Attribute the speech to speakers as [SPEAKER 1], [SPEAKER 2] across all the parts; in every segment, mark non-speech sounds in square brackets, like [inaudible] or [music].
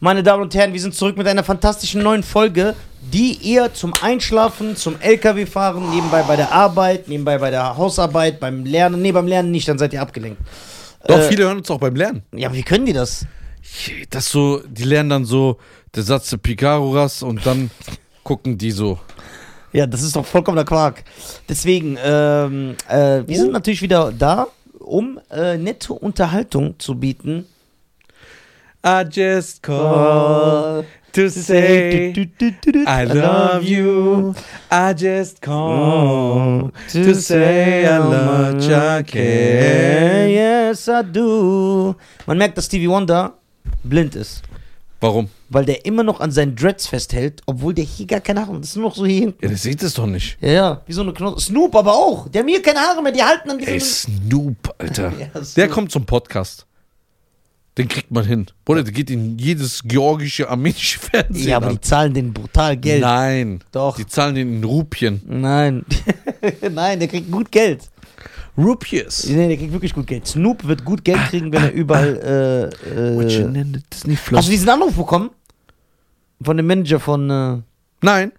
[SPEAKER 1] Meine Damen und Herren, wir sind zurück mit einer fantastischen neuen Folge, die ihr zum Einschlafen, zum LKW-Fahren, nebenbei bei der Arbeit, nebenbei bei der Hausarbeit, beim Lernen, nee, beim Lernen nicht, dann seid ihr abgelenkt.
[SPEAKER 2] Doch,
[SPEAKER 1] Äh,
[SPEAKER 2] viele hören uns auch beim Lernen.
[SPEAKER 1] Ja, wie können die das?
[SPEAKER 2] Das so, die lernen dann so der Satz der Picaroras und dann gucken die so.
[SPEAKER 1] Ja, das ist doch vollkommener Quark. Deswegen, ähm, äh, wir
[SPEAKER 2] Oh.
[SPEAKER 1] sind natürlich wieder da, um äh, nette Unterhaltung zu bieten.
[SPEAKER 2] I just
[SPEAKER 1] Oh.
[SPEAKER 2] call to Oh, say I love you. I just
[SPEAKER 1] Oh.
[SPEAKER 2] call to say I love I care.
[SPEAKER 1] Yes, I do. Man merkt, dass Stevie Wonder blind ist,
[SPEAKER 2] Warum?
[SPEAKER 1] weil der immer noch an seinen Dreads festhält, obwohl der hier gar keine Haare hat. Das ist nur noch so hier hinten.
[SPEAKER 2] Ja, das sieht es doch nicht.
[SPEAKER 1] Ja, ja, wie so eine Knochen. Snoop aber auch. Die haben hier keine Haare mehr, die halten an
[SPEAKER 2] Ey,
[SPEAKER 1] diesem.
[SPEAKER 2] Snoop, Alter.
[SPEAKER 1] Ja, Snoop.
[SPEAKER 2] Der kommt zum Podcast. Den kriegt man hin. Bruder, der geht in jedes georgische, armenische Fernsehen.
[SPEAKER 1] Ja, aber die
[SPEAKER 2] an.
[SPEAKER 1] zahlen denen brutal Geld.
[SPEAKER 2] Nein.
[SPEAKER 1] Doch.
[SPEAKER 2] Die zahlen den in Rupien.
[SPEAKER 1] Nein. [laughs] Nein, der kriegt gut Geld.
[SPEAKER 2] Rupies.
[SPEAKER 1] Nee, der kriegt wirklich gut Geld. Snoop wird gut Geld kriegen, wenn er überall. Äh, äh, hast du diesen Anruf bekommen? Von dem Manager von. Äh,
[SPEAKER 2] Nein,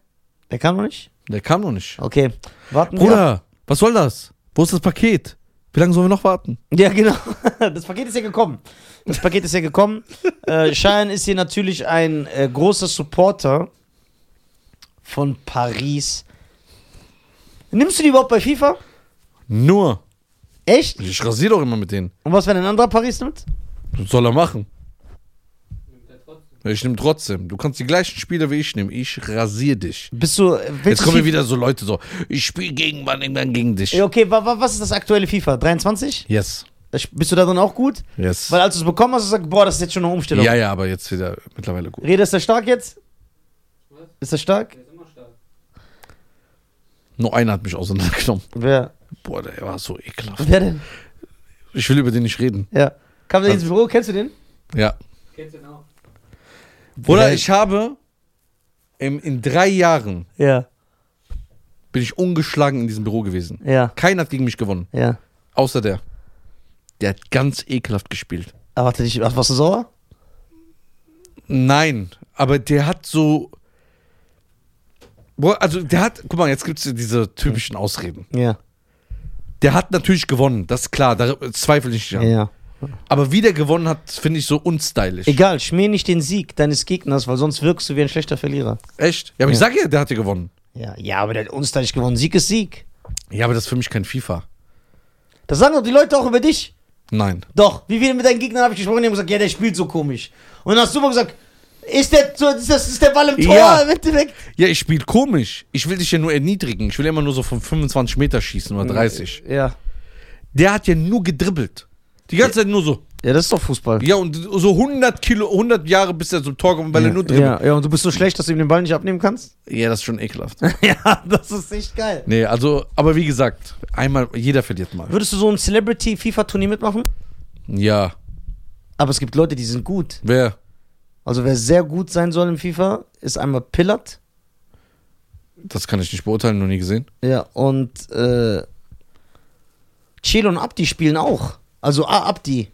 [SPEAKER 1] der kam noch nicht?
[SPEAKER 2] der kam noch nicht.
[SPEAKER 1] Okay. Warten wir.
[SPEAKER 2] Bruder, was soll das? Wo ist das Paket? Wie lange sollen wir noch warten?
[SPEAKER 1] Ja, genau. [laughs] Das Paket ist ja gekommen. Das Paket ist ja gekommen. äh, Cheyenne ist hier natürlich ein äh, großer Supporter von Paris. Nimmst du die überhaupt bei FIFA?
[SPEAKER 2] Nur,
[SPEAKER 1] Echt?
[SPEAKER 2] ich rasiere doch immer mit denen.
[SPEAKER 1] Und was, wenn ein anderer Paris nimmt?
[SPEAKER 2] Was soll er machen? Ich nehme trotzdem. Du kannst die gleichen Spiele wie ich nehmen. Ich rasiere dich.
[SPEAKER 1] Bist du. äh, willst
[SPEAKER 2] Jetzt
[SPEAKER 1] du
[SPEAKER 2] kommen
[SPEAKER 1] FIFA-
[SPEAKER 2] wieder so Leute so. Ich spiele gegen Mann, irgendwann gegen dich.
[SPEAKER 1] Ja, Okay, wa wa was ist das aktuelle FIFA? 23?
[SPEAKER 2] Yes.
[SPEAKER 1] Bist du da drin auch gut?
[SPEAKER 2] Yes.
[SPEAKER 1] Weil als du es bekommen hast, hast du gesagt, boah, das ist jetzt schon eine Umstellung.
[SPEAKER 2] Ja, ja, aber jetzt wieder mittlerweile gut.
[SPEAKER 1] Rede, ist der stark jetzt? Ist der stark?
[SPEAKER 2] Nur einer hat mich auseinandergenommen.
[SPEAKER 1] Wer?
[SPEAKER 2] Boah, der war so ekelhaft.
[SPEAKER 1] Wer denn?
[SPEAKER 2] Ich will über den nicht reden.
[SPEAKER 1] Ja. Kam der
[SPEAKER 2] Was?
[SPEAKER 1] ins Büro? Kennst du den?
[SPEAKER 2] Ja.
[SPEAKER 3] Kennst du ihn auch?
[SPEAKER 2] Oder
[SPEAKER 1] Ja.
[SPEAKER 2] ich habe im, in drei Jahren
[SPEAKER 1] Ja.
[SPEAKER 2] bin ich ungeschlagen in diesem Büro gewesen.
[SPEAKER 1] Ja.
[SPEAKER 2] Keiner hat gegen mich gewonnen.
[SPEAKER 1] Ja.
[SPEAKER 2] Außer der. Der hat ganz ekelhaft gespielt.
[SPEAKER 1] Aber Ah, warte, dich, ach, warst du sauer?
[SPEAKER 2] Nein, aber der hat so. Boah, Also der hat, guck mal, jetzt gibt es diese typischen Ausreden.
[SPEAKER 1] Ja.
[SPEAKER 2] Der hat natürlich gewonnen, das ist klar, da zweifle ich nicht
[SPEAKER 1] Ja.
[SPEAKER 2] an. Aber wie der gewonnen hat, finde ich so unstylisch.
[SPEAKER 1] Egal, schmier nicht den Sieg deines Gegners, weil sonst wirkst du wie ein schlechter Verlierer.
[SPEAKER 2] Echt? Ja, aber ich
[SPEAKER 1] Ja.
[SPEAKER 2] sage ja, der hat ja gewonnen.
[SPEAKER 1] Ja, ja aber der hat uns da nicht gewonnen. Sieg ist Sieg.
[SPEAKER 2] Ja, aber das ist für mich kein FIFA.
[SPEAKER 1] Das sagen doch die Leute auch über dich.
[SPEAKER 2] Nein.
[SPEAKER 1] Doch, wie viele mit deinen Gegnern habe ich gesprochen, die haben gesagt, ja, der spielt so komisch. Und dann hast du immer gesagt, ist der, so- ist das, ist der Ball im Tor
[SPEAKER 2] Ja.
[SPEAKER 1] im Endeffekt?
[SPEAKER 2] Ja, ich spiele komisch. Ich will dich ja nur erniedrigen. Ich will immer nur so von 25 Meter schießen oder 30.
[SPEAKER 1] Ja.
[SPEAKER 2] Der hat ja nur gedribbelt. Die ganze Zeit nur so.
[SPEAKER 1] Ja, das ist doch Fußball.
[SPEAKER 2] Ja, und so 100 Kilo, 100 Jahre bis er zum Tor kommt, weil er nur dribbelt.
[SPEAKER 1] Ja, ja, und du bist so schlecht, dass du ihm den Ball nicht abnehmen kannst?
[SPEAKER 2] Ja. das ist schon ekelhaft.
[SPEAKER 1] [laughs]
[SPEAKER 2] [laughs]
[SPEAKER 1] ja, das ist echt geil.
[SPEAKER 2] nee, also, aber wie gesagt, einmal, jeder verliert mal.
[SPEAKER 1] Würdest du so ein Celebrity-FIFA-Turnier mitmachen?
[SPEAKER 2] Ja,
[SPEAKER 1] Aber es gibt Leute, die sind gut.
[SPEAKER 2] wer?
[SPEAKER 1] Also wer sehr gut sein soll im FIFA, ist einmal Pillard.
[SPEAKER 2] Das kann ich nicht beurteilen, noch nie gesehen.
[SPEAKER 1] Ja, und äh, Chelo und Abdi spielen auch. Also ah, Abdi.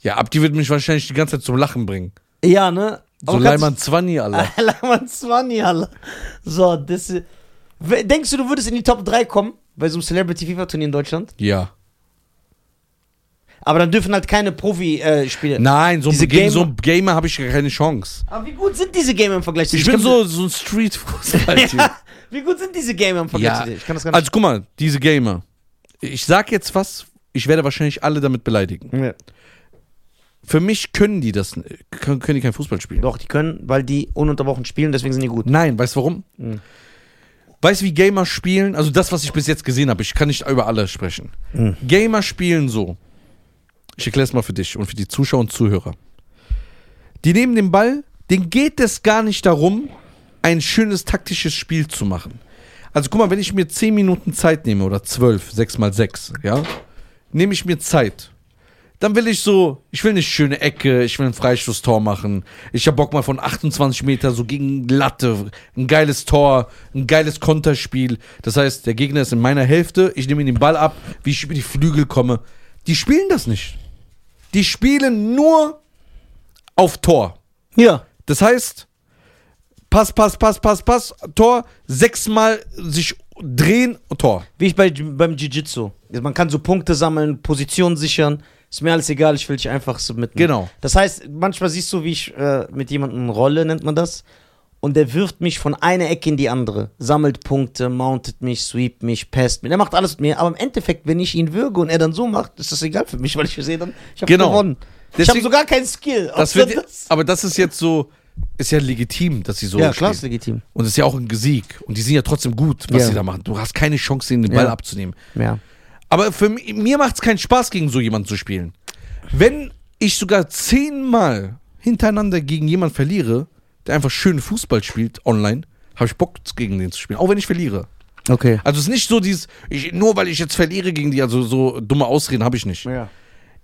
[SPEAKER 2] Ja, Abdi wird mich wahrscheinlich die ganze Zeit zum Lachen bringen.
[SPEAKER 1] Ja, ne?
[SPEAKER 2] So Leimann Zwanni,
[SPEAKER 1] [laughs] Ah.
[SPEAKER 2] Alter.
[SPEAKER 1] Leimann Swani, Alter. So, das ist... We- Denkst du, du würdest in die Top 3 kommen bei so einem Celebrity-FIFA-Turnier in Deutschland?
[SPEAKER 2] Ja.
[SPEAKER 1] Aber dann dürfen halt keine Profi-Spiele.
[SPEAKER 2] Nein, so
[SPEAKER 1] Diese
[SPEAKER 2] ein, gegen
[SPEAKER 1] Gamer-
[SPEAKER 2] so einen Gamer habe ich gar keine Chance.
[SPEAKER 1] Aber wie gut sind diese Gamer im Vergleich zu
[SPEAKER 2] Ich,
[SPEAKER 1] dir?
[SPEAKER 2] bin
[SPEAKER 1] kann-
[SPEAKER 2] so, so ein Street-Fußball-Typ.
[SPEAKER 1] [laughs] Ja, wie gut sind diese Gamer im Vergleich
[SPEAKER 2] Ja.
[SPEAKER 1] zu dir? Ich kann das gar nicht.
[SPEAKER 2] Also guck mal, diese Gamer. Ich sag jetzt was, ich werde wahrscheinlich alle damit beleidigen.
[SPEAKER 1] Ja.
[SPEAKER 2] Für mich können die das, können, können die kein Fußball spielen.
[SPEAKER 1] Doch, die können, weil die ununterbrochen spielen, deswegen sind die gut.
[SPEAKER 2] Nein, weißt du warum? Weißt du, wie Gamer spielen? Also das, was ich bis jetzt gesehen habe, ich kann nicht über alle sprechen. Gamer spielen so. Ich erkläre es mal für dich und für die Zuschauer und Zuhörer. Die nehmen den Ball, denen geht es gar nicht darum, ein schönes taktisches Spiel zu machen. Also guck mal, wenn ich mir 10 Minuten Zeit nehme oder 12, 6 mal 6, ja, nehme ich mir Zeit. Dann will ich so, ich will eine schöne Ecke, ich will ein Freistoßtor machen. Ich hab Bock mal von 28 Meter so gegen Latte, ein geiles Tor, ein geiles Konterspiel. Das heißt, der Gegner ist in meiner Hälfte, ich nehme ihm den Ball ab, wie ich über die Flügel komme. Die spielen das nicht. Die spielen nur auf Tor.
[SPEAKER 1] Ja.
[SPEAKER 2] Das heißt, Pass, Pass, Pass, Pass, Pass, Tor, sechsmal sich drehen, Tor.
[SPEAKER 1] Wie ich bei, beim Jiu-Jitsu. Man kann so Punkte sammeln, Positionen sichern. Ist mir alles egal, ich will dich einfach submitten.
[SPEAKER 2] Genau.
[SPEAKER 1] Das heißt, manchmal siehst du, wie ich äh, mit jemandem rolle, nennt man das. Und der wirft mich von einer Ecke in die andere. Sammelt Punkte, mountet mich, sweept mich, passt mich. Der macht alles mit mir. Aber im Endeffekt, wenn ich ihn würge und er dann so macht, ist das egal für mich, weil ich sehe dann, ich habe
[SPEAKER 2] Genau.
[SPEAKER 1] gewonnen. ich habe
[SPEAKER 2] Deswegen-
[SPEAKER 1] sogar keinen Skill.
[SPEAKER 2] Das
[SPEAKER 1] Außer
[SPEAKER 2] wird, aber das ist jetzt so, ist ja legitim, dass sie so
[SPEAKER 1] ja, klar, ist
[SPEAKER 2] spielen.
[SPEAKER 1] legitim.
[SPEAKER 2] Und es ist ja auch ein Sieg. Und die sind ja trotzdem gut, was
[SPEAKER 1] Ja.
[SPEAKER 2] sie da machen. Du hast keine Chance, ihnen den Ball
[SPEAKER 1] Ja.
[SPEAKER 2] abzunehmen.
[SPEAKER 1] Ja.
[SPEAKER 2] Aber für mi- mir macht es keinen Spaß, gegen so jemanden zu spielen. Wenn ich sogar zehnmal hintereinander gegen jemanden verliere, der einfach schön Fußball spielt online, habe ich Bock, gegen den zu spielen. Auch wenn ich verliere.
[SPEAKER 1] Okay.
[SPEAKER 2] Also es ist nicht so dieses, ich, nur weil ich jetzt verliere gegen die, also so dumme Ausreden habe ich nicht.
[SPEAKER 1] Ja.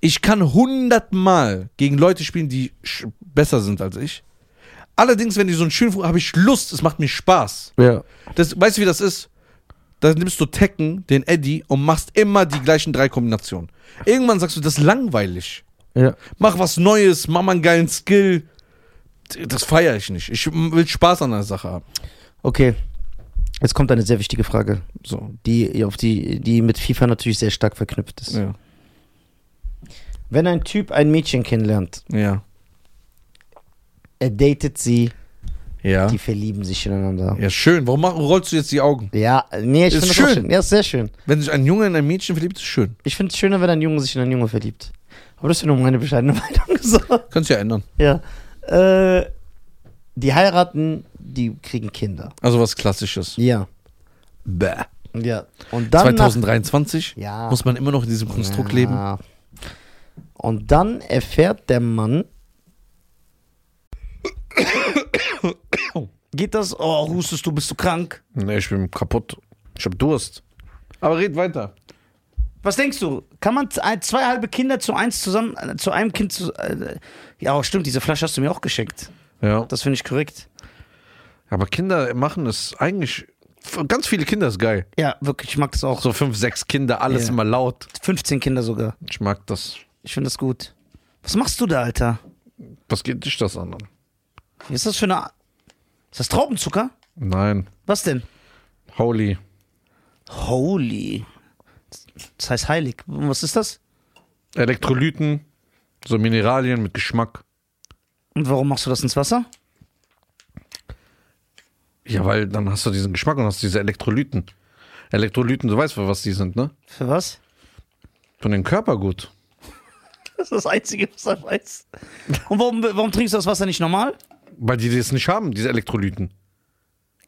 [SPEAKER 2] Ich kann hundertmal gegen Leute spielen, die sch- besser sind als ich. Allerdings, wenn die so einen schönen Fußball, habe ich Lust, es macht mir Spaß.
[SPEAKER 1] Ja.
[SPEAKER 2] Das, weißt du, wie das ist? Da nimmst du Tekken, den Eddy, und machst immer die gleichen drei Kombinationen. Irgendwann sagst du, das ist langweilig.
[SPEAKER 1] Ja.
[SPEAKER 2] Mach was Neues, mach mal einen geilen Skill. Das feiere ich nicht. Ich will Spaß an der Sache haben.
[SPEAKER 1] Okay. Jetzt kommt eine sehr wichtige Frage,
[SPEAKER 2] So,
[SPEAKER 1] die, auf die, die mit FIFA natürlich sehr stark verknüpft ist.
[SPEAKER 2] ja.
[SPEAKER 1] Wenn ein Typ ein Mädchen kennenlernt,
[SPEAKER 2] Ja.
[SPEAKER 1] er datet sie,
[SPEAKER 2] Ja.
[SPEAKER 1] die verlieben sich ineinander.
[SPEAKER 2] Ja, schön. Warum mach- rollst du jetzt die Augen?
[SPEAKER 1] Ja, nee, ich
[SPEAKER 2] Ist
[SPEAKER 1] finde das schön. Auch
[SPEAKER 2] schön.
[SPEAKER 1] schön. Ja, ist sehr schön.
[SPEAKER 2] Wenn sich ein Junge in ein Mädchen verliebt, ist schön.
[SPEAKER 1] Ich finde es schöner, wenn ein Junge sich in einen Junge verliebt. Aber das ist ja nur meine bescheidene [laughs] Meinung. So.
[SPEAKER 2] Kannst ja ändern.
[SPEAKER 1] Ja. Äh, die heiraten, die kriegen Kinder.
[SPEAKER 2] Also was Klassisches.
[SPEAKER 1] Ja.
[SPEAKER 2] Bäh.
[SPEAKER 1] Ja. Und dann. nach-
[SPEAKER 2] 2023
[SPEAKER 1] Ja.
[SPEAKER 2] muss man immer noch in diesem Konstrukt leben.
[SPEAKER 1] Ja. Und dann erfährt der Mann. [coughs] Geht das? Oh, hustest du, bist du krank?
[SPEAKER 2] Nee, ich bin kaputt. Ich hab Durst. Aber red weiter.
[SPEAKER 1] Was denkst du? Kann man z- ein- zwei halbe Kinder zu eins zusammen, äh, zu einem Kind zu. äh, Ja, stimmt, diese Flasche hast du mir auch geschenkt.
[SPEAKER 2] Ja.
[SPEAKER 1] Das finde ich korrekt.
[SPEAKER 2] Aber Kinder machen es eigentlich. Ganz viele Kinder ist geil.
[SPEAKER 1] Ja, wirklich, ich mag das auch.
[SPEAKER 2] So fünf, sechs Kinder, alles
[SPEAKER 1] Ja.
[SPEAKER 2] immer laut.
[SPEAKER 1] 15 Kinder sogar.
[SPEAKER 2] Ich mag das.
[SPEAKER 1] Ich finde das gut. Was machst du da, Alter?
[SPEAKER 2] Was geht dich das an?
[SPEAKER 1] Was ist das für eine. Ist das Traubenzucker?
[SPEAKER 2] Nein.
[SPEAKER 1] Was denn?
[SPEAKER 2] Holy.
[SPEAKER 1] Holy. Das heißt heilig. Und Was ist das?
[SPEAKER 2] Elektrolyten, so Mineralien mit Geschmack.
[SPEAKER 1] Und warum machst du das ins Wasser?
[SPEAKER 2] Ja, weil dann hast du diesen Geschmack und hast diese Elektrolyten. Elektrolyten, du weißt, was die sind, ne?
[SPEAKER 1] Für was?
[SPEAKER 2] Von den Körper gut.
[SPEAKER 1] Das ist das Einzige, was er weiß. Und warum, warum trinkst du das Wasser nicht normal?
[SPEAKER 2] Weil die das nicht haben, diese Elektrolyten.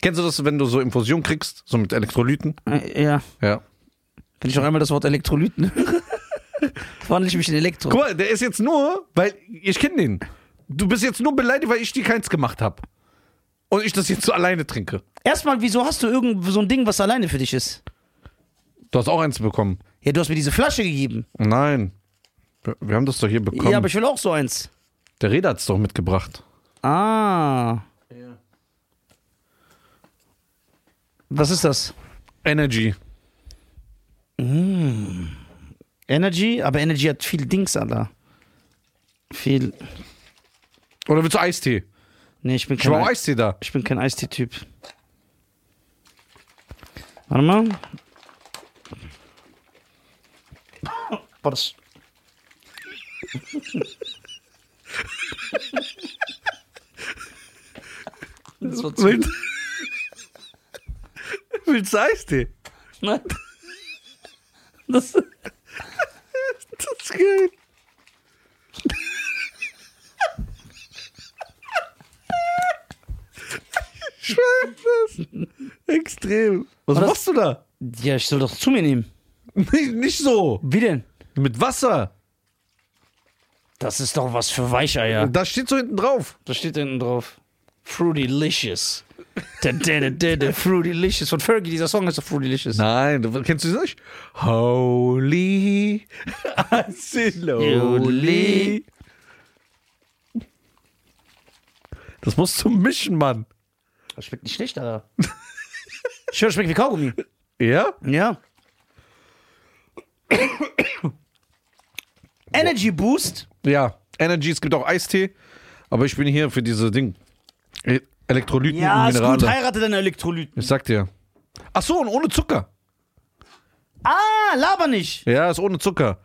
[SPEAKER 2] Kennst du das, wenn du so Infusion kriegst, so mit Elektrolyten?
[SPEAKER 1] Äh, Ja.
[SPEAKER 2] Ja.
[SPEAKER 1] Wenn ich noch einmal das Wort Elektrolyten höre, [laughs] wandle ich mich in Elektro.
[SPEAKER 2] Guck mal, der ist jetzt nur, weil ich kenne den. Du bist jetzt nur beleidigt, weil ich dir keins gemacht habe. Und ich das jetzt so alleine trinke.
[SPEAKER 1] Erstmal, wieso hast du irgend so ein Ding, was alleine für dich ist?
[SPEAKER 2] Du hast auch eins bekommen.
[SPEAKER 1] Ja, du hast mir diese Flasche gegeben.
[SPEAKER 2] Nein. Wir- Wir haben das doch hier bekommen.
[SPEAKER 1] Ja, aber ich will auch so eins.
[SPEAKER 2] der Reda hat es doch mitgebracht.
[SPEAKER 1] Ah. Was ist das?
[SPEAKER 2] Energy.
[SPEAKER 1] Energy? Aber Energy hat viel Dings, Alter. Viel.
[SPEAKER 2] Oder willst du Eistee?
[SPEAKER 1] Nee, ich bin
[SPEAKER 2] Ich
[SPEAKER 1] kein,
[SPEAKER 2] war auch
[SPEAKER 1] Ei-
[SPEAKER 2] Eistee da.
[SPEAKER 1] ich bin kein Eistee-Typ. Warte mal. Boah, das. das war zu
[SPEAKER 2] Willst, [laughs] willst du Eistee?
[SPEAKER 1] Nein. Das,
[SPEAKER 2] Das ist geil. [laughs] Ich weiß das. Extrem. Was
[SPEAKER 1] das-
[SPEAKER 2] machst du da? [laughs]
[SPEAKER 1] ja, ich soll doch zu mir nehmen.
[SPEAKER 2] Nicht, nicht so.
[SPEAKER 1] Wie denn?
[SPEAKER 2] Mit Wasser.
[SPEAKER 1] Das ist doch was für Weicheier.
[SPEAKER 2] Da steht so hinten drauf.
[SPEAKER 1] Da steht hinten drauf. Fruitylicious. Der, der, der, der, der Fruitylicious. Von Fergie, dieser Song heißt doch Fruitylicious.
[SPEAKER 2] Nein, du- kennst du das nicht? Holy. Asiloli. Das musst du mischen, Mann.
[SPEAKER 1] Das schmeckt nicht schlecht, Alter. [laughs] Ich höre, das schmeckt wie Kaugummi.
[SPEAKER 2] Ja?
[SPEAKER 1] Ja. Energy Boost.
[SPEAKER 2] Ja, Energy, es gibt auch Eistee. Aber ich bin hier für diese Ding. E- Elektrolyten
[SPEAKER 1] Ja,
[SPEAKER 2] und
[SPEAKER 1] ist gut, halt.
[SPEAKER 2] Minerale.
[SPEAKER 1] heirate deine Elektrolyten.
[SPEAKER 2] Ich sag dir. Ach so, und ohne Zucker.
[SPEAKER 1] Ah, laber nicht.
[SPEAKER 2] Ja, ist ohne Zucker.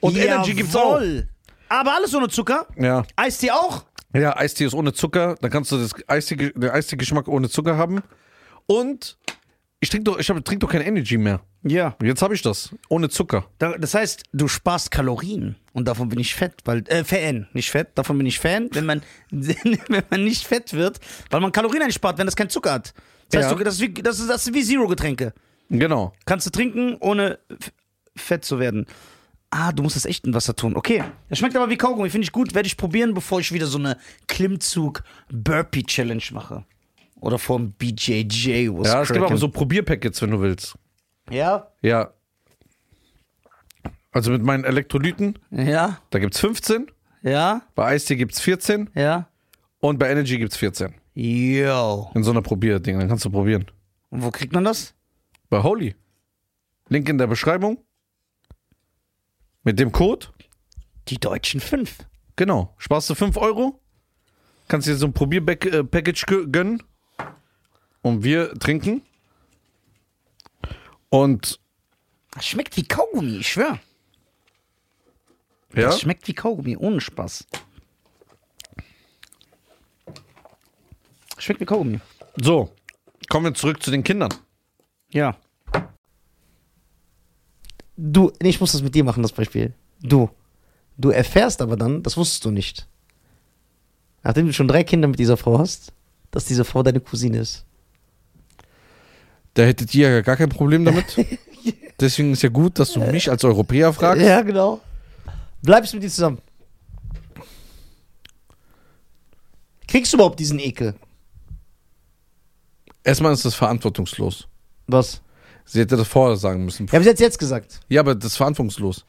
[SPEAKER 2] Und Energy gibt's auch.
[SPEAKER 1] Jawohl. Aber alles ohne Zucker?
[SPEAKER 2] Ja.
[SPEAKER 1] Eistee auch?
[SPEAKER 2] Ja, Eistee ist ohne Zucker. Dann kannst du das Eistee, den Eistee-Geschmack ohne Zucker haben. Und ich trinke doch, ich hab- trink doch kein Energy mehr.
[SPEAKER 1] Ja.
[SPEAKER 2] Jetzt habe ich das. Ohne Zucker.
[SPEAKER 1] Da- Das heißt, du sparst Kalorien und davon bin ich fett, weil äh, Fan, nicht fett, davon bin ich Fan, wenn man [laughs] wenn man nicht fett wird, weil man Kalorien einspart, wenn das kein Zucker hat. Das heißt,
[SPEAKER 2] Ja.
[SPEAKER 1] du, das, ist wie, das, ist, das ist wie Zero Getränke.
[SPEAKER 2] Genau.
[SPEAKER 1] Kannst du trinken, ohne f- fett zu werden. Ah, du musst das echt in Wasser tun. Okay. Das schmeckt aber wie Kaugummi. Finde ich gut. Werde ich probieren, bevor ich wieder so eine Klimmzug-Burpee-Challenge mache. Oder vom BJJ. was
[SPEAKER 2] Ja, es gibt
[SPEAKER 1] cracken.
[SPEAKER 2] aber so Probierpackets, wenn du willst.
[SPEAKER 1] Ja?
[SPEAKER 2] Ja. Also mit meinen Elektrolyten,
[SPEAKER 1] Ja?
[SPEAKER 2] da gibt's 15.
[SPEAKER 1] Ja?
[SPEAKER 2] Bei Eistee gibt's 14.
[SPEAKER 1] Ja?
[SPEAKER 2] Und bei Energy gibt's 14.
[SPEAKER 1] Yo.
[SPEAKER 2] In so einer Probierding. Dann kannst du probieren.
[SPEAKER 1] Und wo kriegt man das?
[SPEAKER 2] Bei Holy. Link in der Beschreibung. Mit dem Code.
[SPEAKER 1] Die deutschen fünf.
[SPEAKER 2] Genau. Sparst du 5 Euro. Kannst dir so ein Probierpackage gönnen. Und wir trinken. Und
[SPEAKER 1] Das schmeckt wie Kaugummi, ich schwör.
[SPEAKER 2] ja,
[SPEAKER 1] Das schmeckt wie Kaugummi, ohne Spaß. Schmeckt wie Kaugummi.
[SPEAKER 2] so. Kommen wir zurück zu den Kindern.
[SPEAKER 1] Ja. Du, nee, ich muss das mit dir machen, das Beispiel. Du. Du erfährst aber dann, das wusstest du nicht. Nachdem du schon drei Kinder mit dieser Frau hast, dass diese Frau deine Cousine ist.
[SPEAKER 2] Da hättet ihr ja gar kein Problem [laughs] damit. Deswegen ist ja gut, dass du mich als Europäer fragst.
[SPEAKER 1] Ja, genau. Bleibst mit ihr zusammen. Kriegst du überhaupt diesen Ekel?
[SPEAKER 2] Erstmal ist das verantwortungslos.
[SPEAKER 1] Was?
[SPEAKER 2] Sie hätte das vorher sagen müssen.
[SPEAKER 1] Ja, bis jetzt jetzt gesagt.
[SPEAKER 2] Ja, aber das ist verantwortungslos.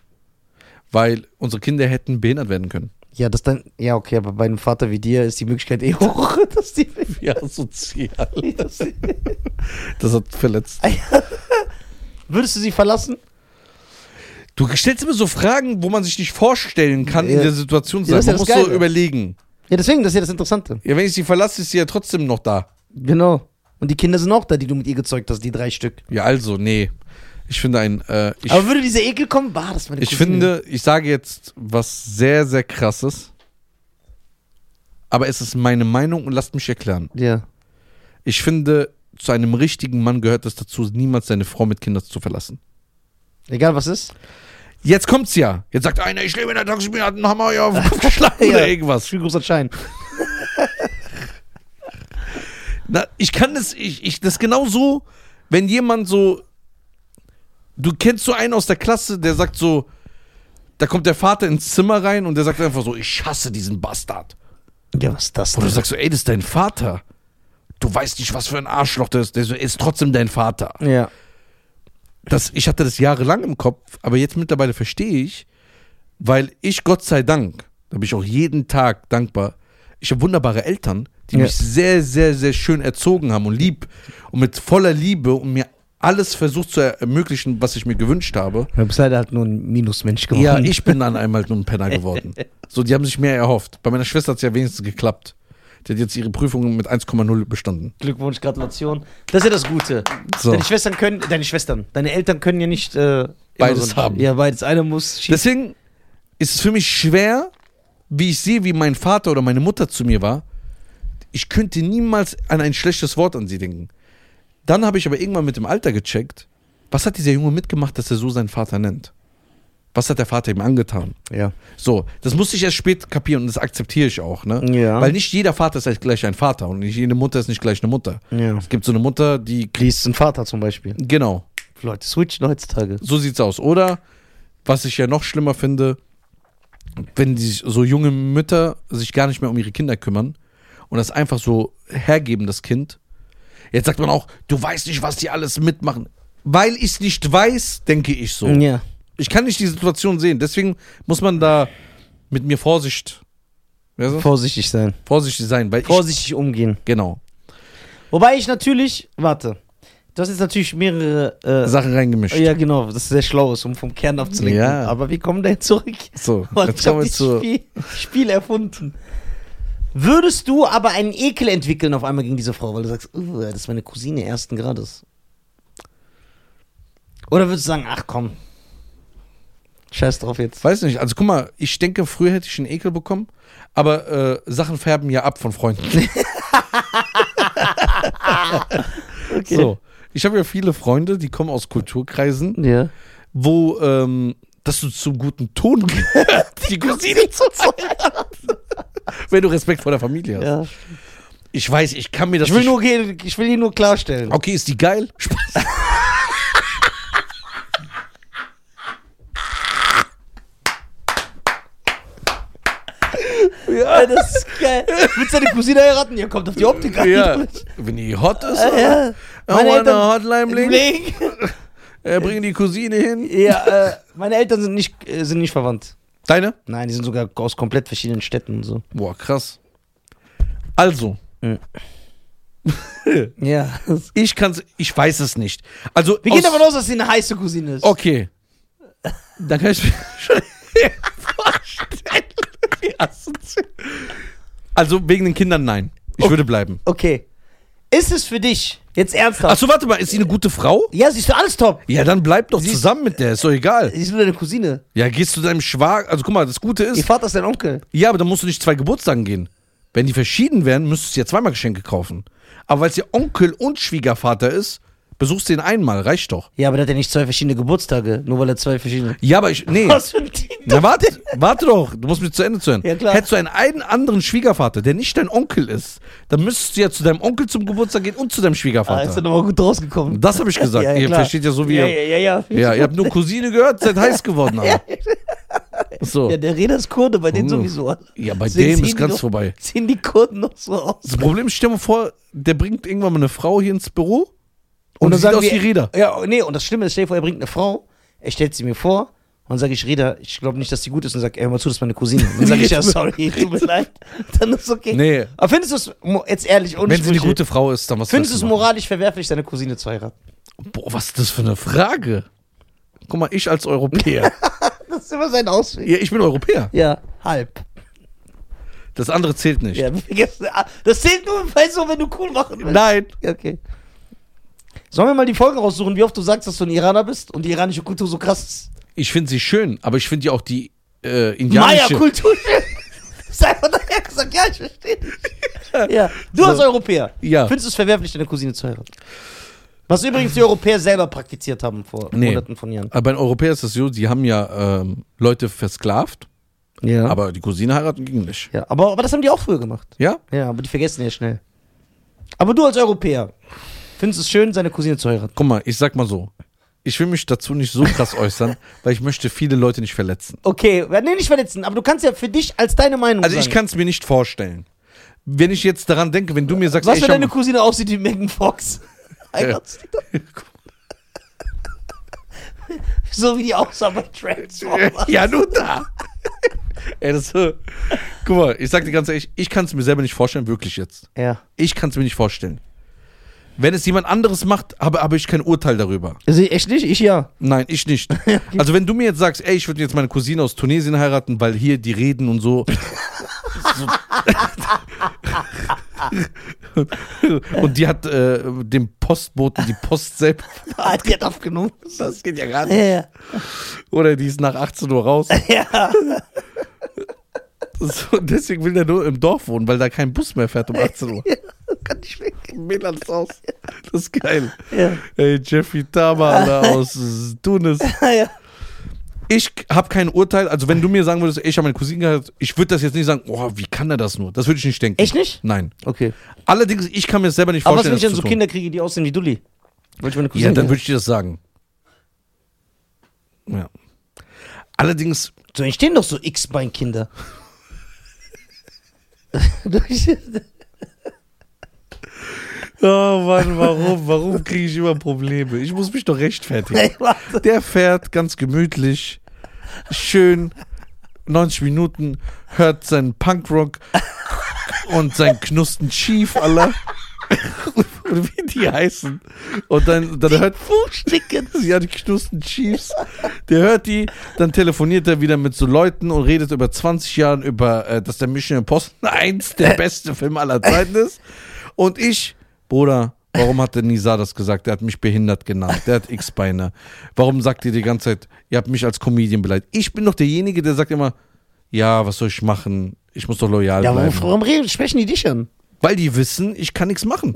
[SPEAKER 2] Weil unsere Kinder hätten behindert
[SPEAKER 1] [laughs]
[SPEAKER 2] werden können.
[SPEAKER 1] Ja, das dann. Ja, okay, aber bei einem Vater wie dir ist die Möglichkeit eh [laughs] hoch, dass die.
[SPEAKER 2] Ja, sozial.
[SPEAKER 1] Dass die
[SPEAKER 2] Das hat verletzt.
[SPEAKER 1] würdest du sie verlassen?
[SPEAKER 2] Du stellst immer so Fragen, wo man sich nicht vorstellen kann,
[SPEAKER 1] Ja.
[SPEAKER 2] in der Situation zu
[SPEAKER 1] Ja,
[SPEAKER 2] sein.
[SPEAKER 1] das
[SPEAKER 2] man
[SPEAKER 1] ist
[SPEAKER 2] muss
[SPEAKER 1] ja das
[SPEAKER 2] so
[SPEAKER 1] Geile.
[SPEAKER 2] überlegen.
[SPEAKER 1] Ja, deswegen, das ist ja das Interessante.
[SPEAKER 2] Ja, wenn ich sie verlasse, ist sie ja trotzdem noch da.
[SPEAKER 1] Genau. Und die Kinder sind auch da, die du mit ihr gezeugt hast, die drei Stück.
[SPEAKER 2] Ja, also, nee. Ich finde ein, äh, ich,
[SPEAKER 1] Aber würde dieser Ekel kommen, war das meine
[SPEAKER 2] ich
[SPEAKER 1] Cousine.
[SPEAKER 2] finde, ich sage jetzt was sehr, sehr krasses. Aber es ist meine Meinung und lasst mich erklären.
[SPEAKER 1] Ja.
[SPEAKER 2] Ich finde, zu einem richtigen Mann gehört es dazu, niemals seine Frau mit Kindern zu verlassen.
[SPEAKER 1] Egal was ist.
[SPEAKER 2] Jetzt kommt's ja. Jetzt sagt einer, ich lebe in der Toxik, mir hat einen Hammer [laughs] hier auf den Kopf geschlagen
[SPEAKER 1] Ja.
[SPEAKER 2] oder irgendwas.
[SPEAKER 1] Viel großer Schein.
[SPEAKER 2] Na, ich kann das, ich, ich, das ist genauso, wenn jemand so, du kennst so einen aus der Klasse, der sagt so, da kommt der Vater ins Zimmer rein und der sagt einfach so, ich hasse diesen Bastard.
[SPEAKER 1] Ja, was ist das
[SPEAKER 2] Und du
[SPEAKER 1] denn?
[SPEAKER 2] sagst so, ey, das ist dein Vater. Du weißt nicht, was für ein Arschloch das ist. Der so, ist trotzdem dein Vater.
[SPEAKER 1] Ja.
[SPEAKER 2] das, ich hatte das jahrelang im Kopf, aber jetzt mittlerweile verstehe ich, weil ich Gott sei Dank, da bin ich auch jeden Tag dankbar, ich habe wunderbare Eltern, die
[SPEAKER 1] Ja.
[SPEAKER 2] mich sehr, sehr, sehr schön erzogen haben und lieb und mit voller Liebe und mir alles versucht zu ermöglichen, was ich mir gewünscht habe.
[SPEAKER 1] Du bist leider halt nur ein Minusmensch geworden.
[SPEAKER 2] Ja, ich bin dann einmal nur ein Penner geworden. So, die haben sich mehr erhofft. Bei meiner Schwester hat es ja wenigstens geklappt. Die hat jetzt ihre Prüfungen mit 1,0 bestanden.
[SPEAKER 1] Glückwunsch, Gratulation. Das ist ja das Gute.
[SPEAKER 2] So.
[SPEAKER 1] Deine Schwestern können, deine Schwestern, deine Eltern können ja nicht äh, immer
[SPEAKER 2] Beides
[SPEAKER 1] ein-
[SPEAKER 2] haben.
[SPEAKER 1] Ja, beides. Einer muss schießen.
[SPEAKER 2] Deswegen ist es für mich schwer, wie ich sehe, wie mein Vater oder meine Mutter zu mir war. Ich könnte niemals an ein schlechtes Wort an sie denken. Dann habe ich aber irgendwann mit dem Alter gecheckt, was hat dieser Junge mitgemacht, dass er so seinen Vater nennt? Was hat der Vater ihm angetan?
[SPEAKER 1] ja.
[SPEAKER 2] So, das musste ich erst spät kapieren und das akzeptiere ich auch, ne?
[SPEAKER 1] Ja.
[SPEAKER 2] Weil nicht jeder Vater ist halt gleich ein Vater und nicht jede Mutter ist nicht gleich eine Mutter.
[SPEAKER 1] Ja.
[SPEAKER 2] Es gibt so eine Mutter, die.
[SPEAKER 1] Liest ein Vater zum Beispiel.
[SPEAKER 2] Genau.
[SPEAKER 1] Leute switchen heutzutage.
[SPEAKER 2] So sieht's aus. Oder was ich ja noch schlimmer finde, wenn die sich- so junge Mütter sich gar nicht mehr um ihre Kinder kümmern und das einfach so hergeben, das Kind. Jetzt sagt man auch, du weißt nicht, was die alles mitmachen. Weil ich es nicht weiß, denke ich so.
[SPEAKER 1] Ja.
[SPEAKER 2] Ich kann nicht die Situation sehen. Deswegen muss man da mit mir Vorsicht, weißt du?
[SPEAKER 1] Vorsichtig sein.
[SPEAKER 2] vorsichtig sein. Weil ich,
[SPEAKER 1] Vorsichtig umgehen.
[SPEAKER 2] genau.
[SPEAKER 1] Wobei ich natürlich, warte, du hast jetzt natürlich mehrere äh,
[SPEAKER 2] Sachen reingemischt.
[SPEAKER 1] Ja, genau, das ist sehr schlau ist, um vom Kern abzulenken.
[SPEAKER 2] Ja.
[SPEAKER 1] Aber wie kommen da jetzt zurück?
[SPEAKER 2] So,
[SPEAKER 1] Mann,
[SPEAKER 2] jetzt
[SPEAKER 1] ich hab
[SPEAKER 2] kommen wir
[SPEAKER 1] dieses
[SPEAKER 2] zu.
[SPEAKER 1] Spiel, Spiel erfunden. Würdest du aber einen Ekel entwickeln auf einmal gegen diese Frau, weil du sagst, "Uh, das ist meine Cousine ersten Grades? Oder würdest du sagen, ach komm, scheiß drauf jetzt.
[SPEAKER 2] Weiß nicht, also guck mal, ich denke, früher hätte ich einen Ekel bekommen, aber äh, Sachen färben ja ab
[SPEAKER 1] [laughs]
[SPEAKER 2] von Freunden. So, ich habe ja viele Freunde, die kommen aus Kulturkreisen,
[SPEAKER 1] Ja.
[SPEAKER 2] wo ähm, dass du zum guten
[SPEAKER 1] [laughs]
[SPEAKER 2] Ton gehört, die Cousine zu feiern. Wenn du Respekt vor der Familie hast.
[SPEAKER 1] ja.
[SPEAKER 2] Ich weiß, ich kann mir das
[SPEAKER 1] Ich will
[SPEAKER 2] nicht-
[SPEAKER 1] nur, ge- ich will hier nur klarstellen.
[SPEAKER 2] Okay, ist die geil? Spaß.
[SPEAKER 1] Ja, das ist geil. Willst du deine Cousine heiraten? Ja, kommt auf die Optik an.
[SPEAKER 2] Ja. Wenn die hot ist,
[SPEAKER 1] ja.
[SPEAKER 2] I
[SPEAKER 1] Meine
[SPEAKER 2] wanna
[SPEAKER 1] Eltern-
[SPEAKER 2] hotline bling.
[SPEAKER 1] Link.
[SPEAKER 2] Äh, bring die Cousine hin.
[SPEAKER 1] Ja, äh, meine Eltern sind nicht, äh, sind nicht verwandt.
[SPEAKER 2] Deine?
[SPEAKER 1] Nein, die sind sogar aus komplett verschiedenen Städten und so.
[SPEAKER 2] Boah, krass. Also,
[SPEAKER 1] Ja. Wir
[SPEAKER 2] ich kann's, ich weiß es nicht. Also,
[SPEAKER 1] gehen
[SPEAKER 2] aus-
[SPEAKER 1] davon aus, dass sie eine heiße Cousine ist.
[SPEAKER 2] Okay. Dann kann ich mir [laughs] schon vorstellen, wie assoziiert. Also wegen den Kindern nein. Ich würde bleiben.
[SPEAKER 1] Okay. Ist es für dich jetzt ernsthaft?
[SPEAKER 2] Achso, warte mal, ist sie eine gute Frau?
[SPEAKER 1] Ja, siehst du, alles top.
[SPEAKER 2] Ja, dann bleib doch
[SPEAKER 1] Sie-
[SPEAKER 2] zusammen mit der, ist doch egal.
[SPEAKER 1] Sie ist nur deine Cousine.
[SPEAKER 2] Ja, gehst zu deinem Schwager. Also guck mal, das Gute
[SPEAKER 1] Ihr
[SPEAKER 2] ist,
[SPEAKER 1] Vater ist dein Onkel.
[SPEAKER 2] ja, aber dann musst du nicht zwei Geburtstagen gehen. Wenn die verschieden wären, müsstest du ja zweimal Geschenke kaufen. Aber weil es ja Onkel und Schwiegervater ist, besuchst du ihn einmal, reicht doch.
[SPEAKER 1] Ja, aber der hat ja nicht zwei verschiedene Geburtstage, nur weil er zwei verschiedene.
[SPEAKER 2] Ja, aber ich. Nee.
[SPEAKER 1] für ein Team?
[SPEAKER 2] Na, warte, warte doch, du musst mir zu Ende zu hören.
[SPEAKER 1] Ja, klar.
[SPEAKER 2] Hättest du einen, einen anderen Schwiegervater, der nicht dein Onkel ist, dann müsstest du ja zu deinem Onkel zum Geburtstag gehen und zu
[SPEAKER 1] Ah,
[SPEAKER 2] deinem
[SPEAKER 1] ist er
[SPEAKER 2] Schwiegervater.
[SPEAKER 1] nochmal gut rausgekommen.
[SPEAKER 2] das habe ich
[SPEAKER 1] [laughs]
[SPEAKER 2] gesagt.
[SPEAKER 1] Ja, ja,
[SPEAKER 2] ihr
[SPEAKER 1] klar.
[SPEAKER 2] versteht ja so wie
[SPEAKER 1] ja,
[SPEAKER 2] ihr.
[SPEAKER 1] ja, ja, ja.
[SPEAKER 2] Ja, ihr habt nur Cousine
[SPEAKER 1] [laughs]
[SPEAKER 2] gehört, seid heiß geworden. Alter. So.
[SPEAKER 1] Ja, der Reda ist Kurde, bei denen
[SPEAKER 2] Hm.
[SPEAKER 1] sowieso.
[SPEAKER 2] Ja, bei
[SPEAKER 1] Deswegen
[SPEAKER 2] dem
[SPEAKER 1] sehen
[SPEAKER 2] ist
[SPEAKER 1] die
[SPEAKER 2] ganz
[SPEAKER 1] noch,
[SPEAKER 2] vorbei.
[SPEAKER 1] Sehen die Kurden noch so aus.
[SPEAKER 2] Das Problem ist, stell dir mal vor, der bringt irgendwann mal eine Frau hier ins Büro und, sieht
[SPEAKER 1] sagen
[SPEAKER 2] aus
[SPEAKER 1] wir-
[SPEAKER 2] wie Räder.
[SPEAKER 1] Ja, nee, und das Schlimme ist, stell dir vor, er bringt eine Frau, er stellt sie mir vor. Und dann sage ich, Reda, ich glaube nicht, dass die gut ist. Und sag, ey, hör mal zu, das ist meine Cousine. Und dann
[SPEAKER 2] [laughs]
[SPEAKER 1] sage ich, ja, sorry, tut mir leid. [laughs] Dann ist okay.
[SPEAKER 2] Nee.
[SPEAKER 1] Aber findest du es, mo- jetzt ehrlich, ohne
[SPEAKER 2] Wenn sie eine
[SPEAKER 1] Sprüche,
[SPEAKER 2] gute Frau ist, dann was
[SPEAKER 1] Findest du es
[SPEAKER 2] willst machen?
[SPEAKER 1] moralisch verwerflich, seine Cousine zu heiraten?
[SPEAKER 2] Boah, was ist das für eine Frage? Guck mal, ich als
[SPEAKER 1] [laughs]
[SPEAKER 2] Europäer.
[SPEAKER 1] Das ist immer sein Ausweg.
[SPEAKER 2] ja, ich bin Europäer.
[SPEAKER 1] Ja, halb.
[SPEAKER 2] Das andere zählt nicht.
[SPEAKER 1] Ja, [laughs] vergessen- ah, das zählt nur, weil so, wenn du cool machen willst.
[SPEAKER 2] Nein.
[SPEAKER 1] Ja, Okay. Sollen wir mal die Folgen raussuchen, wie oft du sagst, dass du ein Iraner bist und die iranische Kultur so krass ist?
[SPEAKER 2] Ich finde sie schön, aber ich finde ja auch die äh, indianische.
[SPEAKER 1] [laughs] Maya-Kultur. ist einfach daher gesagt, ja, ich verstehe. nicht. Ja. Du als Europäer,
[SPEAKER 2] Ja.
[SPEAKER 1] findest du es verwerflich, deine Cousine zu heiraten? Was übrigens die Europäer selber praktiziert haben vor
[SPEAKER 2] Nee.
[SPEAKER 1] hunderten von Jahren.
[SPEAKER 2] aber bei den Europäern ist das so, die haben ja ähm, Leute versklavt,
[SPEAKER 1] Ja. Aber,
[SPEAKER 2] aber die Cousine heiraten ging nicht.
[SPEAKER 1] ja aber, aber das haben die auch früher gemacht.
[SPEAKER 2] Ja?
[SPEAKER 1] Ja, aber die vergessen ja schnell. Aber du als Europäer, findest es schön, seine Cousine zu heiraten?
[SPEAKER 2] Guck mal, ich sag mal so. Ich will mich dazu nicht so krass äußern, weil ich möchte viele Leute nicht verletzen.
[SPEAKER 1] Okay, nee, nicht verletzen, aber du kannst ja für dich als deine Meinung
[SPEAKER 2] Also ich
[SPEAKER 1] sagen.
[SPEAKER 2] kann es mir nicht vorstellen. Wenn ich jetzt daran denke, wenn du mir sagst,
[SPEAKER 1] Was,
[SPEAKER 2] ey,
[SPEAKER 1] wenn
[SPEAKER 2] ich hab-
[SPEAKER 1] deine Cousine aussieht wie Megan [laughs] Fox? Heiratest du die doch? [laughs] so wie die aussah bei Transformers.
[SPEAKER 2] ja, nur da. Ey, das, [laughs] guck mal, ich sag dir ganz ehrlich, ich kann es mir selber nicht vorstellen, wirklich jetzt.
[SPEAKER 1] Ja.
[SPEAKER 2] Ich kann es mir nicht vorstellen. Wenn es jemand anderes macht, habe, habe ich kein Urteil darüber.
[SPEAKER 1] Also echt nicht? Ich ja.
[SPEAKER 2] Nein, ich [laughs] nicht. Also wenn du mir jetzt sagst, ey, ich würde jetzt meine Cousine aus Tunesien heiraten, weil hier die reden und [laughs] so. so. und die hat äh, dem Postboten die Post selbst.
[SPEAKER 1] Ah, die hat aufgenommen.
[SPEAKER 2] Das geht ja gar
[SPEAKER 1] Ja, ja.
[SPEAKER 2] Oder die ist nach 18 Uhr raus.
[SPEAKER 1] ja.
[SPEAKER 2] So, deswegen will der nur im Dorf wohnen, weil da kein Bus mehr fährt um 18 [laughs] Uhr.
[SPEAKER 1] Kann ich weg.
[SPEAKER 2] Mädels aus. Das ist geil.
[SPEAKER 1] Ja.
[SPEAKER 2] Ey, Jeffrey Dahmer [laughs] Alter, aus [laughs] Tunis.
[SPEAKER 1] Ah, ja.
[SPEAKER 2] ich habe kein Urteil. Also, wenn du mir sagen würdest, ey, ich habe meine Cousine geheiratet, ich würde das jetzt nicht sagen, oh, wie kann er das nur? Das würde ich nicht denken.
[SPEAKER 1] Echt nicht?
[SPEAKER 2] Nein.
[SPEAKER 1] Okay.
[SPEAKER 2] Allerdings, ich kann mir das selber nicht
[SPEAKER 1] Aber was, wenn
[SPEAKER 2] vorstellen.
[SPEAKER 1] ich dann
[SPEAKER 2] das
[SPEAKER 1] so
[SPEAKER 2] zu tun.
[SPEAKER 1] Kinder kriege, die aussehen wie Dulli? Wollte ich meine Cousine
[SPEAKER 2] Ja, dann
[SPEAKER 1] nennen.
[SPEAKER 2] würde ich dir das sagen. Ja. Allerdings,
[SPEAKER 1] So entstehen doch so [laughs] X-Bein-Kinder.
[SPEAKER 2] oh Mann, warum, warum kriege ich immer Probleme? Ich muss mich doch rechtfertigen.
[SPEAKER 1] Ey, warte.
[SPEAKER 2] [laughs] Der fährt ganz gemütlich, schön, 90 Minuten, hört seinen Punkrock und seinen Knusten schief, Allah. und wie die heißen. Und dann, dann hört
[SPEAKER 1] Fußsticken.
[SPEAKER 2] sie [laughs] ja die knusten Chiefs. Der hört die, dann telefoniert er wieder mit so Leuten und redet über 20 Jahren über, äh, dass der Mission [laughs] Impossible 1 der beste Film aller Zeiten ist. Und ich, Bruder, warum hat der Nisa das gesagt? Der hat mich behindert genannt. Der hat X-Beine. Warum sagt ihr die ganze Zeit, ihr habt mich als Comedian beleidigt? Ich bin doch derjenige, der sagt immer, ja, was soll ich machen? Ich muss doch loyal
[SPEAKER 1] Ja, warum,
[SPEAKER 2] bleiben.
[SPEAKER 1] warum reden, sprechen die dich an?
[SPEAKER 2] Weil die wissen, ich kann nichts
[SPEAKER 1] [laughs]
[SPEAKER 2] machen.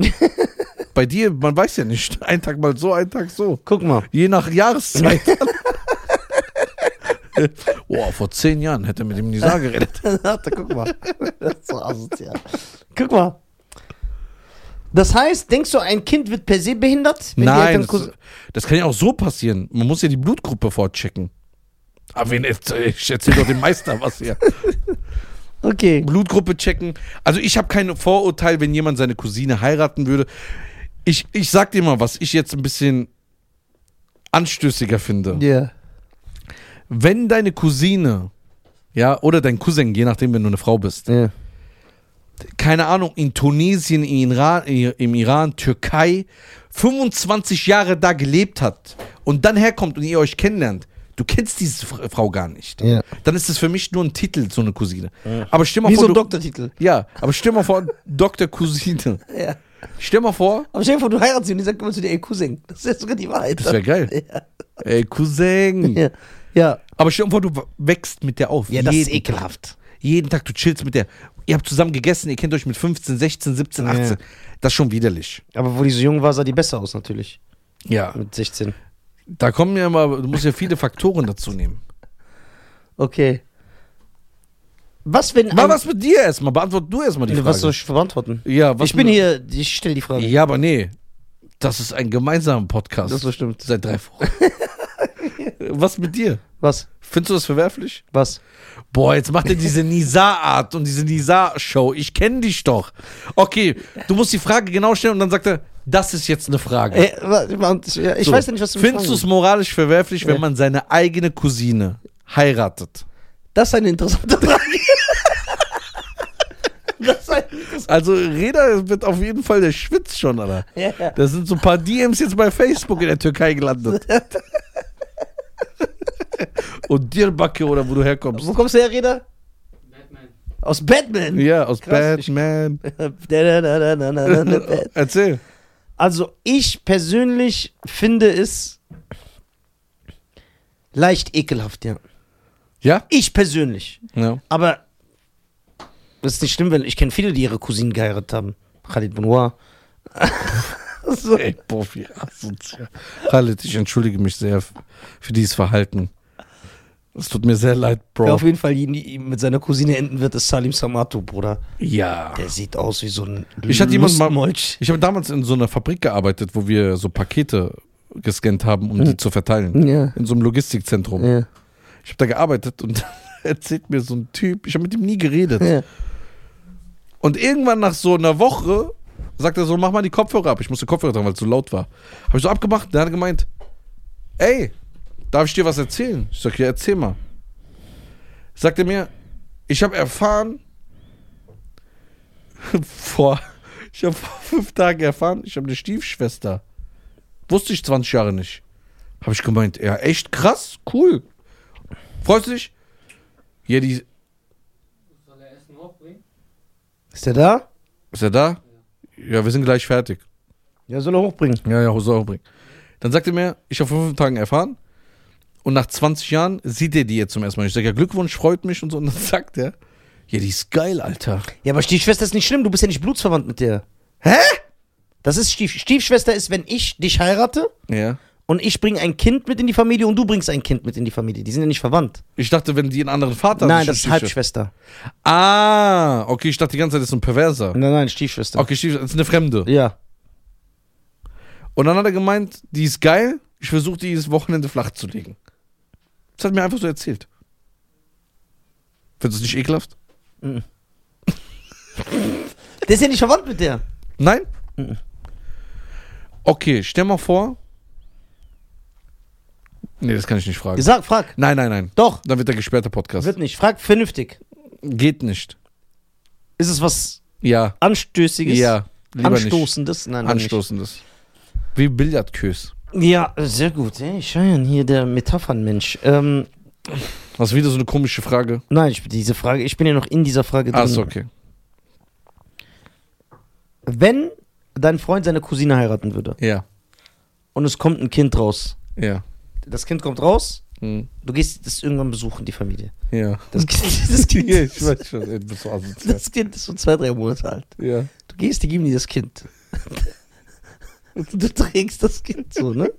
[SPEAKER 2] Bei dir, man weiß ja nicht. Ein Tag mal so, ein Tag so.
[SPEAKER 1] Guck mal.
[SPEAKER 2] Je nach
[SPEAKER 1] [laughs]
[SPEAKER 2] Jahreszeit. Boah, vor zehn Jahren hätte er mit dem Nizar geredet.
[SPEAKER 1] [laughs] Warte, guck mal. Das ist so asozial. Guck mal. Das heißt, denkst du, ein Kind wird per se behindert? wenn die Eltern
[SPEAKER 2] Nein, das,
[SPEAKER 1] kurz-
[SPEAKER 2] das kann ja auch so passieren. Man muss ja die Blutgruppe vorchecken. Aber wen, jetzt- ich erzähle doch dem Meister was hier.
[SPEAKER 1] Okay.
[SPEAKER 2] Blutgruppe checken. Also ich habe kein Vorurteil, wenn jemand seine Cousine heiraten würde. Ich, ich sag dir mal, was ich jetzt ein bisschen anstößiger finde.
[SPEAKER 1] Ja.
[SPEAKER 2] Wenn deine Cousine, ja, oder dein Cousin, je nachdem, wenn du eine Frau bist,
[SPEAKER 1] Ja.
[SPEAKER 2] keine Ahnung, in Tunesien, in Iran, im Iran, Türkei, 25 Jahre da gelebt hat und dann herkommt und ihr euch kennenlernt, du kennst diese Fra- Frau gar nicht.
[SPEAKER 1] Ja.
[SPEAKER 2] Dann ist es für mich nur ein Titel, so eine Cousine. Aber stell mal
[SPEAKER 1] Wie
[SPEAKER 2] vor,
[SPEAKER 1] so ein
[SPEAKER 2] du,
[SPEAKER 1] Doktortitel.
[SPEAKER 2] ja, aber stell mal vor, Dr. Cousine.
[SPEAKER 1] Ja.
[SPEAKER 2] Stell mal vor,
[SPEAKER 1] Aber stell dir vor, du heiratest sie und die sagt immer zu dir, ey, Cousin. Das ist sogar die Wahrheit.
[SPEAKER 2] das wäre geil.
[SPEAKER 1] Ja.
[SPEAKER 2] Ey, Cousin.
[SPEAKER 1] Ja. Ja,
[SPEAKER 2] Aber stell mal vor, du w- wächst mit der auf.
[SPEAKER 1] ja das ist
[SPEAKER 2] Jeden Tag.
[SPEAKER 1] ekelhaft.
[SPEAKER 2] Jeden Tag, du chillst mit der. Ihr habt zusammen gegessen, ihr kennt euch mit 15, 16, 17, 18. Das ist schon widerlich.
[SPEAKER 1] Aber wo die so jung war, sah die besser aus, natürlich.
[SPEAKER 2] Ja.
[SPEAKER 1] Mit 16.
[SPEAKER 2] Da kommen ja mal, du musst ja viele Faktoren dazu nehmen.
[SPEAKER 1] Okay. Was, wenn.
[SPEAKER 2] Mal
[SPEAKER 1] ein-
[SPEAKER 2] was mit dir erstmal, beantwort du erstmal die Frage.
[SPEAKER 1] Ähm, was soll ich beantworten?
[SPEAKER 2] ja, was
[SPEAKER 1] ich bin
[SPEAKER 2] mit-
[SPEAKER 1] hier, ich stelle die Frage.
[SPEAKER 2] Ja, aber nee. Das ist ein gemeinsamer Podcast.
[SPEAKER 1] Das ist so stimmt.
[SPEAKER 2] Seit drei Wochen. was mit dir?
[SPEAKER 1] [laughs] Was?
[SPEAKER 2] Findest du das verwerflich?
[SPEAKER 1] Was?
[SPEAKER 2] Boah, jetzt macht er diese Nisa-Art und diese Nisa-Show. Ich kenne dich doch. Okay, du musst die Frage genau stellen und dann sagt er, das ist jetzt eine Frage.
[SPEAKER 1] Äh, wa- ich ich
[SPEAKER 2] So.
[SPEAKER 1] weiß ja nicht, was du mich
[SPEAKER 2] Findest du es
[SPEAKER 1] fragen
[SPEAKER 2] moralisch verwerflich,
[SPEAKER 1] Ja.
[SPEAKER 2] wenn man seine eigene Cousine heiratet?
[SPEAKER 1] willst. Das ist eine interessante Frage. das ist eine interessante
[SPEAKER 2] Also, Reda wird auf jeden Fall, der schwitzt schon, Alter.
[SPEAKER 1] [laughs] ja.
[SPEAKER 2] Da sind so ein paar DMs jetzt bei Facebook in der Türkei [laughs] gelandet. Und Dirbacke oder wo du herkommst.
[SPEAKER 1] Wo kommst du her, Reda?
[SPEAKER 3] Batman.
[SPEAKER 1] Aus Batman.
[SPEAKER 2] Ja, aus
[SPEAKER 1] Krass, ich-
[SPEAKER 2] Batman.
[SPEAKER 1] Da, da, da, da, da, da, [laughs] da, da.
[SPEAKER 2] Erzähl.
[SPEAKER 1] Also ich persönlich finde es leicht ekelhaft, ja.
[SPEAKER 2] Ja?
[SPEAKER 1] Ich persönlich.
[SPEAKER 2] Ja.
[SPEAKER 1] Aber das ist nicht schlimm, wenn ich kenne viele, die ihre Cousinen geheiratet haben. Khalid Benoit. so.
[SPEAKER 2] Ey, Profi, asozial. Khalid, ich entschuldige mich sehr f- für dieses Verhalten. Es tut mir sehr leid,
[SPEAKER 1] Wer
[SPEAKER 2] Bro.
[SPEAKER 1] auf jeden Fall nie mit seiner Cousine enden wird, ist Salim Samato, Bruder.
[SPEAKER 2] Ja.
[SPEAKER 1] Der sieht aus wie so ein
[SPEAKER 2] Ich hatte jemanden mal-
[SPEAKER 1] Lustmolch.
[SPEAKER 2] Ich habe damals in so einer Fabrik gearbeitet, wo wir so Pakete gescannt haben, um die zu verteilen.
[SPEAKER 1] Hm. Ja.
[SPEAKER 2] In so einem Logistikzentrum.
[SPEAKER 1] Ja.
[SPEAKER 2] Ich habe da gearbeitet und [laughs] erzählt mir so ein Typ, ich habe mit ihm nie geredet.
[SPEAKER 1] ja.
[SPEAKER 2] Und irgendwann nach so einer Woche sagt er so, mach mal die Kopfhörer ab. Ich musste Kopfhörer dran, weil es so laut war. Habe ich so abgemacht, der hat er gemeint, ey, darf ich dir was erzählen? Ich sag, ja, erzähl mal. Sagt er mir, ich habe erfahren, [laughs] vor, ich habe vor fünf Tagen erfahren, ich habe eine Stiefschwester. Wusste ich 20 Jahre nicht. Habe ich gemeint, ja, echt krass, cool. Freust du dich? Ja, die,
[SPEAKER 3] Soll er Essen hochbringen?
[SPEAKER 1] Ist der da?
[SPEAKER 2] ist er da? Ja, wir sind gleich fertig.
[SPEAKER 1] Ja, soll er hochbringen.
[SPEAKER 2] Ja, ja, soll auch bringen. Dann sagt er mir, ich habe vor fünf Tagen erfahren und nach 20 Jahren sieht er die jetzt zum ersten Mal. Ich sage, ja, Glückwunsch, freut mich und so. Und dann [laughs] sagt er, ja, die ist geil, Alter.
[SPEAKER 1] Ja, aber Stiefschwester ist nicht schlimm, du bist ja nicht blutsverwandt mit der.
[SPEAKER 2] Hä?
[SPEAKER 1] Das ist Stief Stiefschwester ist, wenn ich dich heirate
[SPEAKER 2] Ja.
[SPEAKER 1] und ich bringe ein Kind mit in die Familie und du bringst ein Kind mit in die Familie. Die sind ja nicht verwandt.
[SPEAKER 2] Ich dachte, wenn die einen anderen Vater hat,
[SPEAKER 1] nein, das ist halt
[SPEAKER 2] die Stiefschwester.
[SPEAKER 1] Halbschwester.
[SPEAKER 2] Ah, okay, ich dachte die ganze Zeit, das ist ein Perverser.
[SPEAKER 1] Nein, nein, Stiefschwester.
[SPEAKER 2] Okay, Stiefschwester, das ist eine Fremde.
[SPEAKER 1] Ja.
[SPEAKER 2] Und dann hat er gemeint, die ist geil, ich versuche die dieses Wochenende flach zu legen. Das hat er mir einfach so erzählt. Findest du das nicht ekelhaft?
[SPEAKER 1] Der ist ja nicht verwandt mit der.
[SPEAKER 2] Nein? Okay, stell mal vor. Nee, das kann ich nicht fragen.
[SPEAKER 1] Sag, frag.
[SPEAKER 2] Nein, nein, nein.
[SPEAKER 1] Doch.
[SPEAKER 2] Dann wird der gesperrte Podcast.
[SPEAKER 1] Wird nicht. Frag vernünftig.
[SPEAKER 2] Geht nicht.
[SPEAKER 1] Ist es was
[SPEAKER 2] Ja.
[SPEAKER 1] Anstößiges?
[SPEAKER 2] Ja. Lieber
[SPEAKER 4] Anstoßendes? Nein,
[SPEAKER 2] nicht.
[SPEAKER 4] nein,
[SPEAKER 2] Anstoßendes. Wie Billardkös.
[SPEAKER 4] Nicht. Ja, sehr gut. Ey, Schein, hier der Metaphernmensch. Ähm,
[SPEAKER 2] Das ist wieder so eine komische Frage.
[SPEAKER 4] nein, ich, diese Frage, ich bin ja noch in dieser Frage drin.
[SPEAKER 2] Achso, okay.
[SPEAKER 4] Wenn dein Freund seine Cousine heiraten würde
[SPEAKER 2] Ja,
[SPEAKER 4] und es kommt ein Kind raus,
[SPEAKER 2] ja.
[SPEAKER 4] das Kind kommt raus,
[SPEAKER 2] Hm.
[SPEAKER 4] du gehst das irgendwann besuchen, die Familie.
[SPEAKER 2] Ja.
[SPEAKER 4] Das Kind, das
[SPEAKER 2] [laughs]
[SPEAKER 4] kind,
[SPEAKER 2] Ja, ich weiß schon, ey, du bist so asozial.
[SPEAKER 4] das kind ist so zwei, drei Monate alt.
[SPEAKER 2] Ja.
[SPEAKER 4] Du gehst, die geben dir das Kind. Du trägst das Kind so, ne?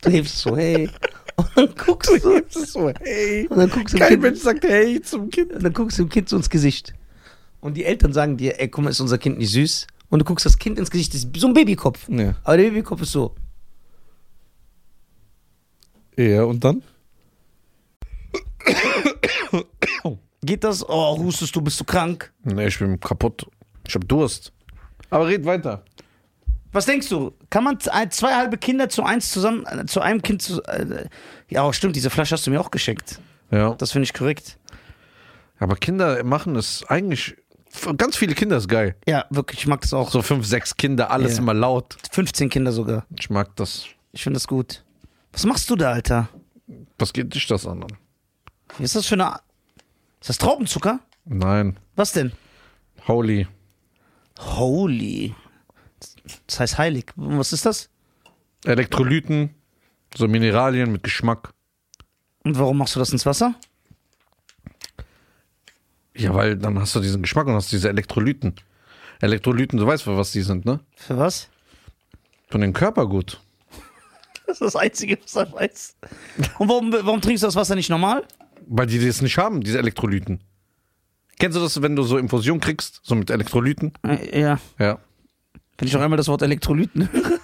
[SPEAKER 4] Du hebst so, hey. Und dann guckst du.
[SPEAKER 2] Das ist so, hey.
[SPEAKER 4] Und dann guckst du dem
[SPEAKER 2] Kein
[SPEAKER 4] kind,
[SPEAKER 2] Mensch sagt hey zum Kind.
[SPEAKER 4] und dann guckst du dem Kind so ins Gesicht. Und die Eltern sagen dir, ey, guck mal, ist unser Kind nicht süß? Und du guckst das Kind ins Gesicht, das ist so ein Babykopf.
[SPEAKER 2] Ja.
[SPEAKER 4] Aber der Babykopf ist so.
[SPEAKER 2] Ja, und dann?
[SPEAKER 4] Geht das? Oh, hustest du, bist du krank?
[SPEAKER 2] Nee, ich bin kaputt. Ich hab Durst. Aber red weiter.
[SPEAKER 4] Was denkst du? Kann man z- ein- zwei halbe Kinder zu eins zusammen, äh, zu einem Kind zu. Äh, ja, stimmt, diese Flasche hast du mir auch geschenkt.
[SPEAKER 2] Ja.
[SPEAKER 4] Das finde ich korrekt.
[SPEAKER 2] Aber Kinder machen es eigentlich. Ganz viele Kinder ist geil.
[SPEAKER 4] Ja, wirklich, ich mag das auch.
[SPEAKER 2] So fünf, sechs Kinder, alles
[SPEAKER 4] Ja.
[SPEAKER 2] immer laut.
[SPEAKER 4] 15 Kinder sogar.
[SPEAKER 2] Ich mag das.
[SPEAKER 4] Ich finde das gut. Was machst du da, Alter?
[SPEAKER 2] Was geht dich das an?
[SPEAKER 4] Was ist das für eine. Ist das Traubenzucker?
[SPEAKER 2] Nein.
[SPEAKER 4] Was denn?
[SPEAKER 2] Holy.
[SPEAKER 4] Holy. Das heißt heilig. Und Was ist das?
[SPEAKER 2] Elektrolyten, so Mineralien mit Geschmack.
[SPEAKER 4] Und warum machst du das ins Wasser?
[SPEAKER 2] Ja, weil dann hast du diesen Geschmack und hast diese Elektrolyten. Elektrolyten, du weißt, für was die sind, ne?
[SPEAKER 4] Für was?
[SPEAKER 2] Von den Körper gut.
[SPEAKER 4] Das ist das Einzige, was er weiß. Und warum, warum trinkst du das Wasser nicht normal?
[SPEAKER 2] Weil die das nicht haben, diese Elektrolyten. Kennst du das, wenn du so Infusion kriegst, so mit Elektrolyten?
[SPEAKER 4] Äh, Ja.
[SPEAKER 2] Ja.
[SPEAKER 4] Wenn ich noch einmal das Wort Elektrolyten höre,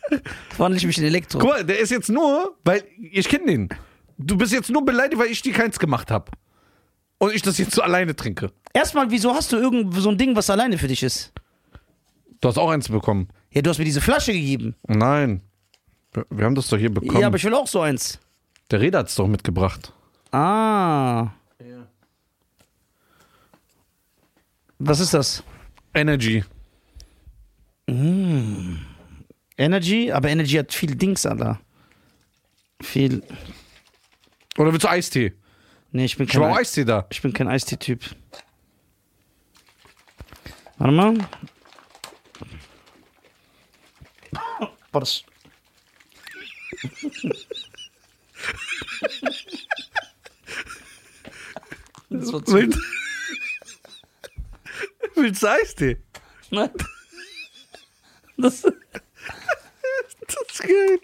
[SPEAKER 4] [laughs] wandle ich mich in Elektro.
[SPEAKER 2] Guck mal, der ist jetzt nur, weil ich kenne den. Du bist jetzt nur beleidigt, weil ich dir keins gemacht habe. Und ich das jetzt so alleine trinke.
[SPEAKER 4] Erstmal, wieso hast du irgend so ein Ding, was alleine für dich ist?
[SPEAKER 2] Du hast auch eins bekommen.
[SPEAKER 4] Ja, du hast mir diese Flasche gegeben.
[SPEAKER 2] Nein. Wir- Wir haben das doch hier bekommen.
[SPEAKER 4] Ja, aber ich will auch so eins.
[SPEAKER 2] der Reda hat es doch mitgebracht.
[SPEAKER 4] Ah. Was ist das?
[SPEAKER 2] Energy.
[SPEAKER 4] Energy? Aber Energy hat viel Dings, Alter. Viel.
[SPEAKER 2] Oder willst du Eistee?
[SPEAKER 4] Nee, ich bin
[SPEAKER 2] Ich habe auch
[SPEAKER 4] kein,
[SPEAKER 2] Eistee da.
[SPEAKER 4] [laughs] ich bin kein Eistee-Typ. Warte mal. Boah, das. das war zu.
[SPEAKER 2] Willst, willst du Eistee?
[SPEAKER 4] Nein. Das.
[SPEAKER 2] Das ist geil.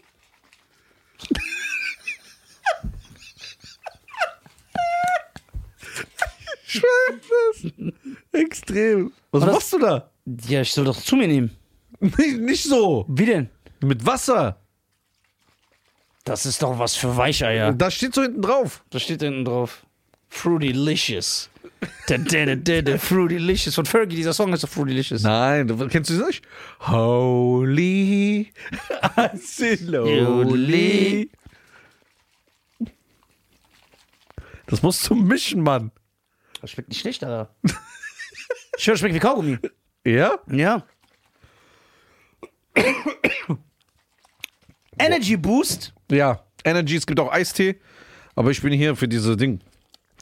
[SPEAKER 2] Ich schwör das. Extrem. Was
[SPEAKER 4] Aber das-
[SPEAKER 2] machst du da?
[SPEAKER 4] Ja, ich soll doch zu mir nehmen.
[SPEAKER 2] Nicht, nicht so.
[SPEAKER 4] Wie denn?
[SPEAKER 2] Mit Wasser.
[SPEAKER 4] Das ist doch was für Weicheier.
[SPEAKER 2] Da steht so hinten drauf.
[SPEAKER 4] Da steht hinten drauf. Fruitylicious. Der, der, der, der, der Fruitylicious. Von Fergie, dieser Song heißt doch Fruitylicious.
[SPEAKER 2] Nein, du- kennst du das nicht? Holy. Holy. Das musst du mischen, Mann.
[SPEAKER 4] Das schmeckt nicht schlecht, Alter. Ich höre, das schmeckt wie Kaugummi.
[SPEAKER 2] Ja?
[SPEAKER 4] Ja. Energy Boost.
[SPEAKER 2] Ja. Energy, es gibt auch Eistee. Aber ich bin hier für diese Ding.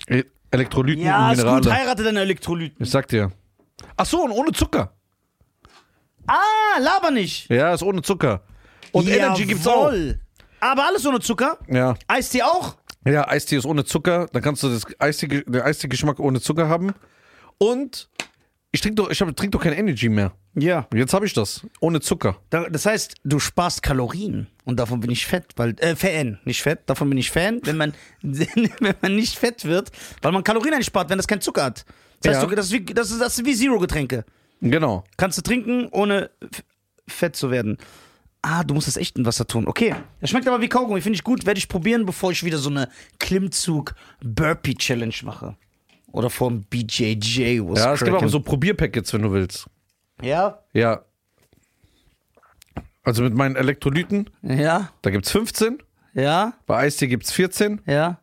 [SPEAKER 2] E- Elektrolyten
[SPEAKER 4] Ja,
[SPEAKER 2] und
[SPEAKER 4] ist gut. halt.
[SPEAKER 2] Minerale.
[SPEAKER 4] Heirate deine Elektrolyten.
[SPEAKER 2] Ich sag dir. Ach so, und ohne Zucker.
[SPEAKER 4] Ah, laber nicht.
[SPEAKER 2] Ja, ist ohne Zucker. Und Energy gibt's auch.
[SPEAKER 4] Jawohl. Aber alles ohne Zucker.
[SPEAKER 2] Ja.
[SPEAKER 4] Eistee auch.
[SPEAKER 2] Ja, Eistee ist ohne Zucker. Dann kannst du das Eistee, den Eistee-Geschmack ohne Zucker haben. Und ich trinke doch, ich hab- trink doch kein Energy mehr.
[SPEAKER 4] Ja.
[SPEAKER 2] Jetzt habe ich das. Ohne Zucker.
[SPEAKER 4] Da- Das heißt, du sparst Kalorien und davon bin ich fett, weil äh, Fan, nicht fett, davon bin ich Fan, wenn man [laughs] wenn man nicht fett wird, weil man Kalorien einspart, wenn das kein Zucker hat. Das heißt,
[SPEAKER 2] Ja.
[SPEAKER 4] du, das, ist wie, das, ist, das ist wie Zero Getränke.
[SPEAKER 2] Genau.
[SPEAKER 4] Kannst du trinken, ohne f- fett zu werden. Ah, du musst das echt in Wasser tun. Okay. Das schmeckt aber wie Kaugummi, finde ich gut, werde ich probieren, bevor ich wieder so eine Klimmzug Burpee Challenge mache. Oder vom BJJ was
[SPEAKER 2] Ja, es gibt
[SPEAKER 4] crackin'.
[SPEAKER 2] aber so Probierpackets, wenn du willst.
[SPEAKER 4] Ja.
[SPEAKER 2] Ja. Also mit meinen Elektrolyten,
[SPEAKER 4] Ja.
[SPEAKER 2] da gibt's 15.
[SPEAKER 4] Ja.
[SPEAKER 2] Bei Eistee gibt's 14.
[SPEAKER 4] Ja.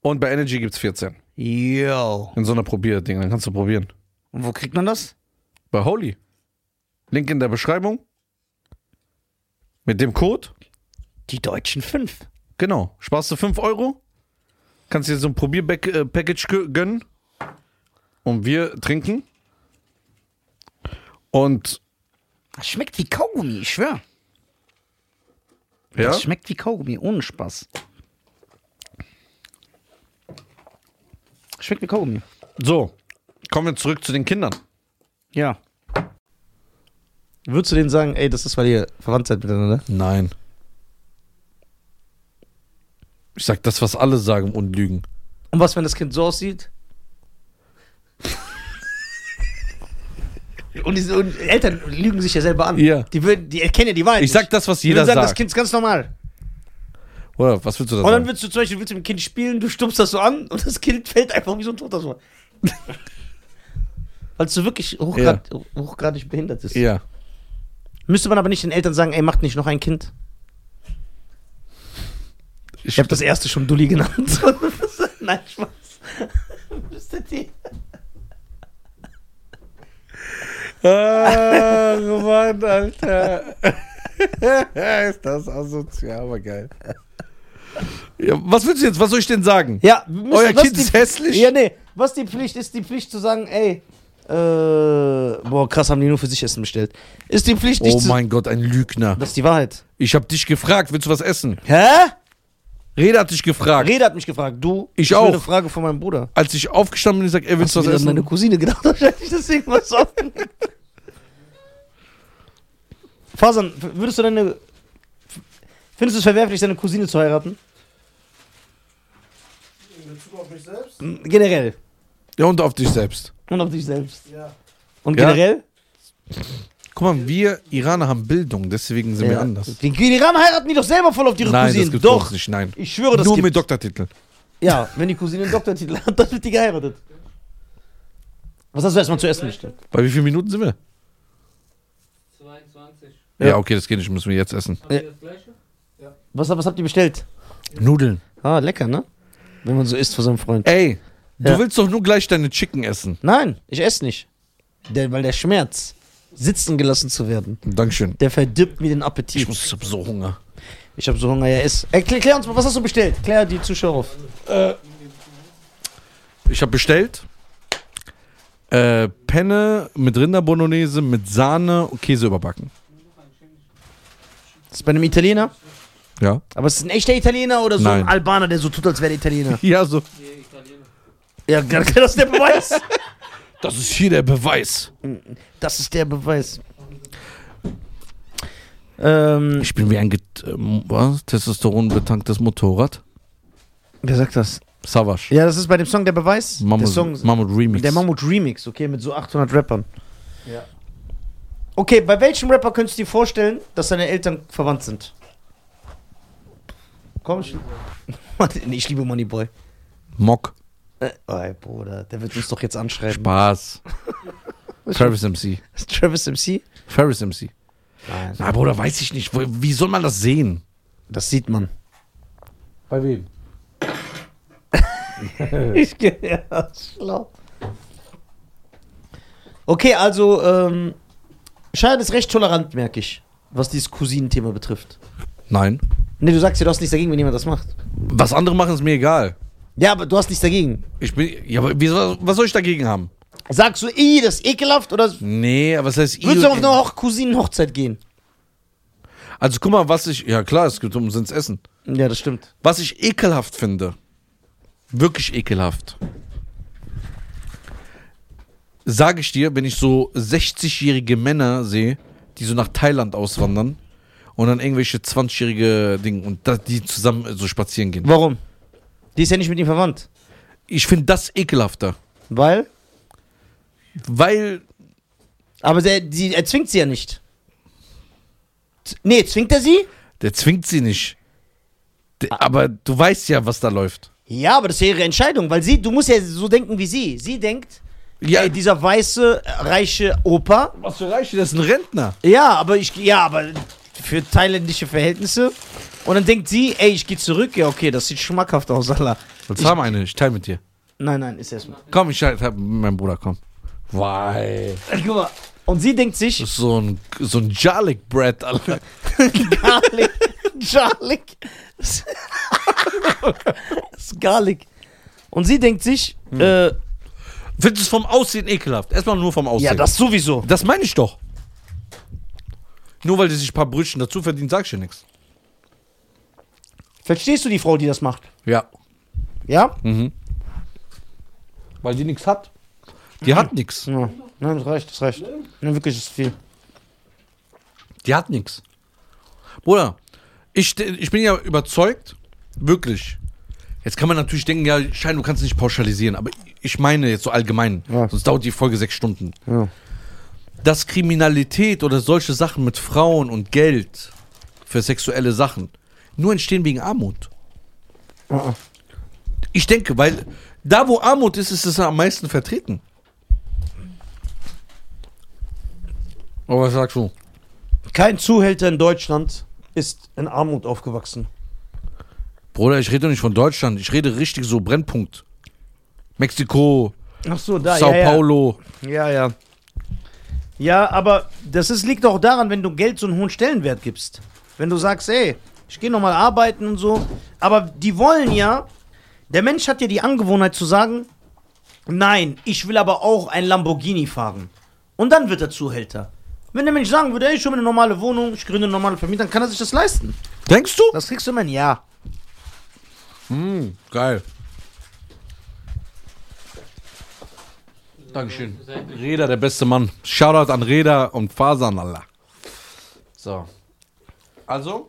[SPEAKER 2] Und bei Energy gibt's 14.
[SPEAKER 4] Yo.
[SPEAKER 2] In so einer Probierding. Dann kannst du probieren.
[SPEAKER 4] Und wo kriegt man das?
[SPEAKER 2] Bei Holy. Link in der Beschreibung. Mit dem Code.
[SPEAKER 1] Die deutschen fünf.
[SPEAKER 2] Genau. Sparst du 5 Euro. Kannst dir so ein Probier-Package gönnen. Und wir trinken. Und
[SPEAKER 1] Das schmeckt wie Kaugummi, ich schwör.
[SPEAKER 2] ja,
[SPEAKER 1] Das schmeckt wie Kaugummi, ohne Spaß. Schmeckt wie Kaugummi.
[SPEAKER 2] so. Kommen wir zurück zu den Kindern.
[SPEAKER 1] Ja. Würdest du denen sagen, ey, das ist, weil ihr verwandt seid miteinander?
[SPEAKER 2] Nein. Ich sag das, was alle sagen und lügen.
[SPEAKER 1] Und was, wenn das Kind so aussieht? und diese und Eltern lügen sich ja selber an.
[SPEAKER 2] Ja.
[SPEAKER 1] Die, würden, die erkennen ja die Wahrheit.
[SPEAKER 2] Ich sag das, was
[SPEAKER 1] nicht. Die
[SPEAKER 2] jeder
[SPEAKER 1] würden sagen, das
[SPEAKER 2] sagt.
[SPEAKER 1] Kind ist ganz normal.
[SPEAKER 2] Oder was willst du da
[SPEAKER 1] Und dann
[SPEAKER 2] sagen?
[SPEAKER 1] willst du zum Beispiel willst du mit dem Kind spielen, du stumpfst das so an und das Kind fällt einfach wie so ein Toter
[SPEAKER 2] [laughs]
[SPEAKER 1] so. Weil es so wirklich hochgrad, hochgradig behindert ist.
[SPEAKER 2] Ja.
[SPEAKER 1] Müsste man aber nicht den Eltern sagen, ey, macht nicht noch ein Kind.
[SPEAKER 2] Ich
[SPEAKER 1] Ich habe das erste schon Dulli genannt. [laughs] Nein, Spaß. [laughs] Müsstet ihr.
[SPEAKER 2] Ach, Mann, Ah, Alter. [laughs] ist das asozial, aber geil. Ja, was willst du jetzt? Was soll ich denn sagen?
[SPEAKER 1] Ja, wir müssen-
[SPEAKER 2] Euer
[SPEAKER 1] was
[SPEAKER 2] Kind
[SPEAKER 1] die-
[SPEAKER 2] ist hässlich?
[SPEAKER 1] Ja, nee. Was die Pflicht ist, die Pflicht zu sagen, ey, äh, boah, krass, haben die nur für sich Essen bestellt. Ist die Pflicht, dich
[SPEAKER 2] oh
[SPEAKER 1] zu.
[SPEAKER 2] mein Gott, ein Lügner.
[SPEAKER 1] Das ist die Wahrheit.
[SPEAKER 2] Ich hab dich gefragt, willst du was essen?
[SPEAKER 1] Hä?
[SPEAKER 2] Reda hat dich gefragt.
[SPEAKER 1] Rede hat mich gefragt, du.
[SPEAKER 2] Ich
[SPEAKER 1] will
[SPEAKER 2] auch.
[SPEAKER 1] eine Frage von meinem Bruder.
[SPEAKER 2] Als ich aufgestanden bin, ich sag, ey, willst du was
[SPEAKER 1] Wieder an meine
[SPEAKER 2] essen?
[SPEAKER 1] Cousine gedacht, [laughs] wahrscheinlich deswegen was offen. Fasan, f- würdest du deine. f- Findest du es verwerflich, deine Cousine zu heiraten?
[SPEAKER 5] In Bezug auf mich selbst?
[SPEAKER 1] M, Generell.
[SPEAKER 2] Ja, und auf dich selbst.
[SPEAKER 1] Und auf dich selbst.
[SPEAKER 5] Ja.
[SPEAKER 1] Und
[SPEAKER 2] Ja.
[SPEAKER 1] generell?
[SPEAKER 2] Guck mal, wir Iraner haben Bildung, deswegen sind wir anders.
[SPEAKER 1] Die die Iran heiraten die doch selber voll auf ihre
[SPEAKER 2] Nein,
[SPEAKER 1] Cousinen.
[SPEAKER 2] das gibt's doch.
[SPEAKER 1] doch.
[SPEAKER 2] nicht, nein.
[SPEAKER 1] Ich schwöre, das
[SPEAKER 2] Nur
[SPEAKER 1] gibt's.
[SPEAKER 2] mit Doktortitel.
[SPEAKER 1] Ja, wenn die Cousine einen Doktortitel hat, dann wird die geheiratet. Was hast du erstmal zu essen bestellt?
[SPEAKER 2] Bei wie vielen Minuten sind wir?
[SPEAKER 3] 22.
[SPEAKER 1] Ja.
[SPEAKER 2] Ja, okay, das geht nicht, müssen wir jetzt essen.
[SPEAKER 3] Haben wir das gleiche?
[SPEAKER 1] Was, was habt ihr bestellt?
[SPEAKER 2] Nudeln.
[SPEAKER 1] Ah, lecker, ne? Wenn man so isst vor seinem Freund.
[SPEAKER 2] Ey,
[SPEAKER 1] Ja.
[SPEAKER 2] du willst doch nur gleich deine Chicken essen.
[SPEAKER 1] Nein, ich esse nicht. Der, weil der Schmerz, sitzen gelassen zu werden,
[SPEAKER 2] Dankeschön.
[SPEAKER 1] der verdirbt mir den Appetit.
[SPEAKER 2] Ich muss, ich hab so Hunger.
[SPEAKER 1] Ich hab so Hunger, ja, ess. Ey, klär, klär uns mal, was hast du bestellt? Klär die Zuschauer auf.
[SPEAKER 2] Ich habe bestellt äh, Penne mit Rinderbolognese, mit Sahne und Käse überbacken.
[SPEAKER 1] Das ist bei einem Italiener?
[SPEAKER 2] Ja.
[SPEAKER 1] Aber ist es ein echter Italiener oder so ein
[SPEAKER 2] Nein.
[SPEAKER 1] Albaner, der so tut, als wäre er Italiener?
[SPEAKER 2] Ja, so.
[SPEAKER 3] Die Italiener.
[SPEAKER 1] ja, das ist der Beweis.
[SPEAKER 2] Das ist hier der Beweis.
[SPEAKER 1] Das ist der Beweis. Ähm,
[SPEAKER 2] Ich bin wie ein get ähm, was? Testosteron betanktes Motorrad.
[SPEAKER 1] wer sagt das?
[SPEAKER 2] Savage.
[SPEAKER 1] Ja, das ist bei dem Song der Beweis. der Song,
[SPEAKER 2] Mammut, Mammut Remix.
[SPEAKER 1] der Mammut Remix, okay, mit so 800 Rappern.
[SPEAKER 5] Ja.
[SPEAKER 1] Okay, bei welchem Rapper könntest du dir vorstellen, dass deine Eltern verwandt sind? Komm, ich, [laughs] nee, ich liebe Moneyboy.
[SPEAKER 2] Mock.
[SPEAKER 1] Äh, ey, Bruder, der wird uns doch jetzt anschreiben. [laughs]
[SPEAKER 2] Spaß. Travis MC.
[SPEAKER 1] Ist Travis MC?
[SPEAKER 2] Ferris MC.
[SPEAKER 1] Nein.
[SPEAKER 2] Na, Bruder, weiß ich nicht. Wo, wie soll man das sehen?
[SPEAKER 1] Das sieht man.
[SPEAKER 2] Bei wem?
[SPEAKER 1] [laughs] Ich geh- ja, schlau. Okay, also, ähm, Schein ist recht tolerant, merke ich, was dieses Cousinenthema betrifft.
[SPEAKER 2] Nein.
[SPEAKER 1] Nee, du sagst ja, du hast nichts dagegen, wenn jemand das macht.
[SPEAKER 2] Was andere machen, ist mir egal.
[SPEAKER 1] Ja, aber du hast nichts dagegen.
[SPEAKER 2] Ich bin. Ja, aber wie, soll- was soll ich dagegen haben?
[SPEAKER 1] Sagst du, i, das ist ekelhaft, oder
[SPEAKER 2] Nee, aber was heißt
[SPEAKER 1] würdest du auf eine Hoch Cousinenhochzeit gehen?
[SPEAKER 2] Also guck mal, was ich. Ja klar, es gibt umsonst Essen.
[SPEAKER 1] Ja, das stimmt.
[SPEAKER 2] Was ich ekelhaft finde. Wirklich ekelhaft. Sage ich dir, wenn ich so 60-jährige Männer sehe, die so nach Thailand auswandern und dann irgendwelche 20-jährige Dinge und da, die zusammen so spazieren gehen.
[SPEAKER 1] Warum? Die ist ja nicht mit ihm verwandt.
[SPEAKER 2] Ich finde das ekelhafter.
[SPEAKER 1] Weil?
[SPEAKER 2] Weil.
[SPEAKER 1] Aber der, die, er zwingt sie ja nicht. Z nee, zwingt er sie?
[SPEAKER 2] Der zwingt sie nicht. Der, aber du weißt ja, was da läuft.
[SPEAKER 1] Ja, aber das ist ja ihre Entscheidung, weil sie, du musst ja so denken wie sie. Sie denkt,
[SPEAKER 2] Ja,
[SPEAKER 1] ey, dieser weiße, äh, reiche Opa.
[SPEAKER 2] was für Reiche, das ist ein Rentner.
[SPEAKER 1] Ja, aber ich, ja, aber für thailändische Verhältnisse. Und dann denkt sie, ey, ich gehe zurück. Ja, okay, das sieht schmackhaft aus, Allah.
[SPEAKER 2] Jetzt haben wir eine, ich teile mit dir.
[SPEAKER 1] Nein, nein, ist erstmal.
[SPEAKER 2] Komm, ich hab, mein Bruder, komm. Weil.
[SPEAKER 1] Guck mal, Und sie denkt sich,
[SPEAKER 2] Das ist so ein, so ein Garlic Bread, Alter.
[SPEAKER 1] Garlic, Garlic. Das ist Garlic. Und sie denkt sich,
[SPEAKER 2] Hm.
[SPEAKER 1] äh,
[SPEAKER 2] Findest du es vom Aussehen ekelhaft? Erstmal nur vom Aussehen.
[SPEAKER 1] ja, das sowieso.
[SPEAKER 2] das meine ich doch. Nur weil die sich ein paar Brötchen dazu verdient, sag ich dir nichts.
[SPEAKER 1] Verstehst du die Frau, die das macht?
[SPEAKER 2] Ja.
[SPEAKER 1] Ja?
[SPEAKER 2] Hm. Weil die nichts hat.
[SPEAKER 1] Mhm.
[SPEAKER 2] Die hat nichts.
[SPEAKER 1] ja. Nein, das reicht, das reicht. Nein, wirklich, das ist viel.
[SPEAKER 2] Die hat nichts. Bruder, ich, ste- ich bin ja überzeugt, wirklich. Jetzt kann man natürlich denken, ja, Schein, du kannst nicht pauschalisieren, aber ich meine jetzt so allgemein,
[SPEAKER 1] Ja.
[SPEAKER 2] sonst dauert die Folge sechs Stunden.
[SPEAKER 1] Ja.
[SPEAKER 2] Dass Kriminalität oder solche Sachen mit Frauen und Geld für sexuelle Sachen nur entstehen wegen Armut.
[SPEAKER 1] Ah, ah.
[SPEAKER 2] Ich denke, weil da, wo Armut ist, ist es am meisten vertreten. Aber was sagst du?
[SPEAKER 1] Kein Zuhälter in Deutschland ist in Armut aufgewachsen.
[SPEAKER 2] Bruder, ich rede doch nicht von Deutschland. Ich rede richtig so Brennpunkt. Mexiko,
[SPEAKER 1] Ach so, da,
[SPEAKER 2] Sao
[SPEAKER 1] ja, ja.
[SPEAKER 2] Paulo.
[SPEAKER 1] Ja, ja. Ja, aber das ist, liegt auch daran, wenn du Geld so einen hohen Stellenwert gibst. Wenn du sagst, ey, ich gehe nochmal arbeiten und so. Aber die wollen ja, der Mensch hat ja die Angewohnheit zu sagen, nein, ich will aber auch ein Lamborghini fahren. Und dann wird er Zuhälter. Wenn der Mensch sagen würde, ey, ich habe eine normale Wohnung, ich gründe eine normale Familie, dann kann er sich das leisten.
[SPEAKER 2] Denkst du?
[SPEAKER 1] Das kriegst du immer ein Ja.
[SPEAKER 2] Mm, geil. Dankeschön. Reda, der beste Mann. Shoutout an Reda und Fasan Allah. So. Also?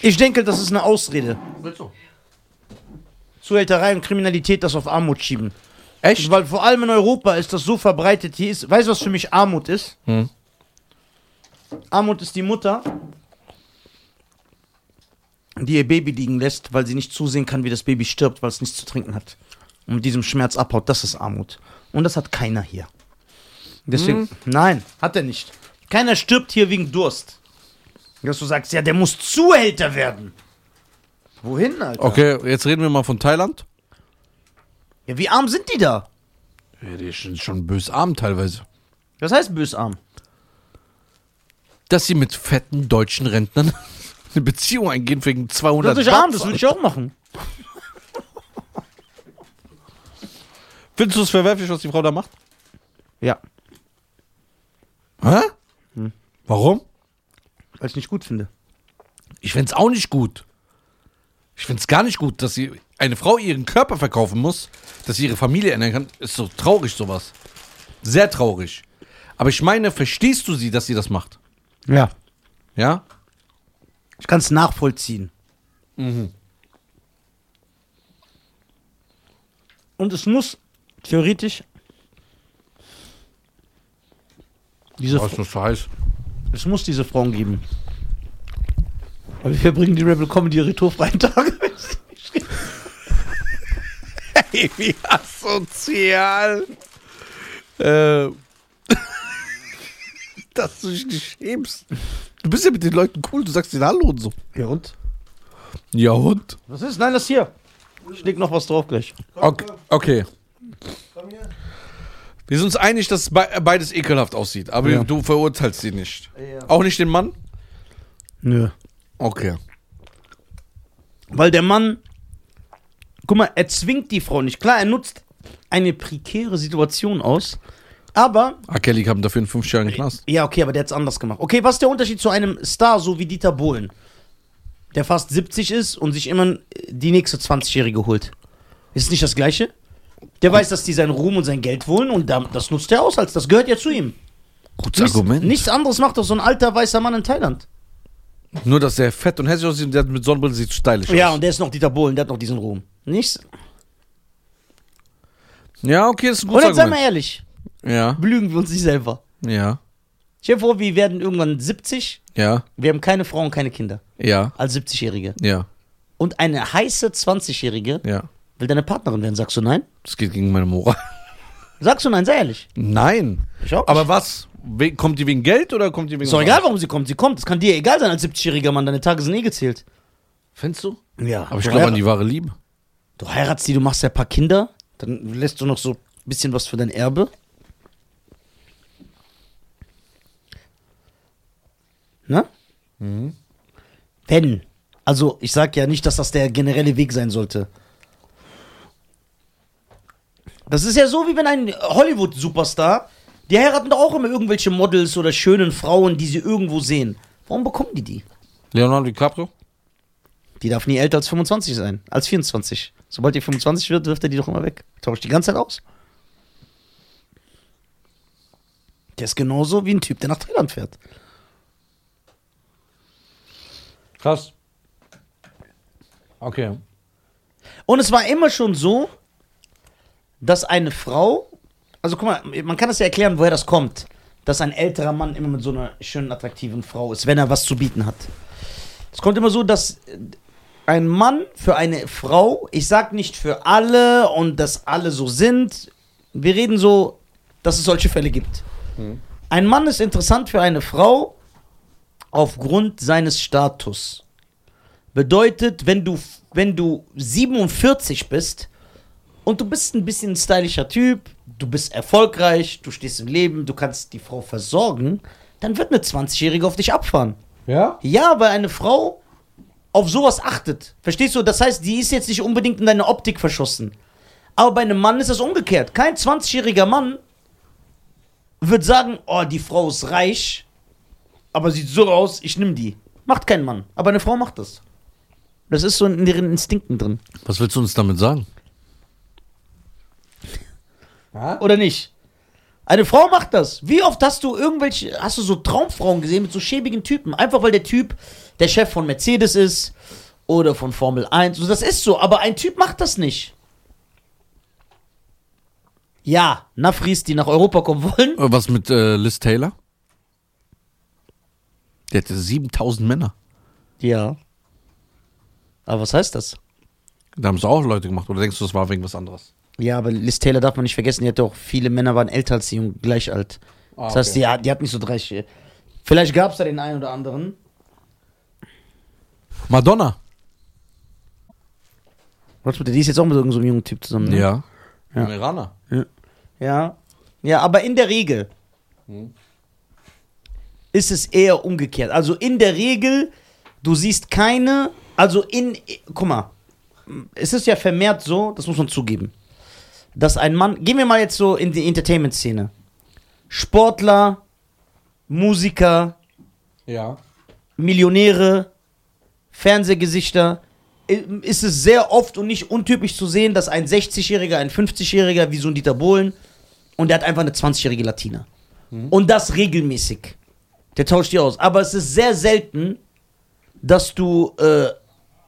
[SPEAKER 1] Ich denke, das ist eine Ausrede.
[SPEAKER 2] Willst du?
[SPEAKER 1] Zuhälterei und Kriminalität das auf Armut schieben.
[SPEAKER 2] Echt?
[SPEAKER 1] Weil vor allem in Europa ist das so verbreitet. Hier ist, weißt du, was für mich Armut ist?
[SPEAKER 2] Hm.
[SPEAKER 1] Armut ist die Mutter, die ihr Baby liegen lässt, weil sie nicht zusehen kann, wie das Baby stirbt, weil es nichts zu trinken hat. Und mit diesem Schmerz abhaut. Das ist Armut. Und das hat keiner hier. Deswegen,
[SPEAKER 2] Hm.
[SPEAKER 1] nein, hat er nicht. Keiner stirbt hier wegen Durst. Dass du sagst, ja, der muss Zuhälter werden. Wohin, Alter?
[SPEAKER 2] Okay, jetzt reden wir mal von Thailand.
[SPEAKER 1] Ja, wie arm sind die da?
[SPEAKER 2] Ja, die sind schon bösarm teilweise.
[SPEAKER 1] Was heißt bösarm?
[SPEAKER 2] Dass sie mit fetten deutschen Rentnern [laughs] eine Beziehung eingehen wegen 200
[SPEAKER 1] Das ist arm, das
[SPEAKER 2] Bahts.
[SPEAKER 1] würde ich auch machen.
[SPEAKER 2] Findest du es verwerflich, was die Frau da macht?
[SPEAKER 1] Ja,
[SPEAKER 2] Hä? Hm. Warum?
[SPEAKER 1] weil ich nicht gut finde.
[SPEAKER 2] Ich find's auch nicht gut. Ich find's gar nicht gut, dass sie eine Frau ihren Körper verkaufen muss, dass sie ihre Familie ändern kann. Ist so traurig sowas. Sehr traurig. Aber ich meine, verstehst du sie, dass sie das macht?
[SPEAKER 1] Ja.
[SPEAKER 2] Ja?
[SPEAKER 1] Ich kann es nachvollziehen. Mhm. Und es muss theoretisch. Diese, Fra-
[SPEAKER 2] nicht so heiß.
[SPEAKER 1] es muss diese Frauen geben. Aber wir verbringen die Rebel Comedy retourfreien Tage.
[SPEAKER 2] Ey, wie asozial. Äh. [laughs] dass du dich nicht schämst. Du bist ja mit den Leuten cool, du sagst denen Hallo und so.
[SPEAKER 1] Ja und?
[SPEAKER 2] Ja und?
[SPEAKER 1] Was ist? Nein, das hier. Ich leg noch was drauf gleich.
[SPEAKER 2] Okay. okay.
[SPEAKER 5] Komm hier.
[SPEAKER 2] Wir sind uns einig, dass be beides ekelhaft aussieht, aber
[SPEAKER 1] Ja.
[SPEAKER 2] du verurteilst sie nicht.
[SPEAKER 1] Ja.
[SPEAKER 2] Auch nicht den Mann?
[SPEAKER 1] Nö.
[SPEAKER 2] Okay.
[SPEAKER 1] Weil der Mann, guck mal, er zwingt die Frau nicht. Klar, er nutzt eine prekäre Situation aus, aber
[SPEAKER 2] R. Ah, Kelly kam dafür in fünf Jahren Knast.
[SPEAKER 1] Ja, okay, aber der hat's anders gemacht. Okay, was ist der Unterschied zu einem Star, so wie Dieter Bohlen, der fast 70 ist und sich immer äh, die nächste 20-Jährige holt? Ist es nicht das Gleiche? Der weiß, dass die seinen Ruhm und sein Geld wollen und da- das nutzt er aus, als das gehört ja zu ihm.
[SPEAKER 2] Gutes
[SPEAKER 1] Nichts, nichts anderes macht doch so ein alter weißer Mann in Thailand.
[SPEAKER 2] Nur, dass er fett und hässlich aussieht und der mit Sonnenbrille sieht stylisch
[SPEAKER 1] Ja,
[SPEAKER 2] aus.
[SPEAKER 1] und der ist noch Dieter Bohlen, der hat noch diesen Ruhm. Nichts.
[SPEAKER 2] Ja, okay, das ist ein
[SPEAKER 1] Und
[SPEAKER 2] gutes
[SPEAKER 1] jetzt seien wir
[SPEAKER 2] Argument.
[SPEAKER 1] ehrlich,
[SPEAKER 2] Ja,
[SPEAKER 1] belügen wir uns nicht selber.
[SPEAKER 2] ja,
[SPEAKER 1] Stell dir vor, wir werden irgendwann 70,
[SPEAKER 2] ja,
[SPEAKER 1] wir haben keine Frau und keine Kinder
[SPEAKER 2] ja,
[SPEAKER 1] als 70-Jährige.
[SPEAKER 2] ja,
[SPEAKER 1] Und eine heiße 20-Jährige
[SPEAKER 2] ja.
[SPEAKER 1] will deine Partnerin werden, sagst du nein?
[SPEAKER 2] Das geht gegen meine Moral. [laughs]
[SPEAKER 1] Sagst du nein, sei ehrlich.
[SPEAKER 2] Nein.
[SPEAKER 1] Ich auch nicht.
[SPEAKER 2] Aber was? We kommt die wegen Geld oder kommt die wegen
[SPEAKER 1] ist doch egal, warum sie kommt. Sie kommt. Es kann dir egal sein als 70-jähriger Mann. Deine Tage sind eh gezählt.
[SPEAKER 2] Findest du?
[SPEAKER 1] Ja.
[SPEAKER 2] Aber ich glaube an die wahre Liebe.
[SPEAKER 1] Du heiratst die, du machst ja ein paar Kinder. Dann lässt du noch so ein bisschen was für dein Erbe. Wenn. Also ich sag ja nicht, dass das der generelle Weg sein sollte. Das ist ja so, wie wenn ein Hollywood-Superstar, die heiraten doch auch immer irgendwelche Models oder schönen Frauen, die sie irgendwo sehen. Warum bekommen die die?
[SPEAKER 2] Leonardo DiCaprio?
[SPEAKER 1] Die darf nie älter als 25 sein, als 24. Sobald die 25 wird, wirft er die doch immer weg. Tauscht die ganze Zeit aus. Der ist genauso wie ein Typ, der nach Thailand fährt.
[SPEAKER 2] Krass. Okay.
[SPEAKER 1] Und es war immer schon so, dass eine Frau, also guck mal, man kann das ja erklären, woher das kommt, dass ein älterer Mann immer mit so einer schönen, attraktiven Frau ist, wenn er was zu bieten hat. Es kommt immer so, dass äh, ein Mann für eine Frau, ich sag nicht für alle und dass alle so sind, wir reden so, dass es solche Fälle gibt. Ein Mann ist interessant für eine Frau aufgrund seines Status. Bedeutet, wenn du, wenn du 47 bist und du bist ein bisschen ein stylischer Typ, du bist erfolgreich, du stehst im Leben, du kannst die Frau versorgen, dann wird eine 20-Jährige auf dich abfahren.
[SPEAKER 2] Ja?
[SPEAKER 1] Ja, weil eine Frau auf sowas achtet. Verstehst du? Das heißt, die ist jetzt nicht unbedingt in deine Optik verschossen. Aber bei einem Mann ist das umgekehrt. Kein 20-jähriger Mann wird sagen, oh, die Frau ist reich, aber sieht so aus, ich nehme die. Macht kein Mann. Aber eine Frau macht das. Das ist so in ihren Instinkten drin.
[SPEAKER 2] Was willst du uns damit sagen?
[SPEAKER 1] Oder nicht? Eine Frau macht das. Wie oft hast du irgendwelche, hast du so Traumfrauen gesehen mit so schäbigen Typen? Einfach weil der Typ der Chef von Mercedes ist oder von Formel 1. So, Das ist so, aber ein Typ macht das nicht. Ja, Nafris, die nach Europa kommen wollen.
[SPEAKER 2] Äh, Was mit äh, Liz Taylor? Der hatte 7000 Männer.
[SPEAKER 1] Ja. Aber was heißt das?
[SPEAKER 2] Da haben es auch Leute gemacht. Oder denkst du, das war wegen was anderes?
[SPEAKER 1] Ja, aber Liz Taylor darf man nicht vergessen, die hat auch viele Männer waren älter als sie und gleich alt.
[SPEAKER 2] Ah,
[SPEAKER 1] das heißt,
[SPEAKER 2] okay.
[SPEAKER 1] die, hat- die hat nicht so 30. Vielleicht gab es da den einen oder anderen.
[SPEAKER 2] Madonna?
[SPEAKER 1] Warte mal, die ist jetzt auch mit irgendeinem so einem jungen Typ zusammen. Ne?
[SPEAKER 2] Mhm. Ja.
[SPEAKER 1] Ja.
[SPEAKER 2] Ein Iraner.
[SPEAKER 1] Ja. Ja, aber in der Regel ist es eher umgekehrt. Also in der Regel, du siehst keine, also in, guck mal, es ist ja vermehrt so, das muss man zugeben, dass ein Mann, gehen wir mal jetzt so in die Entertainment-Szene, Sportler, Musiker,
[SPEAKER 2] Ja.
[SPEAKER 1] Millionäre, Fernsehgesichter, i- ist es sehr oft und nicht untypisch zu sehen, dass ein 60-Jähriger, ein 50-Jähriger, wie so ein Dieter Bohlen, und der hat einfach eine 20-jährige Latina.
[SPEAKER 2] Mhm.
[SPEAKER 1] Und das regelmäßig. Der tauscht die aus. Aber es ist sehr selten, dass du äh,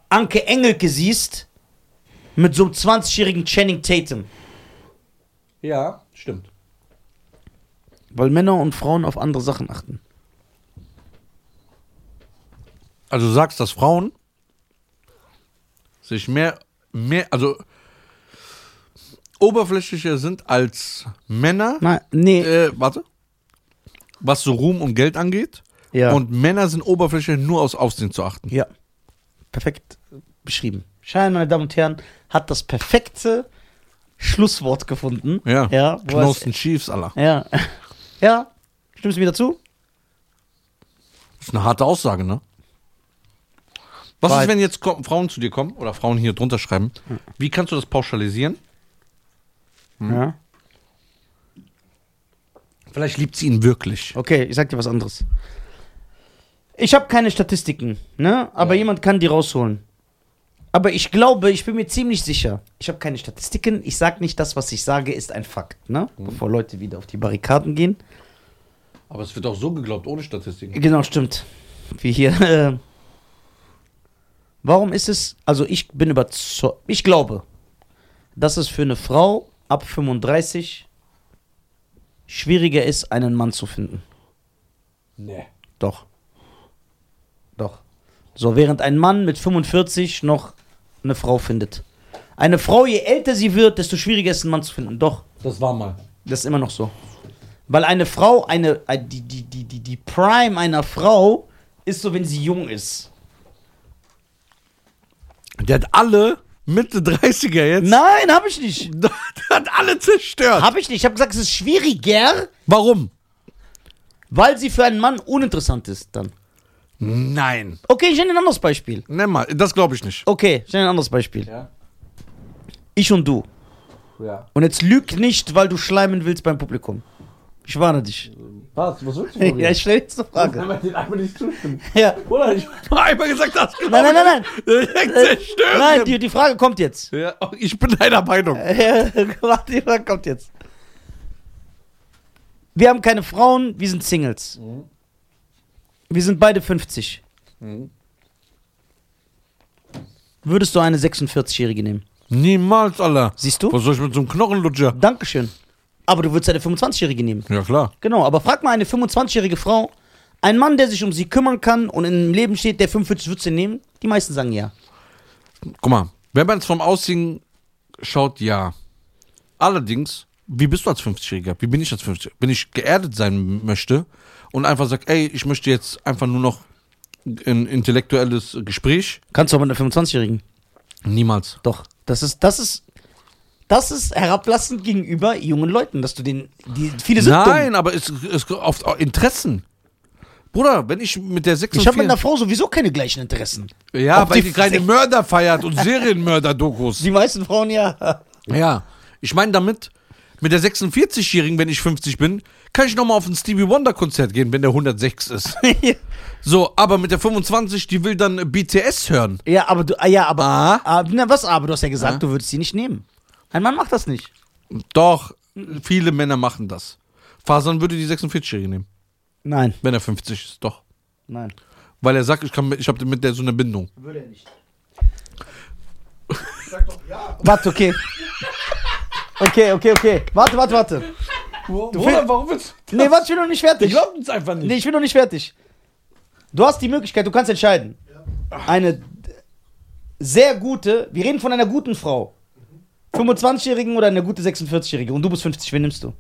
[SPEAKER 1] Anke Engelke siehst mit so einem 20-jährigen Channing Tatum.
[SPEAKER 2] Ja, stimmt.
[SPEAKER 1] Weil Männer und Frauen auf andere Sachen achten.
[SPEAKER 2] Also du sagst, dass Frauen sich mehr, mehr, also oberflächlicher sind als Männer.
[SPEAKER 1] Nein, nee.
[SPEAKER 2] Äh, warte. Was so Ruhm und Geld angeht.
[SPEAKER 1] ja.
[SPEAKER 2] Und Männer sind oberflächlich nur aus Aussehen zu achten.
[SPEAKER 1] Ja. Perfekt beschrieben. Schein, meine Damen und Herren, hat das perfekte Schlusswort gefunden.
[SPEAKER 2] Ja.
[SPEAKER 1] Ja. wo es-
[SPEAKER 2] Knosten Chiefs, Allah.
[SPEAKER 1] ja. [laughs] ja. Stimmst du mir dazu?
[SPEAKER 2] Das ist eine harte Aussage, ne? Was
[SPEAKER 1] Wahrheit.
[SPEAKER 2] ist, wenn jetzt ko- Frauen zu dir kommen oder Frauen hier drunter schreiben? Wie kannst du das pauschalisieren?
[SPEAKER 1] Ja.
[SPEAKER 2] Vielleicht liebt sie ihn wirklich.
[SPEAKER 1] Okay, ich sag dir was anderes. Ich habe keine Statistiken, ne? Aber jemand kann die rausholen. Aber ich glaube, ich bin mir ziemlich sicher. Ich habe keine Statistiken. Ich sag nicht, das, was ich sage, ist ein Fakt, ne? Bevor Leute wieder auf die Barrikaden gehen.
[SPEAKER 2] Aber es wird auch so geglaubt, ohne Statistiken.
[SPEAKER 1] Genau, stimmt. Wie hier. [laughs] Äh, warum ist es, also ich bin überzeugt, ich glaube, dass es für eine Frau ab 35 schwieriger ist, einen Mann zu finden.
[SPEAKER 2] Nee.
[SPEAKER 1] Doch. Doch. So, während ein Mann mit 45 noch eine Frau findet. Eine Frau, je älter sie wird, desto schwieriger ist, einen Mann zu finden. Doch.
[SPEAKER 2] Das war mal.
[SPEAKER 1] Das ist immer noch so. Weil eine Frau, eine, äh, die, die, die, die, die Prime einer Frau ist so, wenn sie jung ist.
[SPEAKER 2] Der hat alle Mitte 30er jetzt.
[SPEAKER 1] Nein, habe ich nicht.
[SPEAKER 2] [laughs] Der hat alle zerstört.
[SPEAKER 1] Habe ich nicht. Ich habe gesagt, es ist schwieriger,
[SPEAKER 2] Warum?
[SPEAKER 1] weil sie für einen Mann uninteressant ist dann.
[SPEAKER 2] Nein.
[SPEAKER 1] Okay, ich nenne ein anderes Beispiel.
[SPEAKER 2] Nenn mal, das glaube ich nicht.
[SPEAKER 1] Okay, ich nenne ein anderes Beispiel.
[SPEAKER 2] Ja.
[SPEAKER 1] Ich und du.
[SPEAKER 2] Ja.
[SPEAKER 1] Und jetzt lüg nicht, weil du schleimen willst beim Publikum. Ich warne dich.
[SPEAKER 5] Was? Was willst du von mir?
[SPEAKER 1] [laughs] Ja, ich stelle jetzt eine Frage.
[SPEAKER 5] den einfach nicht zustimmen.
[SPEAKER 1] Ja.
[SPEAKER 5] Oder ich.
[SPEAKER 2] Ich habe einmal gesagt, das glaub
[SPEAKER 1] Nein, nein, nein,
[SPEAKER 2] ich. Direkt zerstört.
[SPEAKER 1] Äh, nein. Nein, die, die Frage kommt jetzt.
[SPEAKER 2] Ja, oh, ich bin deiner Meinung.
[SPEAKER 1] Ja, [laughs] Warte, die Frage kommt jetzt. Wir haben keine Frauen, wir sind Singles. Wir sind beide 50. Würdest du eine 46-Jährige nehmen?
[SPEAKER 2] Niemals, Alter.
[SPEAKER 1] Siehst du?
[SPEAKER 2] Was soll ich mit so einem Knochenlutscher?
[SPEAKER 1] Dankeschön. Aber du würdest eine 25-Jährige nehmen.
[SPEAKER 2] Ja, klar.
[SPEAKER 1] Genau, aber frag mal eine 25-jährige Frau, ein Mann, der sich um sie kümmern kann und im Leben steht, der 45 würde sie nehmen, die meisten sagen ja.
[SPEAKER 2] Guck mal, wenn man es vom Aussehen schaut, ja. Allerdings, wie bist du als 50-Jähriger? Wie bin ich als 50 Wenn ich geerdet sein möchte und einfach sage, ey, ich möchte jetzt einfach nur noch ein intellektuelles Gespräch?
[SPEAKER 1] Kannst du aber mit einer 25-jährigen.
[SPEAKER 2] Niemals.
[SPEAKER 1] Doch, das ist, das ist, das ist herablassend gegenüber jungen Leuten, dass du den, die, viele sind
[SPEAKER 2] Nein,
[SPEAKER 1] dumm.
[SPEAKER 2] aber es ist auf Interessen. Bruder, wenn ich mit der 6
[SPEAKER 1] Ich habe mit einer Frau sowieso keine gleichen Interessen.
[SPEAKER 2] Ja,
[SPEAKER 1] Ob
[SPEAKER 2] weil
[SPEAKER 1] die
[SPEAKER 2] die kleine
[SPEAKER 1] Fick-
[SPEAKER 2] Mörder feiert
[SPEAKER 1] [laughs]
[SPEAKER 2] und Serienmörder-Dokus.
[SPEAKER 1] Die meisten Frauen ja.
[SPEAKER 2] Ja, ich meine damit, mit der 46-Jährigen, wenn ich 50 bin, kann ich nochmal auf ein Stevie Wonder-Konzert gehen, wenn der
[SPEAKER 1] [laughs]
[SPEAKER 2] 106 ist. So, aber mit der 25, die will dann BTS hören.
[SPEAKER 1] ja, aber du, ah, ja, aber,
[SPEAKER 2] Ah.
[SPEAKER 1] ah, na, was aber, du hast ja gesagt,
[SPEAKER 2] Ah.
[SPEAKER 1] du würdest sie nicht nehmen. Ein Mann macht das nicht.
[SPEAKER 2] Doch, viele Männer machen das. Fasan würde die 46-Jährige nehmen,
[SPEAKER 1] Nein,
[SPEAKER 2] wenn er 50 ist, doch.
[SPEAKER 1] nein.
[SPEAKER 2] Weil er sagt, ich, kann mit- ich habe mit der so eine Bindung.
[SPEAKER 1] Würde er nicht.
[SPEAKER 5] Sag doch ja.
[SPEAKER 1] Warte, [laughs] okay. Okay, okay, okay. Warte, warte, warte. Bruder,
[SPEAKER 2] warum willst du
[SPEAKER 1] Nee, warte, ich bin noch nicht fertig.
[SPEAKER 2] uns einfach nicht.
[SPEAKER 1] Nee, ich bin noch nicht fertig. Du hast die Möglichkeit, du kannst entscheiden. Eine d- sehr gute, wir reden von einer guten Frau. 25-Jährigen oder eine gute 46-Jährige. Und du bist 50, wen nimmst du?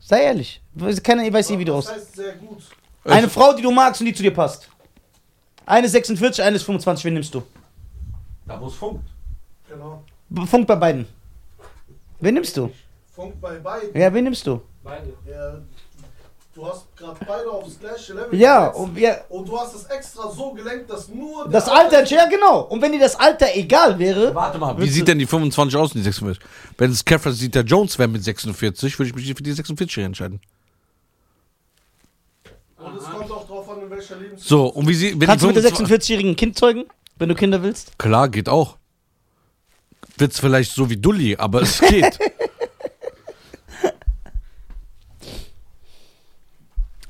[SPEAKER 1] Sei ehrlich. Weiß- Keiner weiß eh, wie du
[SPEAKER 5] Das
[SPEAKER 1] aus.
[SPEAKER 5] heißt sehr gut.
[SPEAKER 1] Eine Frau, die du magst und die zu dir passt. Eine 46, eine ist 25, wen nimmst du?
[SPEAKER 2] Da muss Funk.
[SPEAKER 5] Genau.
[SPEAKER 1] B- Funk bei beiden. Wen nimmst du?
[SPEAKER 5] Funk bei beiden.
[SPEAKER 1] Ja, wen nimmst du?
[SPEAKER 3] Beide.
[SPEAKER 5] Ja. Du hast gerade beide aufs gleiche Level
[SPEAKER 1] Ja,
[SPEAKER 5] gesetzt.
[SPEAKER 1] und ja,
[SPEAKER 5] Und du hast es extra so gelenkt, dass nur. der
[SPEAKER 1] das Alter, ja genau. Und wenn dir das Alter egal wäre,
[SPEAKER 2] Warte mal, wie
[SPEAKER 1] Willst du-
[SPEAKER 2] sieht denn die 25 aus, die 46? Wenn es Catherine Zeta Jones wäre mit 46, würde ich mich für die 46 entscheiden.
[SPEAKER 5] Und es kommt auch drauf an, in welcher Lebensweise.
[SPEAKER 2] So, und wie sie. Wenn die
[SPEAKER 1] Kannst du mit der
[SPEAKER 2] 25
[SPEAKER 1] 46-Jährigen ein Kind zeugen, wenn du Kinder willst?
[SPEAKER 2] Klar, geht auch. Wird's vielleicht so wie Dulli, aber
[SPEAKER 1] [laughs]
[SPEAKER 2] es geht.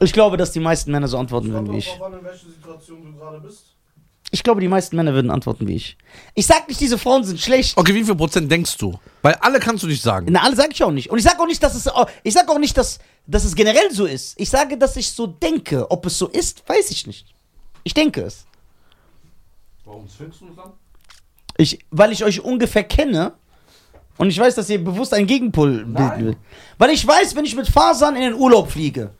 [SPEAKER 1] Ich glaube, dass die meisten Männer so antworten
[SPEAKER 5] Es
[SPEAKER 1] würden
[SPEAKER 5] kommt
[SPEAKER 1] wie
[SPEAKER 5] auch
[SPEAKER 1] ich.
[SPEAKER 5] drauf an, in welcher Situation du gerade bist.
[SPEAKER 1] Ich glaube, die meisten Männer würden antworten wie ich. Ich sag nicht, diese Frauen sind schlecht.
[SPEAKER 2] okay, wie viel Prozent denkst du? Weil alle kannst du nicht sagen.
[SPEAKER 1] Na, alle sage ich auch nicht. Und ich sage auch nicht, dass es, ich sag auch nicht, dass, dass es generell so ist. Ich sage, dass ich so denke. Ob es so ist, weiß ich nicht. Ich denke es.
[SPEAKER 2] Warum zwingst du es an?
[SPEAKER 1] Ich, weil ich euch ungefähr kenne und ich weiß, dass ihr bewusst einen Gegenpol bilden will. Weil ich weiß, wenn ich mit Fasern in den Urlaub fliege,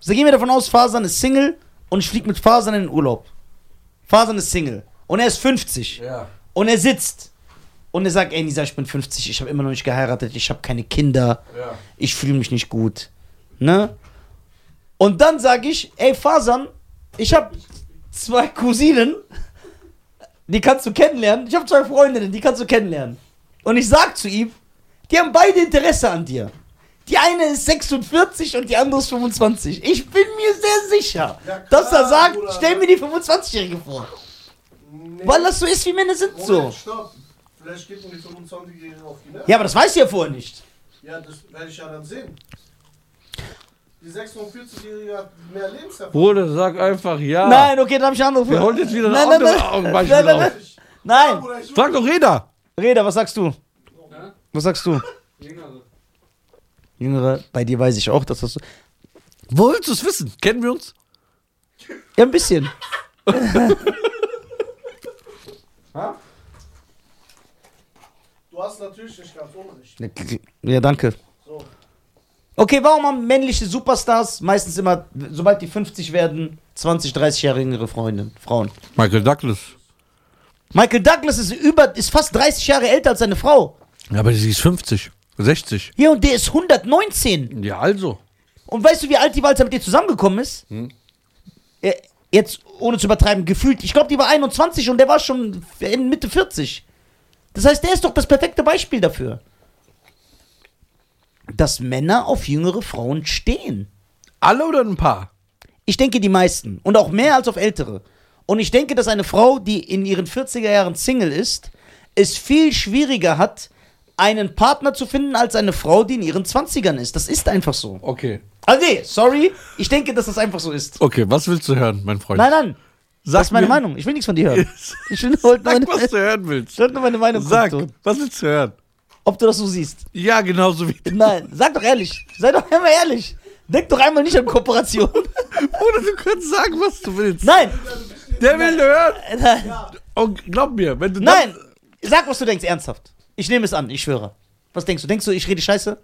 [SPEAKER 1] so gehen wir davon aus, Fasern ist Single und ich fliege mit Fasern in den Urlaub. Fasern ist Single und er ist 50
[SPEAKER 2] Ja.
[SPEAKER 1] und er sitzt und er sagt, ey Nisa, ich bin 50, ich habe immer noch nicht geheiratet, ich habe keine Kinder,
[SPEAKER 2] Ja.
[SPEAKER 1] ich fühle mich nicht gut. Ne? Und dann sage ich, ey Fasern, ich habe zwei Cousinen, die kannst du kennenlernen. Ich habe zwei Freundinnen, die kannst du kennenlernen. Und ich sag zu ihm, die haben beide Interesse an dir. Die eine ist 46 und die andere ist 25. Ich bin mir sehr sicher,
[SPEAKER 5] Ja, klar,
[SPEAKER 1] dass er sagt,
[SPEAKER 5] Bruder.
[SPEAKER 1] stell mir die 25-Jährige vor.
[SPEAKER 5] Nee.
[SPEAKER 1] Weil das so ist, wie Männer sind
[SPEAKER 5] Moment,
[SPEAKER 1] so.
[SPEAKER 5] stopp. Vielleicht geht mir die 25-Jährige auf die Nerven.
[SPEAKER 1] Ja, aber das weißt du ja vorher nicht.
[SPEAKER 5] Ja, das werde ich ja dann sehen. Die 46-Jährige hat mehr Lebenserfahrung.
[SPEAKER 2] Bruder, sag einfach ja.
[SPEAKER 1] Nein, okay, dann habe ich eine andere
[SPEAKER 2] Wir
[SPEAKER 1] Frage.
[SPEAKER 2] holen jetzt wieder ein
[SPEAKER 1] Nein, nein,
[SPEAKER 2] anderes
[SPEAKER 1] nein.
[SPEAKER 2] Augenbeispiel
[SPEAKER 1] Nein, nein, nein.
[SPEAKER 2] auf.
[SPEAKER 5] Ja,
[SPEAKER 1] Nein,
[SPEAKER 5] Bruder, ich
[SPEAKER 2] Frag doch Reda.
[SPEAKER 1] Reda, was sagst du?
[SPEAKER 3] Ja?
[SPEAKER 1] Was sagst du?
[SPEAKER 3] Jüngere.
[SPEAKER 1] Jüngere, bei dir weiß ich auch, dass das so.
[SPEAKER 2] Wo willst du es wissen? Kennen wir uns?
[SPEAKER 1] Ja, ein bisschen.
[SPEAKER 5] Du hast natürlich nicht ganz unrecht.
[SPEAKER 1] Ja, danke.
[SPEAKER 5] So.
[SPEAKER 1] Okay, warum haben männliche Superstars meistens immer, sobald die 50 werden, 20, 30 Jahre jüngere Freundinnen, Frauen?
[SPEAKER 2] Michael Douglas.
[SPEAKER 1] Michael Douglas ist über, ist fast 30 Jahre älter als seine Frau.
[SPEAKER 2] Ja, aber sie ist 50, 60.
[SPEAKER 1] Ja, und der ist 119.
[SPEAKER 2] Ja, also.
[SPEAKER 1] Und weißt du, wie alt die war, als er mit dir zusammengekommen ist? äh, jetzt ohne zu übertreiben, gefühlt, ich glaube, die war 21 und der war schon in Mitte 40. Das heißt, der ist doch das perfekte Beispiel dafür. Dass Männer auf jüngere Frauen stehen.
[SPEAKER 2] Alle oder ein paar?
[SPEAKER 1] Ich denke, die meisten. Und auch mehr als auf ältere. Und ich denke, dass eine Frau, die in ihren 40er Jahren Single ist, es viel schwieriger hat, einen Partner zu finden, als eine Frau, die in ihren 20ern ist. Das ist einfach so.
[SPEAKER 2] Okay.
[SPEAKER 1] Ah, nee, sorry. Ich denke, dass das einfach so ist.
[SPEAKER 2] Okay, was willst du hören, mein Freund?
[SPEAKER 1] Nein, nein.
[SPEAKER 2] Sag
[SPEAKER 1] das ist meine
[SPEAKER 2] mir-
[SPEAKER 1] Meinung. Ich will nichts von dir hören.
[SPEAKER 2] Sag,
[SPEAKER 1] Ich will wollte nur,
[SPEAKER 2] was du
[SPEAKER 1] meine-
[SPEAKER 2] hören willst.
[SPEAKER 1] ich wollte nur meine Meinung
[SPEAKER 2] Sag,
[SPEAKER 1] kundtun.
[SPEAKER 2] was willst du hören?
[SPEAKER 1] Ob du das so siehst.
[SPEAKER 2] Ja, genauso wie du.
[SPEAKER 1] Nein, sag doch ehrlich. Sei doch einmal ehrlich. Denk doch einmal nicht an Kooperation. [laughs]
[SPEAKER 2] Oder du kannst sagen, was du willst.
[SPEAKER 1] Nein, Äh,
[SPEAKER 2] Der will hören.
[SPEAKER 1] nein,
[SPEAKER 2] Und glaub mir, wenn du
[SPEAKER 1] nein. Sag, was du denkst, ernsthaft. Ich nehme es an, ich schwöre. Was denkst du? Denkst du, ich rede scheiße?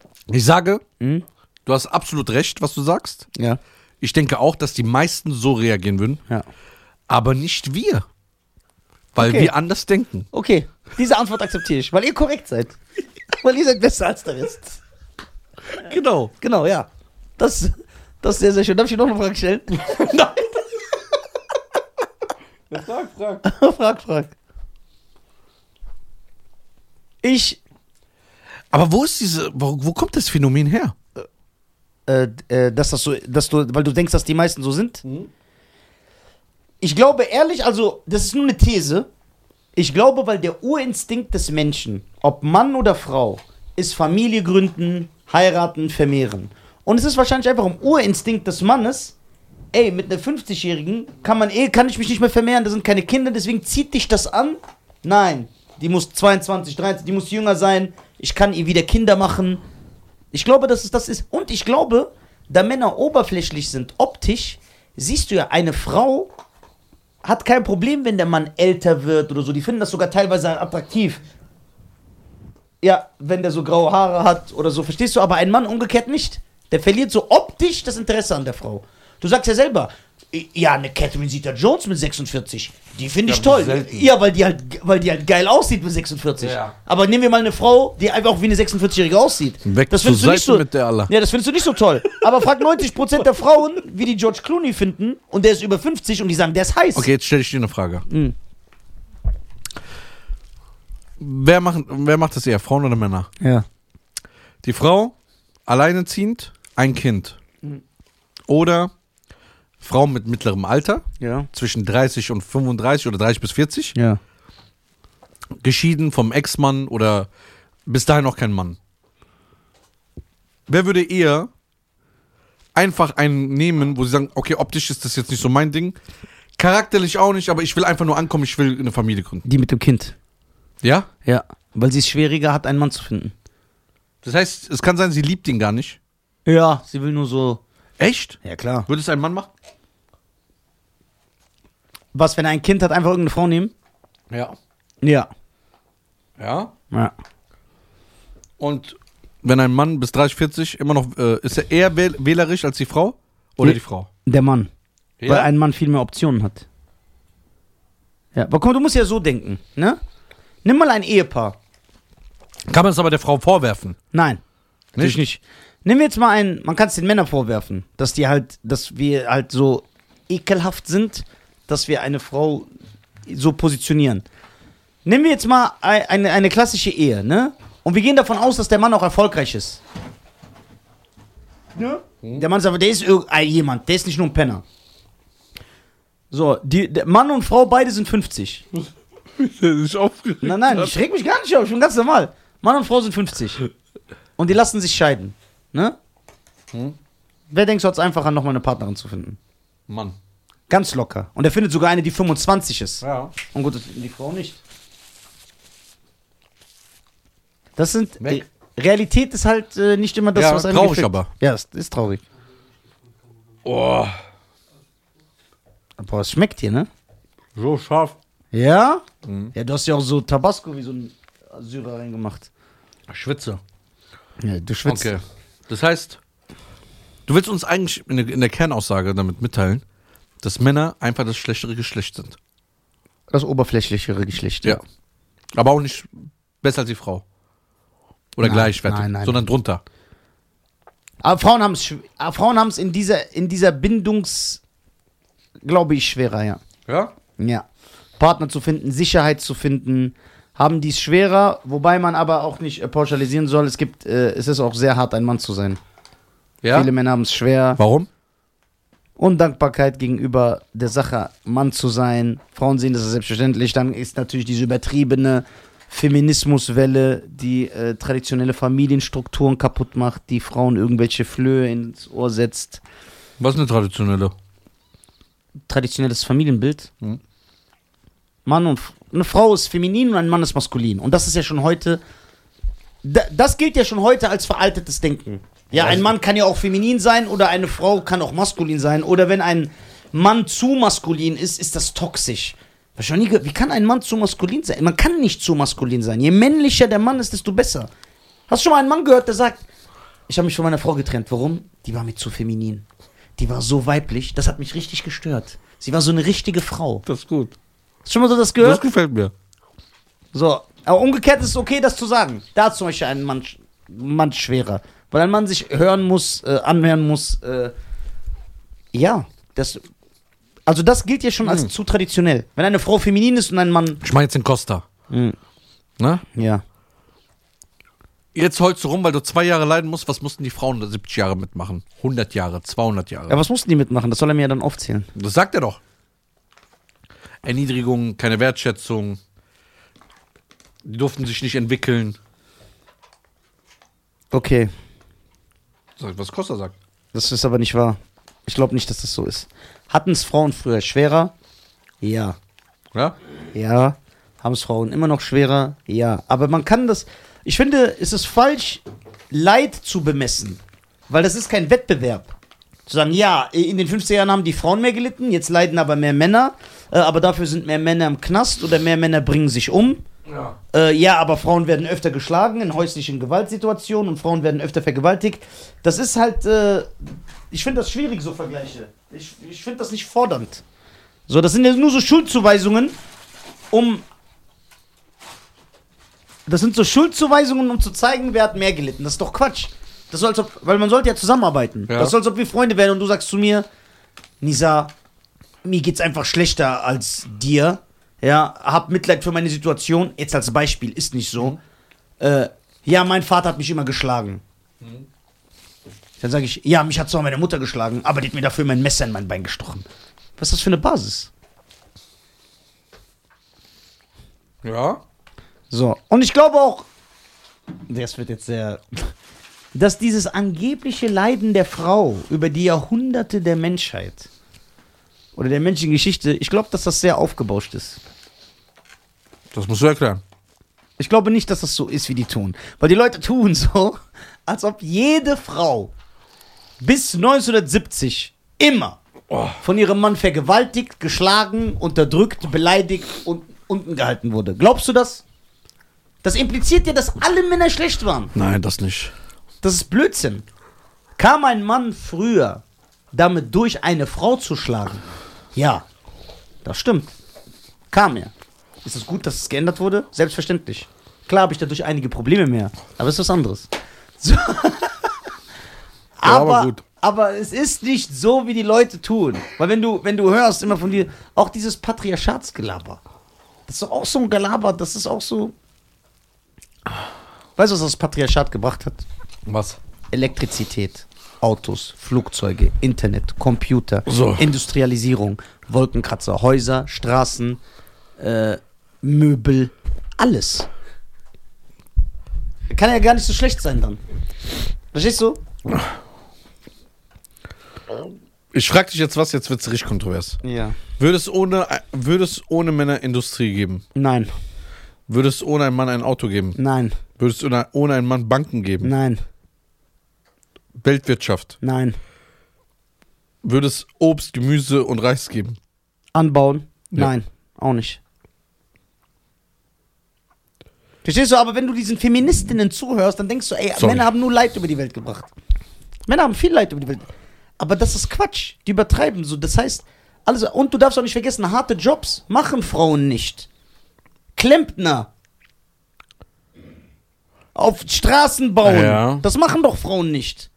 [SPEAKER 2] Das, ich sage,
[SPEAKER 1] Mhm.
[SPEAKER 2] du hast absolut recht, was du sagst.
[SPEAKER 1] Ja.
[SPEAKER 2] Ich denke auch, dass die meisten so reagieren würden,
[SPEAKER 1] ja.
[SPEAKER 2] aber nicht wir. Weil
[SPEAKER 1] Okay.
[SPEAKER 2] wir anders denken.
[SPEAKER 1] Okay, diese Antwort akzeptiere ich, weil ihr korrekt seid. Weil ihr seid besser als der Rest.
[SPEAKER 2] Genau.
[SPEAKER 1] Genau, ja. Das, das ist sehr, sehr schön. Darf ich dir noch eine Frage stellen?
[SPEAKER 2] [laughs] Nein. Frag, frag.
[SPEAKER 1] [laughs] frag, frag. Ich,
[SPEAKER 2] Aber wo ist diese, wo, wo kommt das Phänomen her?
[SPEAKER 1] äh, äh, dass das so, dass du, weil du denkst, dass die meisten so sind. Ich glaube ehrlich, also, das ist nur eine These. Ich glaube, weil der Urinstinkt des Menschen, ob Mann oder Frau, ist Familie gründen, heiraten, vermehren. Und es ist wahrscheinlich einfach im Urinstinkt des Mannes, ey, mit einer 50-Jährigen kann man eh, kann ich mich nicht mehr vermehren, da sind keine Kinder, deswegen zieht dich das an. Nein, die muss 22, 23, die muss jünger sein, ich kann ihr wieder Kinder machen. Ich glaube, dass es das ist. Und ich glaube, da Männer oberflächlich sind, optisch, siehst du ja, eine Frau hat kein Problem, wenn der Mann älter wird oder so. Die finden das sogar teilweise attraktiv. Ja, wenn der so graue Haare hat oder so, verstehst du? Aber ein Mann umgekehrt nicht. Der verliert so optisch das Interesse an der Frau. Du sagst ja selber, i- ja, eine Catherine Zeta-Jones mit 46, die finde ich
[SPEAKER 2] Ja,
[SPEAKER 1] toll.
[SPEAKER 2] selten.
[SPEAKER 1] Ja, weil die, halt, weil die halt geil aussieht mit 46.
[SPEAKER 2] Ja.
[SPEAKER 1] Aber nehmen wir mal eine Frau, die einfach auch wie eine 46-Jährige aussieht.
[SPEAKER 2] Weg
[SPEAKER 1] das
[SPEAKER 2] zu
[SPEAKER 1] findest du nicht
[SPEAKER 2] Seiten
[SPEAKER 1] so,
[SPEAKER 2] mit der Allah.
[SPEAKER 1] Ja, das findest du nicht so toll. Aber frag 90% der Frauen, wie die George Clooney finden und der ist über 50 und die sagen, der ist heiß.
[SPEAKER 2] Okay, jetzt stelle ich dir eine Frage.
[SPEAKER 1] Hm.
[SPEAKER 2] Wer, macht, wer macht das eher, Frauen oder Männer?
[SPEAKER 1] Ja.
[SPEAKER 2] Die Frau, alleinerziehend, ein Kind. Oder Frau mit mittlerem Alter,
[SPEAKER 1] Ja.
[SPEAKER 2] zwischen 30 und 35 oder 30 bis 40,
[SPEAKER 1] Ja.
[SPEAKER 2] geschieden vom Ex-Mann oder bis dahin noch kein Mann. Wer würde eher einfach einen nehmen, wo sie sagen, okay, optisch ist das jetzt nicht so mein Ding, charakterlich auch nicht, aber ich will einfach nur ankommen, ich will eine Familie gründen.
[SPEAKER 1] Die mit dem Kind.
[SPEAKER 2] Ja?
[SPEAKER 1] Ja. Weil sie es schwieriger hat, einen Mann zu finden.
[SPEAKER 2] Das heißt, es kann sein, sie liebt ihn gar nicht.
[SPEAKER 1] Ja, sie will nur so.
[SPEAKER 2] Echt?
[SPEAKER 1] Ja, klar.
[SPEAKER 2] Würde es ein Mann machen?
[SPEAKER 1] Was, wenn er ein Kind hat, einfach irgendeine Frau nehmen?
[SPEAKER 2] Ja.
[SPEAKER 1] Ja.
[SPEAKER 2] Ja?
[SPEAKER 1] Ja.
[SPEAKER 2] Und wenn ein Mann bis 30, 40 immer noch, äh, ist er eher wähl wählerisch als die Frau oder
[SPEAKER 1] Nee.
[SPEAKER 2] die Frau?
[SPEAKER 1] Der Mann.
[SPEAKER 2] Ja.
[SPEAKER 1] Weil ein Mann viel mehr Optionen hat. Ja, aber guck mal, du musst ja so denken, ne? Nimm mal ein Ehepaar.
[SPEAKER 2] Kann man es aber der Frau vorwerfen?
[SPEAKER 1] Nein. Natürlich nicht. Nehmen wir jetzt mal einen, man kann es den Männern vorwerfen, dass die halt, dass wir halt so ekelhaft sind, dass wir eine Frau so positionieren. Nehmen wir jetzt mal ei- eine, eine klassische Ehe, ne? Und wir gehen davon aus, dass der Mann auch erfolgreich ist. Ne? Der Mann sagt, der ist irg- ein jemand, der ist nicht nur ein Penner. So, die, der Mann und Frau, beide sind 50.
[SPEAKER 2] Das ist aufgeregt.
[SPEAKER 1] Nein, nein, ich reg mich gar nicht auf, ich bin ganz normal. Mann und Frau sind 50. Und die lassen sich scheiden. Ne?
[SPEAKER 2] Hm?
[SPEAKER 1] Wer denkst du, hat es einfacher, nochmal eine Partnerin zu finden?
[SPEAKER 2] Mann.
[SPEAKER 1] Ganz locker. Und er findet sogar eine, die 25 ist.
[SPEAKER 2] Ja.
[SPEAKER 1] Und gut, das finden die Frau nicht. Das sind.
[SPEAKER 2] Weg.
[SPEAKER 1] äh, Realität ist halt äh, nicht immer das,
[SPEAKER 2] Ja,
[SPEAKER 1] was einem
[SPEAKER 2] traurig
[SPEAKER 1] gefällt.
[SPEAKER 2] aber.
[SPEAKER 1] Ja, ist, ist traurig.
[SPEAKER 2] Oh,
[SPEAKER 1] Boah, es schmeckt dir, ne?
[SPEAKER 2] so scharf. Mhm.
[SPEAKER 1] Ja? Ja, du hast ja auch so Tabasco wie so ein Syrer reingemacht.
[SPEAKER 2] Schwitze.
[SPEAKER 1] Ja, du schwitzt.
[SPEAKER 2] Okay. Das heißt, du willst uns eigentlich in der, in der Kernaussage damit mitteilen, dass Männer einfach das schlechtere Geschlecht sind.
[SPEAKER 1] Das oberflächlichere Geschlecht.
[SPEAKER 2] Ja. Aber auch nicht besser als die Frau. Oder
[SPEAKER 1] Nein,
[SPEAKER 2] gleichwertig,
[SPEAKER 1] nein, nein.
[SPEAKER 2] sondern drunter.
[SPEAKER 1] Aber Frauen haben es Frauen haben's in dieser, in dieser Bindungs, glaube ich, schwerer, ja.
[SPEAKER 2] Ja?
[SPEAKER 1] Ja. Partner zu finden, Sicherheit zu finden, haben dies schwerer, wobei man aber auch nicht äh, pauschalisieren soll. Es gibt, äh, es ist auch sehr hart, ein Mann zu sein.
[SPEAKER 2] Ja?
[SPEAKER 1] Viele Männer haben es schwer.
[SPEAKER 2] Warum?
[SPEAKER 1] Undankbarkeit gegenüber der Sache, Mann zu sein. Frauen sehen das als selbstverständlich. Dann ist natürlich diese übertriebene Feminismuswelle, die äh, traditionelle Familienstrukturen kaputt macht, die Frauen irgendwelche Flöhe ins Ohr setzt.
[SPEAKER 2] Was ist eine traditionelle?
[SPEAKER 1] Traditionelles Familienbild.
[SPEAKER 2] Mhm.
[SPEAKER 1] Mann und F- eine Frau ist feminin und ein Mann ist maskulin. Und das ist ja schon heute. Da, das gilt ja schon heute als veraltetes Denken. Ja, ein Mann kann ja auch feminin sein oder eine Frau kann auch maskulin sein. Oder wenn ein Mann zu maskulin ist, ist das toxisch. Hab ich noch nie gehört. Wie kann ein Mann zu maskulin sein? Man kann nicht zu maskulin sein. Je männlicher der Mann ist, desto besser. Hast du schon mal einen Mann gehört, der sagt, ich habe mich von meiner Frau getrennt. Warum? Die war mir zu feminin. Die war so weiblich, das hat mich richtig gestört. Sie war so eine richtige Frau.
[SPEAKER 2] Das ist gut.
[SPEAKER 1] Hast du schon mal so das
[SPEAKER 2] Das
[SPEAKER 1] gehört?
[SPEAKER 2] gefällt mir.
[SPEAKER 1] So, aber umgekehrt ist es okay, das zu sagen. Da ist zum Beispiel ein Mann, sch- Mann schwerer. Weil ein Mann sich hören muss, äh, anhören muss. Äh, ja, das. Also, das gilt ja schon als zu traditionell. Wenn eine Frau feminin ist und ein Mann.
[SPEAKER 2] Ich meine jetzt den Costa. Ne?
[SPEAKER 1] Ja.
[SPEAKER 2] Jetzt heulst du rum, weil du zwei Jahre leiden musst. Was mussten die Frauen da 70 Jahre mitmachen? 100 Jahre, 200 Jahre.
[SPEAKER 1] Ja, was mussten die mitmachen? Das soll er mir ja dann aufzählen.
[SPEAKER 2] Das sagt er doch. Erniedrigung, keine Wertschätzung. Die durften sich nicht entwickeln.
[SPEAKER 1] Okay,
[SPEAKER 2] Sag, Was Costa sagt.
[SPEAKER 1] das ist aber nicht wahr. Ich glaube nicht, dass das so ist. Hatten es Frauen früher schwerer? Ja.
[SPEAKER 2] Ja?
[SPEAKER 1] Ja. Haben es Frauen immer noch schwerer? Ja. Aber man kann das. Ich finde, es ist falsch, Leid zu bemessen. Weil das ist kein Wettbewerb. Zu sagen, ja, in den 50er Jahren haben die Frauen mehr gelitten, jetzt leiden aber mehr Männer. Äh, aber dafür sind mehr Männer im Knast oder mehr Männer bringen sich um.
[SPEAKER 2] Ja.
[SPEAKER 1] Äh, ja, aber Frauen werden öfter geschlagen in häuslichen Gewaltsituationen und Frauen werden öfter vergewaltigt. Das ist halt, äh, ich finde das schwierig, so Vergleiche. Ich, ich finde das nicht fordernd. So, das sind ja nur so Schuldzuweisungen, um. Das sind so Schuldzuweisungen, um zu zeigen, wer hat mehr gelitten. Das ist doch Quatsch. Das soll, als ob, weil man sollte ja zusammenarbeiten.
[SPEAKER 2] Ja.
[SPEAKER 1] Das soll, als ob wir Freunde wären und du sagst zu mir, Nisa, mir geht's einfach schlechter als dir. Ja, hab Mitleid für meine Situation. Jetzt als Beispiel, ist nicht so. Äh, ja, mein Vater hat mich immer geschlagen. Dann sage ich, ja, mich hat zwar meine Mutter geschlagen, aber die hat mir dafür mein Messer in mein Bein gestochen. Was ist das für eine Basis?
[SPEAKER 2] Ja?
[SPEAKER 1] So, und ich glaube auch, das wird jetzt sehr, [laughs] dass dieses angebliche Leiden der Frau über die Jahrhunderte der Menschheit oder der menschlichen Geschichte, ich glaube, dass das sehr aufgebauscht ist.
[SPEAKER 2] Das musst du erklären.
[SPEAKER 1] Ich glaube nicht, dass das so ist, wie die tun. Weil die Leute tun so, [laughs] als ob jede Frau bis 1970 immer von ihrem Mann vergewaltigt, geschlagen, unterdrückt, beleidigt und unten gehalten wurde. Glaubst du das? Das impliziert ja, dass alle Männer schlecht waren.
[SPEAKER 2] Nein, das nicht.
[SPEAKER 1] Das ist Blödsinn. Kam ein Mann früher damit durch, eine Frau zu schlagen? Ja, das stimmt. Kam er. Ist es gut, dass es geändert wurde? Selbstverständlich. Klar habe ich dadurch einige Probleme mehr, aber es ist was anderes. So. [laughs] aber,
[SPEAKER 2] aber
[SPEAKER 1] aber,
[SPEAKER 2] gut.
[SPEAKER 1] es ist nicht so, wie die Leute tun. Weil wenn du, wenn du hörst immer von dir, auch dieses Patriarchatsgelaber. Das ist doch auch so ein Gelaber, das ist auch so. Weißt du, was das Patriarchat gebracht hat?
[SPEAKER 2] Was?
[SPEAKER 1] Elektrizität, Autos, Flugzeuge, Internet, Computer,
[SPEAKER 2] So.
[SPEAKER 1] Industrialisierung, Wolkenkratzer, Häuser, Straßen, äh, Möbel, alles. Kann ja gar nicht so schlecht sein dann. Verstehst du?
[SPEAKER 2] Ich frag dich jetzt was, jetzt wird's richtig kontrovers.
[SPEAKER 1] Ja.
[SPEAKER 2] Würde es ohne, würde es ohne Männer Industrie geben?
[SPEAKER 1] Nein,
[SPEAKER 2] Würde es ohne einen Mann ein Auto geben?
[SPEAKER 1] nein,
[SPEAKER 2] Würde es ohne, ohne einen Mann Banken geben?
[SPEAKER 1] nein,
[SPEAKER 2] Weltwirtschaft?
[SPEAKER 1] nein.
[SPEAKER 2] Würde es Obst, Gemüse und Reis geben?
[SPEAKER 1] Anbauen?
[SPEAKER 2] Ja.
[SPEAKER 1] Nein, auch nicht. Verstehst du, aber wenn du diesen Feministinnen zuhörst, dann denkst du, ey,
[SPEAKER 2] Sorry.
[SPEAKER 1] Männer haben nur Leid über die Welt gebracht. Männer haben viel Leid über die Welt. Aber das ist Quatsch. Die übertreiben so. Das heißt, alles. Und du darfst auch nicht vergessen, harte Jobs machen Frauen nicht. Klempner. Auf Straßen bauen.
[SPEAKER 2] Ja.
[SPEAKER 1] Das machen doch Frauen nicht.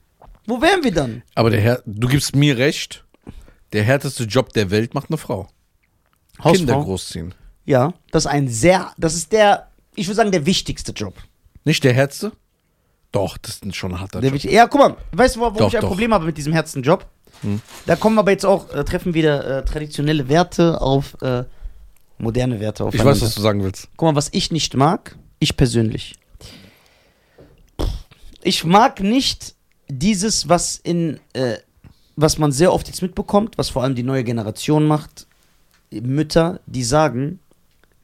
[SPEAKER 1] Wo wären wir dann?
[SPEAKER 2] Aber der Herr, du gibst mir recht, der härteste Job der Welt macht eine Frau. Kinder großziehen.
[SPEAKER 1] Ja, das ist ein sehr, das ist der, ich würde sagen, der wichtigste Job.
[SPEAKER 2] Nicht der härteste? Doch, das ist schon ein harter
[SPEAKER 1] Der
[SPEAKER 2] Job.
[SPEAKER 1] wichtig, ja, guck mal, weißt du, wo, wo
[SPEAKER 2] Doch,
[SPEAKER 1] ich ein
[SPEAKER 2] doch. Hm.
[SPEAKER 1] Problem habe mit diesem Herzenjob? Da kommen aber jetzt auch, äh, treffen wieder äh, traditionelle Werte auf äh, moderne Werte auf.
[SPEAKER 2] Ich weiß, was du sagen willst.
[SPEAKER 1] Guck mal, was ich nicht mag, ich persönlich. Ich mag nicht dieses, was in, äh, was man sehr oft jetzt mitbekommt, was vor allem die neue Generation macht, Mütter, die sagen,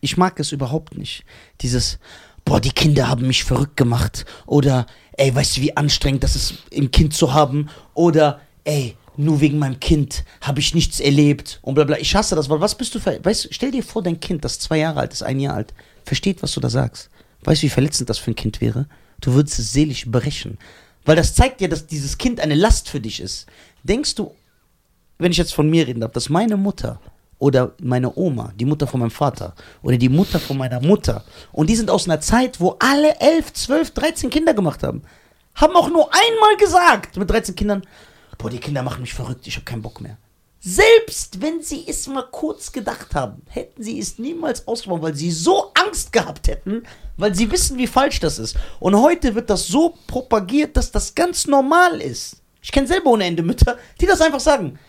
[SPEAKER 1] ich mag es überhaupt nicht. Dieses, boah, die Kinder haben mich verrückt gemacht. Oder, ey, weißt du, wie anstrengend das ist, ein Kind zu haben. Oder, ey, nur wegen meinem Kind habe ich nichts erlebt. Und bla bla. Ich hasse das, weil was bist du, ver weißt du, stell dir vor, dein Kind, das zwei Jahre alt ist, ein Jahr alt, versteht, was du da sagst. Weißt du, wie verletzend das für ein Kind wäre? Du würdest es seelisch brechen. Weil das zeigt dir, dass dieses Kind eine Last für dich ist. Denkst du, wenn ich jetzt von mir reden darf, dass meine Mutter oder meine Oma, die Mutter von meinem Vater oder die Mutter von meiner Mutter, und die sind aus einer Zeit, wo alle 11, 12, 13 Kinder gemacht haben, haben auch nur einmal gesagt mit 13 Kindern, boah, die Kinder machen mich verrückt, ich habe keinen Bock mehr. Selbst wenn sie es mal kurz gedacht haben, hätten sie es niemals ausgesprochen, weil sie so Angst gehabt hätten, weil sie wissen, wie falsch das ist. Und heute wird das so propagiert, dass das ganz normal ist. Ich kenne selber ohne Ende Mütter, die das einfach sagen.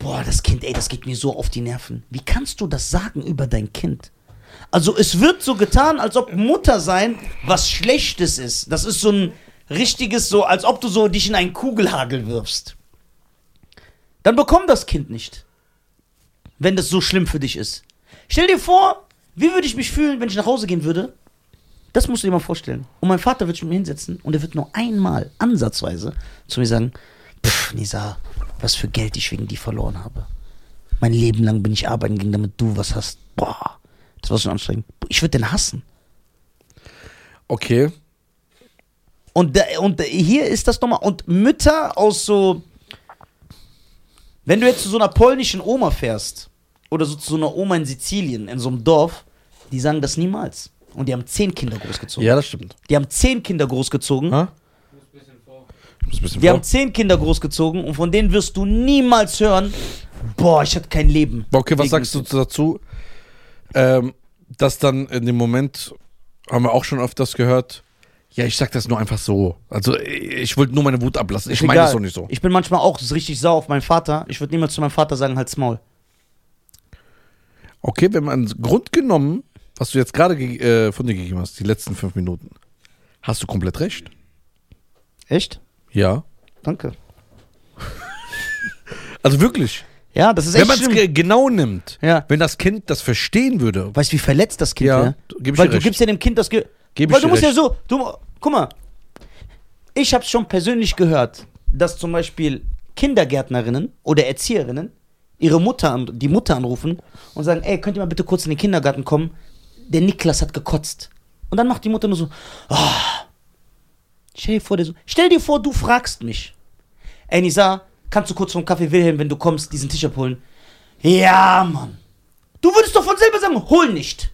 [SPEAKER 1] Boah, das Kind, ey, das geht mir so auf die Nerven. Wie kannst du das sagen über dein Kind? Also es wird so getan, als ob Mutter sein was Schlechtes ist. Das ist so ein richtiges, so als ob du so dich in einen Kugelhagel wirfst. Dann bekomm das Kind nicht, wenn das so schlimm für dich ist. Stell dir vor, wie würde ich mich fühlen, wenn ich nach Hause gehen würde? Das musst du dir mal vorstellen. Und mein Vater wird sich mit mir hinsetzen und er wird nur einmal ansatzweise zu mir sagen, pff, Nisa, was für Geld ich wegen dir verloren habe. Mein Leben lang bin ich arbeiten gegangen, damit du was hast. Boah, das war schon anstrengend. Ich würde den hassen.
[SPEAKER 2] Okay.
[SPEAKER 1] Und, da, und da- hier ist das nochmal. Und Mütter aus so. Wenn du jetzt zu so einer polnischen Oma fährst, oder so zu so einer Oma in Sizilien, in so einem Dorf, die sagen das niemals. Und die haben zehn Kinder großgezogen.
[SPEAKER 2] Ja, das stimmt.
[SPEAKER 1] Die haben zehn Kinder großgezogen.
[SPEAKER 2] Ha?
[SPEAKER 3] Ich muss ein bisschen vor.
[SPEAKER 2] Hm? Ich muss ein bisschen
[SPEAKER 1] Die
[SPEAKER 2] vor.
[SPEAKER 1] haben zehn Kinder großgezogen und von denen wirst du niemals hören, boah, ich hatte kein Leben.
[SPEAKER 2] Okay, was
[SPEAKER 1] Wegen-
[SPEAKER 2] sagst du dazu? Ähm, dass dann in dem Moment, haben wir auch schon öfters gehört, ja, ich sag das nur einfach so. Also, ich wollte nur meine Wut ablassen. Ich meine
[SPEAKER 1] Egal.
[SPEAKER 2] das doch nicht so.
[SPEAKER 1] Ich bin manchmal auch richtig sauer auf meinen Vater. Ich würde niemals zu meinem Vater sagen, halt's Maul.
[SPEAKER 2] Okay, wenn man Grund genommen, was du jetzt gerade ge äh, von dir gegeben hast, die letzten fünf Minuten, hast du komplett recht.
[SPEAKER 1] Echt?
[SPEAKER 2] Ja.
[SPEAKER 1] Danke.
[SPEAKER 2] Also wirklich.
[SPEAKER 1] Ja, das ist
[SPEAKER 2] Wenn
[SPEAKER 1] echt
[SPEAKER 2] man es
[SPEAKER 1] schlimm.
[SPEAKER 2] ge genau nimmt,
[SPEAKER 1] Ja.
[SPEAKER 2] wenn das Kind das verstehen würde,
[SPEAKER 1] Weißt du, wie verletzt das Kind
[SPEAKER 2] Ja,
[SPEAKER 1] wäre?
[SPEAKER 2] du- geb ich
[SPEAKER 1] Weil
[SPEAKER 2] dir
[SPEAKER 1] du
[SPEAKER 2] recht.
[SPEAKER 1] gibst ja dem Kind das Ge
[SPEAKER 2] Geb ich
[SPEAKER 1] Weil du
[SPEAKER 2] dir
[SPEAKER 1] musst ja
[SPEAKER 2] recht.
[SPEAKER 1] so, du, guck mal, ich habe schon persönlich gehört, dass zum Beispiel Kindergärtnerinnen oder Erzieherinnen ihre Mutter, an, die Mutter anrufen und sagen, ey, könnt ihr mal bitte kurz in den Kindergarten kommen? Der Niklas hat gekotzt. Und dann macht die Mutter nur so, oh. stell, dir vor, der so stell dir vor, du fragst mich. Ey, Nisa, kannst du kurz vom Kaffee Wilhelm, wenn du kommst, diesen Tisch abholen? Ja, Mann. Du würdest doch von selber sagen, hol nicht.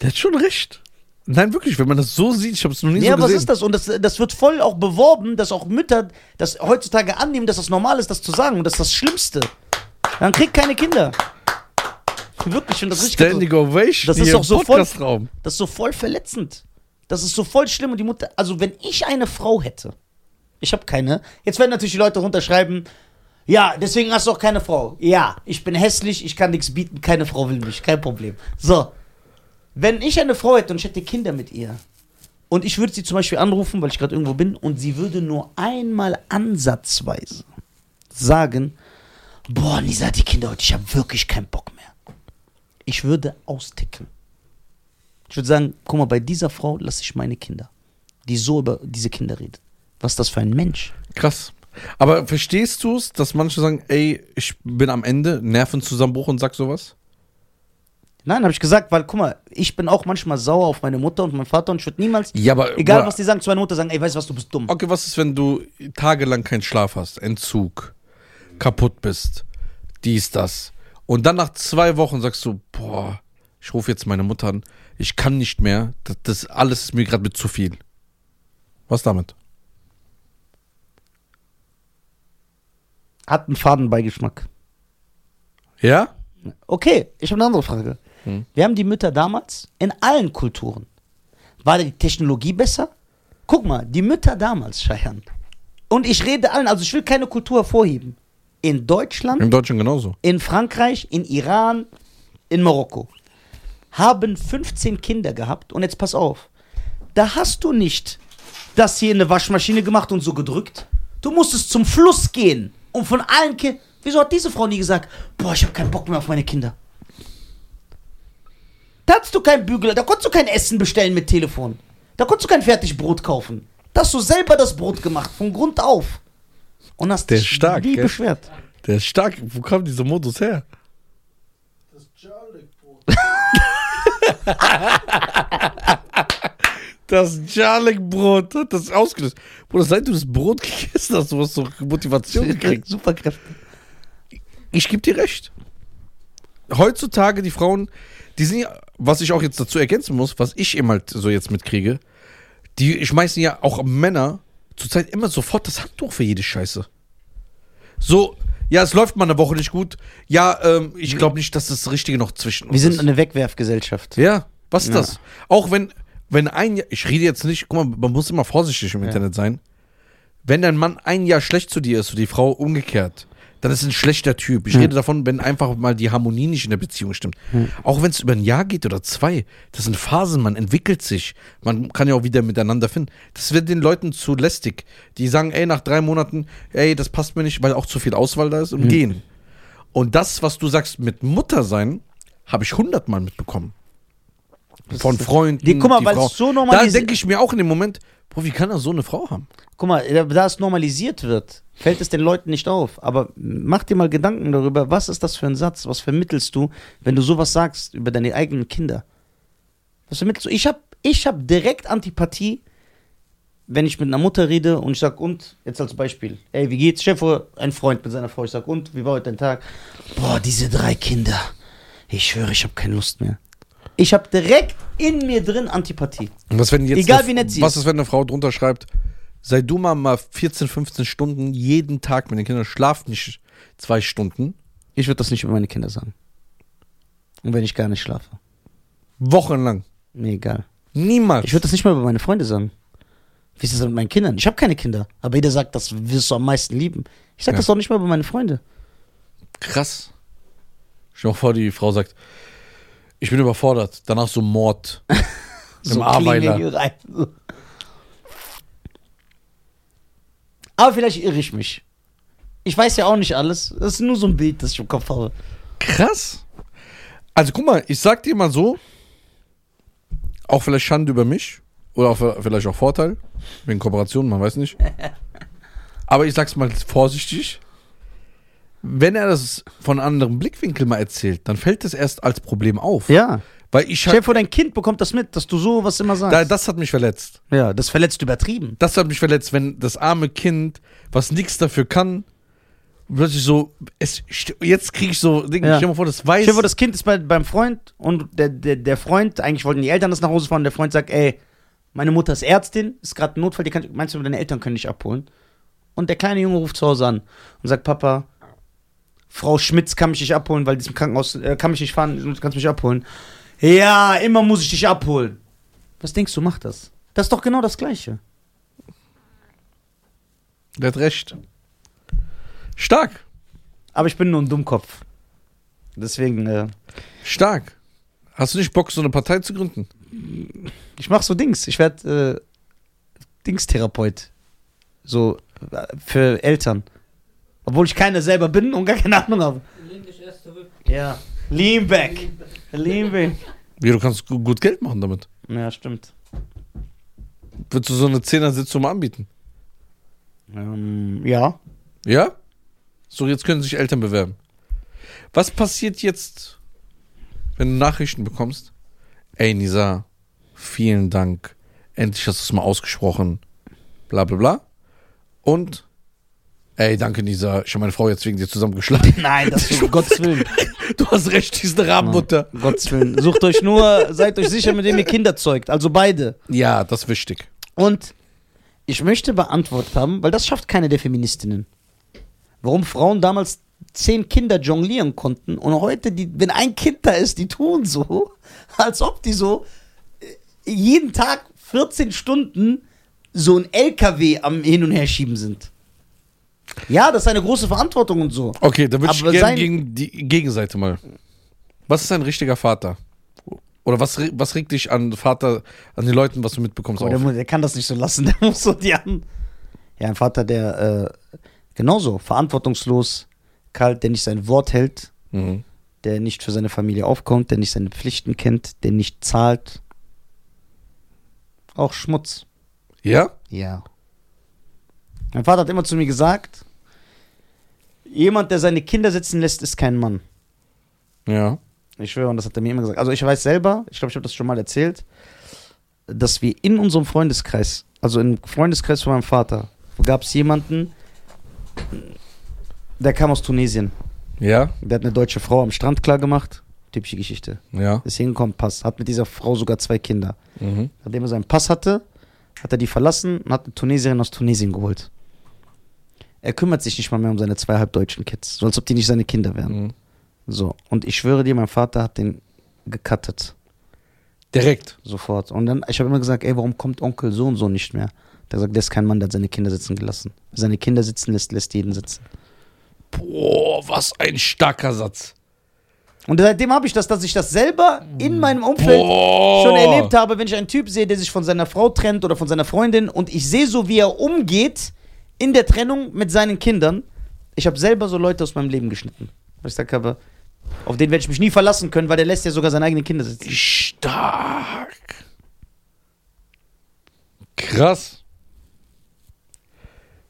[SPEAKER 2] der hat schon recht. Nein, wirklich, wenn man das so sieht, ich habe es noch nie
[SPEAKER 1] Ja,
[SPEAKER 2] so
[SPEAKER 1] was
[SPEAKER 2] gesehen.
[SPEAKER 1] ist das? Und das, das wird voll auch beworben, dass auch Mütter das heutzutage annehmen, dass das normal ist, das zu sagen. Und das ist das Schlimmste. Dann kriegt keine Kinder. Wirklich, ich finde das richtig.
[SPEAKER 2] Standing Ovation
[SPEAKER 1] Das ist
[SPEAKER 2] hier
[SPEAKER 1] doch
[SPEAKER 2] im
[SPEAKER 1] so voll-
[SPEAKER 2] Podcastraum.
[SPEAKER 1] Das ist so voll verletzend. Das ist so voll schlimm und die Mutter. Also, wenn ich eine Frau hätte, ich habe keine. Jetzt werden natürlich die Leute runterschreiben. Ja, deswegen hast du auch keine Frau. Ja, ich bin hässlich, ich kann nichts bieten, keine Frau will mich, kein Problem. So, wenn ich eine Frau hätte und ich hätte Kinder mit ihr und ich würde sie zum Beispiel anrufen, weil ich gerade irgendwo bin und sie würde nur einmal ansatzweise sagen, boah, Nisa, die Kinder heute, ich habe wirklich keinen Bock mehr. Ich würde austicken. Ich würde sagen, guck mal, bei dieser Frau lasse ich meine Kinder, die so über diese Kinder redet. Was ist das für ein Mensch?
[SPEAKER 2] Krass. Aber verstehst du es, dass manche sagen, ey, ich bin am Ende, Nervenzusammenbruch und sag sowas?
[SPEAKER 1] Nein, habe ich gesagt, weil guck mal, ich bin auch manchmal sauer auf meine Mutter und meinen Vater und ich würde niemals,
[SPEAKER 2] Ja, aber.
[SPEAKER 1] egal
[SPEAKER 2] Bruder,
[SPEAKER 1] was die sagen, zu meiner Mutter sagen, ey, weißt du was, du bist dumm.
[SPEAKER 2] Okay, was ist, wenn du tagelang keinen Schlaf hast, Entzug, kaputt bist, dies, das. Und dann nach zwei Wochen sagst du, boah, ich rufe jetzt meine Mutter an, ich kann nicht mehr, das, das alles ist mir gerade mit zu viel. Was damit?
[SPEAKER 1] hat einen Fadenbeigeschmack.
[SPEAKER 2] Ja?
[SPEAKER 1] Okay, ich habe eine andere Frage.
[SPEAKER 2] Hm.
[SPEAKER 1] Wir haben die Mütter damals in allen Kulturen. War die Technologie besser? Guck mal, die Mütter damals, Scheiern. Und ich rede allen, also ich will keine Kultur hervorheben. In Deutschland
[SPEAKER 2] Im Deutschen genauso.
[SPEAKER 1] in Frankreich, in Iran, in Marokko. Haben 15 Kinder gehabt und jetzt pass auf. Da hast du nicht das hier in eine Waschmaschine gemacht und so gedrückt. Du musstest zum Fluss gehen und von allen Kindern. Wieso hat diese Frau nie gesagt, boah, ich habe keinen Bock mehr auf meine Kinder? Da hattest du keinen Bügel, da konntest du kein Essen bestellen mit Telefon. Da konntest du kein Fertigbrot kaufen. Da hast du selber das Brot gemacht, von Grund auf. Und hast
[SPEAKER 2] Der ist stark,
[SPEAKER 1] nie
[SPEAKER 2] gell?
[SPEAKER 1] beschwert.
[SPEAKER 2] Der ist stark. Wo kam dieser Modus her?
[SPEAKER 5] Das Jarlik-Brot.
[SPEAKER 2] Das Jalek-Brot hat das ausgelöst. Bruder, seit du das Brot gegessen hast, du hast so [laughs] Motivation gekriegt.
[SPEAKER 1] Super Kräfte.
[SPEAKER 2] Ich gebe dir recht. Heutzutage, die Frauen, die sind ja, was ich auch jetzt dazu ergänzen muss, was ich eben halt so jetzt mitkriege, die schmeißen ja auch Männer zurzeit immer sofort das Handtuch für jede Scheiße. So, ja, es läuft mal eine Woche nicht gut. Ja, ähm, ich glaube nicht, dass das Richtige noch zwischen
[SPEAKER 1] Wir
[SPEAKER 2] uns
[SPEAKER 1] sind
[SPEAKER 2] ist.
[SPEAKER 1] eine Wegwerfgesellschaft.
[SPEAKER 2] Ja, was ist
[SPEAKER 1] Ja.
[SPEAKER 2] das? Auch wenn, wenn ein Jahr, ich rede jetzt nicht, guck mal, man muss immer vorsichtig im Internet sein. Wenn dein Mann ein Jahr schlecht zu dir ist und die Frau umgekehrt, dann ist es ein schlechter Typ. Ich rede davon, wenn einfach mal die Harmonie nicht in der Beziehung stimmt. Auch wenn es über ein Jahr geht oder zwei, das sind Phasen, man entwickelt sich. Man kann ja auch wieder miteinander finden. Das wird den Leuten zu lästig. Die sagen, ey, nach drei Monaten, ey, das passt mir nicht, weil auch zu viel Auswahl da ist und gehen. Und das, was du sagst mit Mutter sein, habe ich hundertmal mitbekommen. Von Freunden.
[SPEAKER 1] Die- guck mal, weil
[SPEAKER 2] Frau-
[SPEAKER 1] es so
[SPEAKER 2] Da
[SPEAKER 1] normalisi-
[SPEAKER 2] denke ich mir auch in dem Moment, Bro, wie kann er so eine Frau haben?
[SPEAKER 1] Guck mal, da- da es normalisiert wird, fällt es den Leuten nicht auf. Aber mach dir mal Gedanken darüber, was ist das für ein Satz? Was vermittelst du, wenn du sowas sagst über deine eigenen Kinder? Was vermittelst du? Ich habe ich hab direkt Antipathie, wenn ich mit einer Mutter rede und ich sag, und, jetzt als Beispiel, ey, wie geht's? Chef, ein Freund mit seiner Frau, ich sag, und, wie war heute dein Tag? Boah, diese drei Kinder. Ich schwöre, ich habe keine Lust mehr. Ich habe direkt in mir drin Antipathie.
[SPEAKER 2] Und Was, wenn jetzt
[SPEAKER 1] Egal,
[SPEAKER 2] eine-
[SPEAKER 1] wie nett sie
[SPEAKER 2] Was
[SPEAKER 1] ist.
[SPEAKER 2] ist, wenn eine Frau drunter schreibt, sei du mal mal 14, 15 Stunden jeden Tag mit den Kindern, schlaf nicht zwei Stunden,
[SPEAKER 1] Ich würde das nicht über meine Kinder sagen. Und wenn ich gar nicht schlafe.
[SPEAKER 2] wochenlang.
[SPEAKER 1] Mir egal.
[SPEAKER 2] Niemals.
[SPEAKER 1] Ich würde das nicht mal über meine Freunde sagen. Wie ist das denn mit meinen Kindern? Ich habe keine Kinder. Aber jeder sagt, das wirst du am meisten lieben. Ich sag
[SPEAKER 2] Ja.
[SPEAKER 1] das doch nicht mal über meine Freunde.
[SPEAKER 2] Krass. Stell dir mal vor, die Frau sagt, ich bin überfordert. Danach so Mord. Im
[SPEAKER 1] klingen
[SPEAKER 2] Arbeiter.
[SPEAKER 1] die rein. Aber vielleicht irre ich mich. Ich weiß ja auch nicht alles. Das ist nur so ein Bild, das ich im Kopf habe.
[SPEAKER 2] Krass. Also guck mal, ich sag dir mal so, auch vielleicht Schande über mich oder auch, vielleicht auch Vorteil, wegen Kooperation, man weiß nicht.
[SPEAKER 1] [laughs]
[SPEAKER 2] Aber ich sag's mal vorsichtig, wenn er das von einem anderen Blickwinkel mal erzählt, dann fällt das erst als Problem auf.
[SPEAKER 1] Ja.
[SPEAKER 2] Weil ich
[SPEAKER 1] Stell dir
[SPEAKER 2] hab,
[SPEAKER 1] vor, dein Kind bekommt das mit, dass du sowas immer sagst.
[SPEAKER 2] da, das hat mich verletzt.
[SPEAKER 1] ja, das verletzt übertrieben.
[SPEAKER 2] Das hat mich verletzt, wenn das arme Kind, was nichts dafür kann, plötzlich so, es, jetzt krieg ich so, Ding,
[SPEAKER 1] Ja.
[SPEAKER 2] stell dir mal vor, das weiß.
[SPEAKER 1] Stell dir vor, das Kind ist bei, beim Freund und der, der, der Freund, eigentlich wollten die Eltern das nach Hause fahren, der Freund sagt, ey, meine Mutter ist Ärztin, ist gerade ein Notfall, die kann, meinst du, deine Eltern können dich abholen? Und der kleine Junge ruft zu Hause an und sagt, Papa, Frau Schmitz kann mich nicht abholen, weil die ist im Krankenhaus, äh, kann mich nicht fahren, du kannst mich abholen. Ja, immer muss ich dich abholen. Was denkst du, macht das? Das ist doch genau das Gleiche.
[SPEAKER 2] der hat recht. Stark.
[SPEAKER 1] Aber ich bin nur ein Dummkopf. Deswegen, äh,
[SPEAKER 2] Stark. Hast du nicht Bock, so eine Partei zu gründen?
[SPEAKER 1] Ich mache so Dings. Ich werde äh, Dings-Therapeut. So äh, für Eltern. Obwohl ich keiner selber bin und gar keine Ahnung habe.
[SPEAKER 3] Lehn dich erst zurück.
[SPEAKER 1] Ja. Lean back. Lean back.
[SPEAKER 2] Wie, du kannst gu- gut Geld machen damit.
[SPEAKER 1] Ja, stimmt.
[SPEAKER 2] Würdest du so eine Zehner-Sitzung mal anbieten?
[SPEAKER 1] Ähm, ja.
[SPEAKER 2] Ja? So, jetzt können sich Eltern bewerben. Was passiert jetzt, wenn du Nachrichten bekommst? Ey, Nisa, vielen Dank. Endlich hast du es mal ausgesprochen. Bla, bla, bla. Und, ey, danke, Nisa. Ich habe meine Frau jetzt wegen dir zusammengeschlagen. [laughs]
[SPEAKER 1] Nein, [laughs] das ist um Gottes Willen.
[SPEAKER 2] Du hast recht, die ist eine Rabenmutter.
[SPEAKER 1] Um Gottes Willen. Sucht euch nur, seid euch sicher, mit wem ihr Kinder zeugt. Also beide.
[SPEAKER 2] Ja, das ist wichtig.
[SPEAKER 1] Und ich möchte beantwortet haben, weil das schafft keine der Feministinnen. warum Frauen damals zehn Kinder jonglieren konnten und heute, die, wenn ein Kind da ist, die tun so, [laughs] als ob die so äh, jeden Tag 14 Stunden so ein LKW am Hin- und Herschieben sind. Ja, das ist eine große Verantwortung und so.
[SPEAKER 2] Okay, dann würde ich
[SPEAKER 1] Aber
[SPEAKER 2] gerne
[SPEAKER 1] sein-
[SPEAKER 2] gegen die Gegenseite mal. Was ist ein richtiger Vater? Oder was, re- was regt dich an Vater, an den Leuten, was du mitbekommst,
[SPEAKER 1] Aber der,
[SPEAKER 2] auf?
[SPEAKER 1] mu- der kann das nicht so lassen, [laughs] der muss so die an. Ja, ein Vater, der äh, genauso verantwortungslos, kalt, der nicht sein Wort hält,
[SPEAKER 2] Mhm.
[SPEAKER 1] der nicht für seine Familie aufkommt, der nicht seine Pflichten kennt, der nicht zahlt. Auch Schmutz.
[SPEAKER 2] Ja?
[SPEAKER 1] Ja. Mein Vater hat immer zu mir gesagt, jemand, der seine Kinder sitzen lässt, ist kein Mann.
[SPEAKER 2] Ja.
[SPEAKER 1] Ich schwöre, und das hat er mir immer gesagt. Also ich weiß selber, ich glaube, ich habe das schon mal erzählt, dass wir in unserem Freundeskreis, also im Freundeskreis von meinem Vater, gab es jemanden, der kam aus Tunesien.
[SPEAKER 2] Ja?
[SPEAKER 1] Der hat eine deutsche Frau am Strand klar gemacht. Typische Geschichte.
[SPEAKER 2] Ja.
[SPEAKER 1] Ist hingekommen, Pass. Hat mit dieser Frau sogar zwei Kinder.
[SPEAKER 2] Mhm.
[SPEAKER 1] Nachdem er seinen Pass hatte, hat er die verlassen und hat eine Tunesierin aus Tunesien geholt. Er kümmert sich nicht mal mehr um seine zweieinhalb deutschen Kids, so als ob die nicht seine Kinder wären.
[SPEAKER 2] Mhm.
[SPEAKER 1] So, und ich schwöre dir, mein Vater hat den gecuttet.
[SPEAKER 2] Direkt.
[SPEAKER 1] Sofort. Und dann, ich habe immer gesagt, ey, warum kommt Onkel so und so nicht mehr? Der sagt, der ist kein Mann, der hat seine Kinder sitzen gelassen. Wer Seine Kinder sitzen lässt, lässt jeden sitzen.
[SPEAKER 2] Boah, was ein starker Satz.
[SPEAKER 1] Und seitdem habe ich das, dass ich das selber in meinem Umfeld
[SPEAKER 2] Boah.
[SPEAKER 1] schon erlebt habe, wenn ich einen Typ sehe, der sich von seiner Frau trennt oder von seiner Freundin und ich sehe so, wie er umgeht in der Trennung mit seinen Kindern. Ich habe selber so Leute aus meinem Leben geschnitten. Weil ich gesagt habe, auf den werde ich mich nie verlassen können, weil der lässt ja sogar seine eigenen Kinder sitzen.
[SPEAKER 2] Stark. Krass.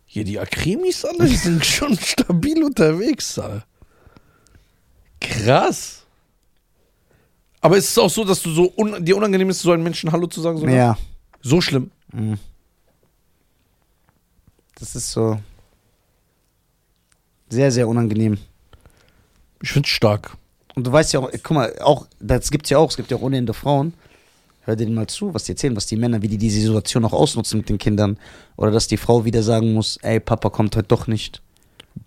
[SPEAKER 2] Hier, die Akrimis alle, die sind [laughs] schon stabil unterwegs. Alter. Krass. Aber ist es auch so, dass du so un dir unangenehm ist, so einem Menschen Hallo zu sagen? Sogar?
[SPEAKER 1] Ja.
[SPEAKER 2] So schlimm.
[SPEAKER 1] Das ist so sehr, sehr unangenehm.
[SPEAKER 2] Ich find's stark.
[SPEAKER 1] Und du weißt ja auch, äh, guck mal, auch, das gibt's ja auch, es gibt ja auch ohne Ende Frauen. Hör dir mal zu, was die erzählen, was die Männer, wie die diese Situation auch ausnutzen mit den Kindern. Oder dass die Frau wieder sagen muss, ey, Papa kommt heute doch nicht,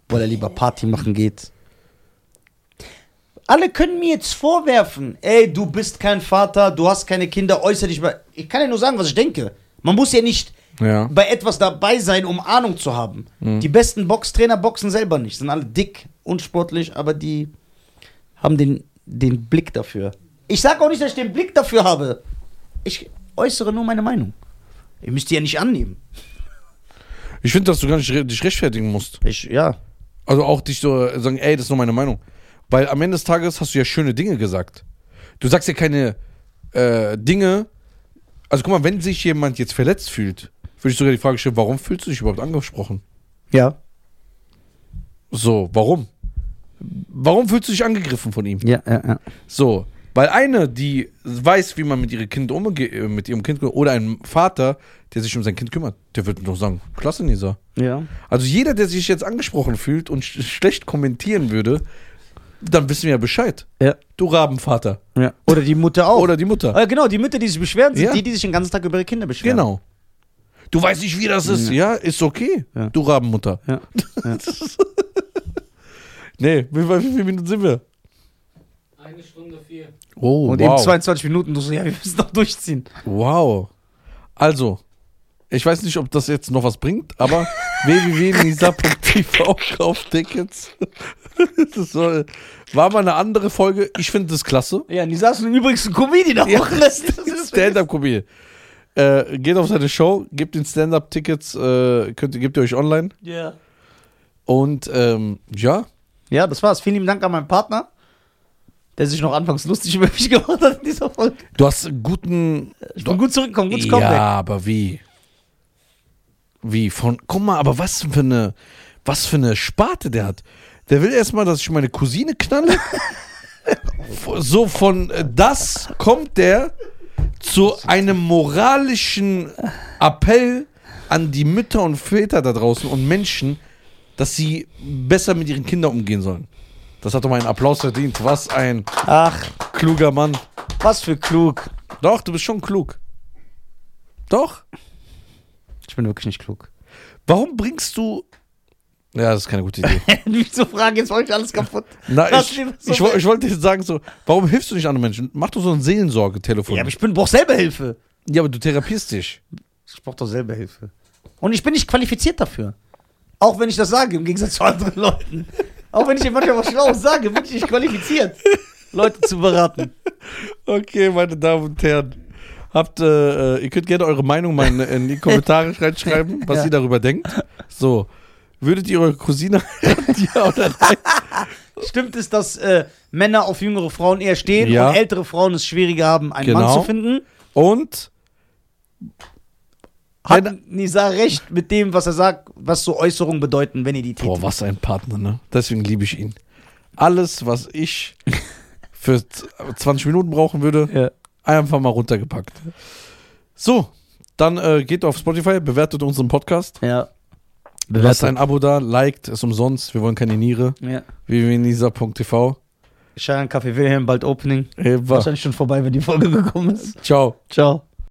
[SPEAKER 1] weil er lieber Party machen geht. Alle können mir jetzt vorwerfen, ey, du bist kein Vater, du hast keine Kinder, äußer dich mal. Ich kann ja nur sagen, was ich denke. Man muss ja nicht
[SPEAKER 2] Ja.
[SPEAKER 1] bei etwas dabei sein, um Ahnung zu haben. Die besten Boxtrainer boxen selber nicht, sind alle dick, unsportlich, aber die haben den, den Blick dafür. Ich sage auch nicht, dass ich den Blick dafür habe. Ich äußere nur meine Meinung. Ihr müsst die ja nicht annehmen.
[SPEAKER 2] Ich finde, dass du gar nicht re dich rechtfertigen musst.
[SPEAKER 1] Ich, ja.
[SPEAKER 2] Also auch dich so sagen, ey, das ist nur meine Meinung. Weil am Ende des Tages hast du ja schöne Dinge gesagt. Du sagst ja keine äh, Dinge. Also guck mal, wenn sich jemand jetzt verletzt fühlt, würde ich sogar die Frage stellen, warum fühlst du dich überhaupt angesprochen?
[SPEAKER 1] Ja.
[SPEAKER 2] So, warum? Warum fühlst du dich angegriffen von ihm?
[SPEAKER 1] Ja, ja, ja.
[SPEAKER 2] So, weil eine, die weiß, wie man mit, ihrem Kind umge äh, mit ihrem Kind umgeht, oder ein Vater, der sich um sein Kind kümmert, der wird doch sagen, klasse, Nisa.
[SPEAKER 1] Ja.
[SPEAKER 2] Also jeder, der sich jetzt angesprochen fühlt und sch schlecht kommentieren würde, dann wissen wir ja Bescheid.
[SPEAKER 1] ja.
[SPEAKER 2] Du Rabenvater
[SPEAKER 1] ja. Oder die Mutter auch.
[SPEAKER 2] oder die Mutter.
[SPEAKER 1] äh, genau, die Mütter, die sich beschweren, sind
[SPEAKER 2] Ja.
[SPEAKER 1] die, die sich den ganzen Tag über ihre Kinder beschweren.
[SPEAKER 2] Genau. Du weißt nicht, wie das ist. Ja, ist okay.
[SPEAKER 1] Ja.
[SPEAKER 2] Du Rabenmutter.
[SPEAKER 1] Ja.
[SPEAKER 2] [laughs]
[SPEAKER 1] Ja.
[SPEAKER 2] nee, wie, wie, wie viele Minuten sind wir?
[SPEAKER 3] Eine Stunde vier.
[SPEAKER 2] Oh,
[SPEAKER 1] Und eben 22 Minuten, du so, ja, wir müssen doch durchziehen.
[SPEAKER 2] wow. Also, ich weiß nicht, ob das jetzt noch was bringt,
[SPEAKER 1] [laughs]
[SPEAKER 2] aber www.nisa.tv kauft Tickets. [laughs] das war, war mal eine andere Folge. Ich finde das klasse.
[SPEAKER 1] Ja, und die saßen übrigens ein Comedian auch.
[SPEAKER 2] Ja.
[SPEAKER 1] [laughs] Das ist
[SPEAKER 2] Stand-up-Komödie. Äh, geht auf seine Show, gebt den Stand-up-Tickets, äh, könnt, gebt ihr euch online.
[SPEAKER 1] Ja.
[SPEAKER 2] Und ähm, ja,
[SPEAKER 1] Ja, das war's. Vielen lieben Dank an meinen Partner, der sich noch anfangs lustig über mich [laughs] gemacht hat in dieser Folge.
[SPEAKER 2] du hast einen guten.
[SPEAKER 1] Ich bin gut zurückgekommen, gutes
[SPEAKER 2] ja,
[SPEAKER 1] Comeback.
[SPEAKER 2] aber wie? Wie? Von. Guck mal, aber was für eine. Was für eine Sparte der hat. Der will erstmal, dass ich meine Cousine
[SPEAKER 1] [laughs]
[SPEAKER 2] knalle. so von äh, das kommt der zu einem moralischen Appell an die Mütter und Väter da draußen und Menschen, dass sie besser mit ihren Kindern umgehen sollen. Das hat doch mal einen Applaus verdient. Was ein
[SPEAKER 1] Ach,
[SPEAKER 2] kluger Mann.
[SPEAKER 1] was für klug.
[SPEAKER 2] Doch, du bist schon klug. Doch.
[SPEAKER 1] Ich bin wirklich nicht klug.
[SPEAKER 2] Warum bringst du Ja, das ist keine
[SPEAKER 1] [laughs]
[SPEAKER 2] gute [laughs] Idee.
[SPEAKER 1] Wieso fragen, jetzt mache ich alles kaputt.
[SPEAKER 2] Na,
[SPEAKER 1] Lass
[SPEAKER 2] ich,
[SPEAKER 1] lieber so
[SPEAKER 2] ich, woll- ich wollte jetzt sagen, so, warum hilfst du nicht anderen Menschen? Mach doch so ein Seelensorgetelefon.
[SPEAKER 1] Ja, aber ich bin, brauch selber Hilfe.
[SPEAKER 2] ja, aber du therapierst dich.
[SPEAKER 1] Ich brauche doch selber Hilfe. Und ich bin nicht qualifiziert dafür. Auch wenn ich das sage, im Gegensatz zu anderen Leuten. Auch wenn ich dir manchmal was Schlaues sage, bin ich nicht qualifiziert, Leute zu beraten.
[SPEAKER 2] Okay, meine Damen und Herren. Habt, äh, äh, ihr könnt gerne eure Meinung mal in, in die [laughs] Kommentare reinschreiben, was
[SPEAKER 1] Ja.
[SPEAKER 2] ihr darüber denkt. So, würdet ihr eure [laughs] Cousine ja oder nein?
[SPEAKER 1] Stimmt es, dass äh, Männer auf jüngere Frauen eher stehen
[SPEAKER 2] Ja.
[SPEAKER 1] und ältere Frauen es schwieriger haben, einen Mann
[SPEAKER 2] Genau.
[SPEAKER 1] zu finden?
[SPEAKER 2] Und
[SPEAKER 1] Hat
[SPEAKER 2] Wenn-
[SPEAKER 1] Nizar recht mit dem, was er sagt, was so Äußerungen bedeuten, wenn ihr die
[SPEAKER 2] Boah,
[SPEAKER 1] Titel...
[SPEAKER 2] was ein Partner, ne? Deswegen liebe ich ihn. Alles, was ich für z- 20 Minuten brauchen würde,
[SPEAKER 1] Ja.
[SPEAKER 2] einfach mal runtergepackt. So, dann äh, geht auf Spotify, bewertet unseren Podcast.
[SPEAKER 1] Ja.
[SPEAKER 2] Lasst ein Abo da, liked, ist umsonst. Wir wollen keine Niere.
[SPEAKER 1] Ja.
[SPEAKER 2] www.nisa.tv.
[SPEAKER 1] Schein Kaffee Wilhelm, bald Opening.
[SPEAKER 2] Eva.
[SPEAKER 1] Wahrscheinlich schon vorbei, wenn die Folge gekommen ist.
[SPEAKER 2] Ciao.
[SPEAKER 1] Ciao.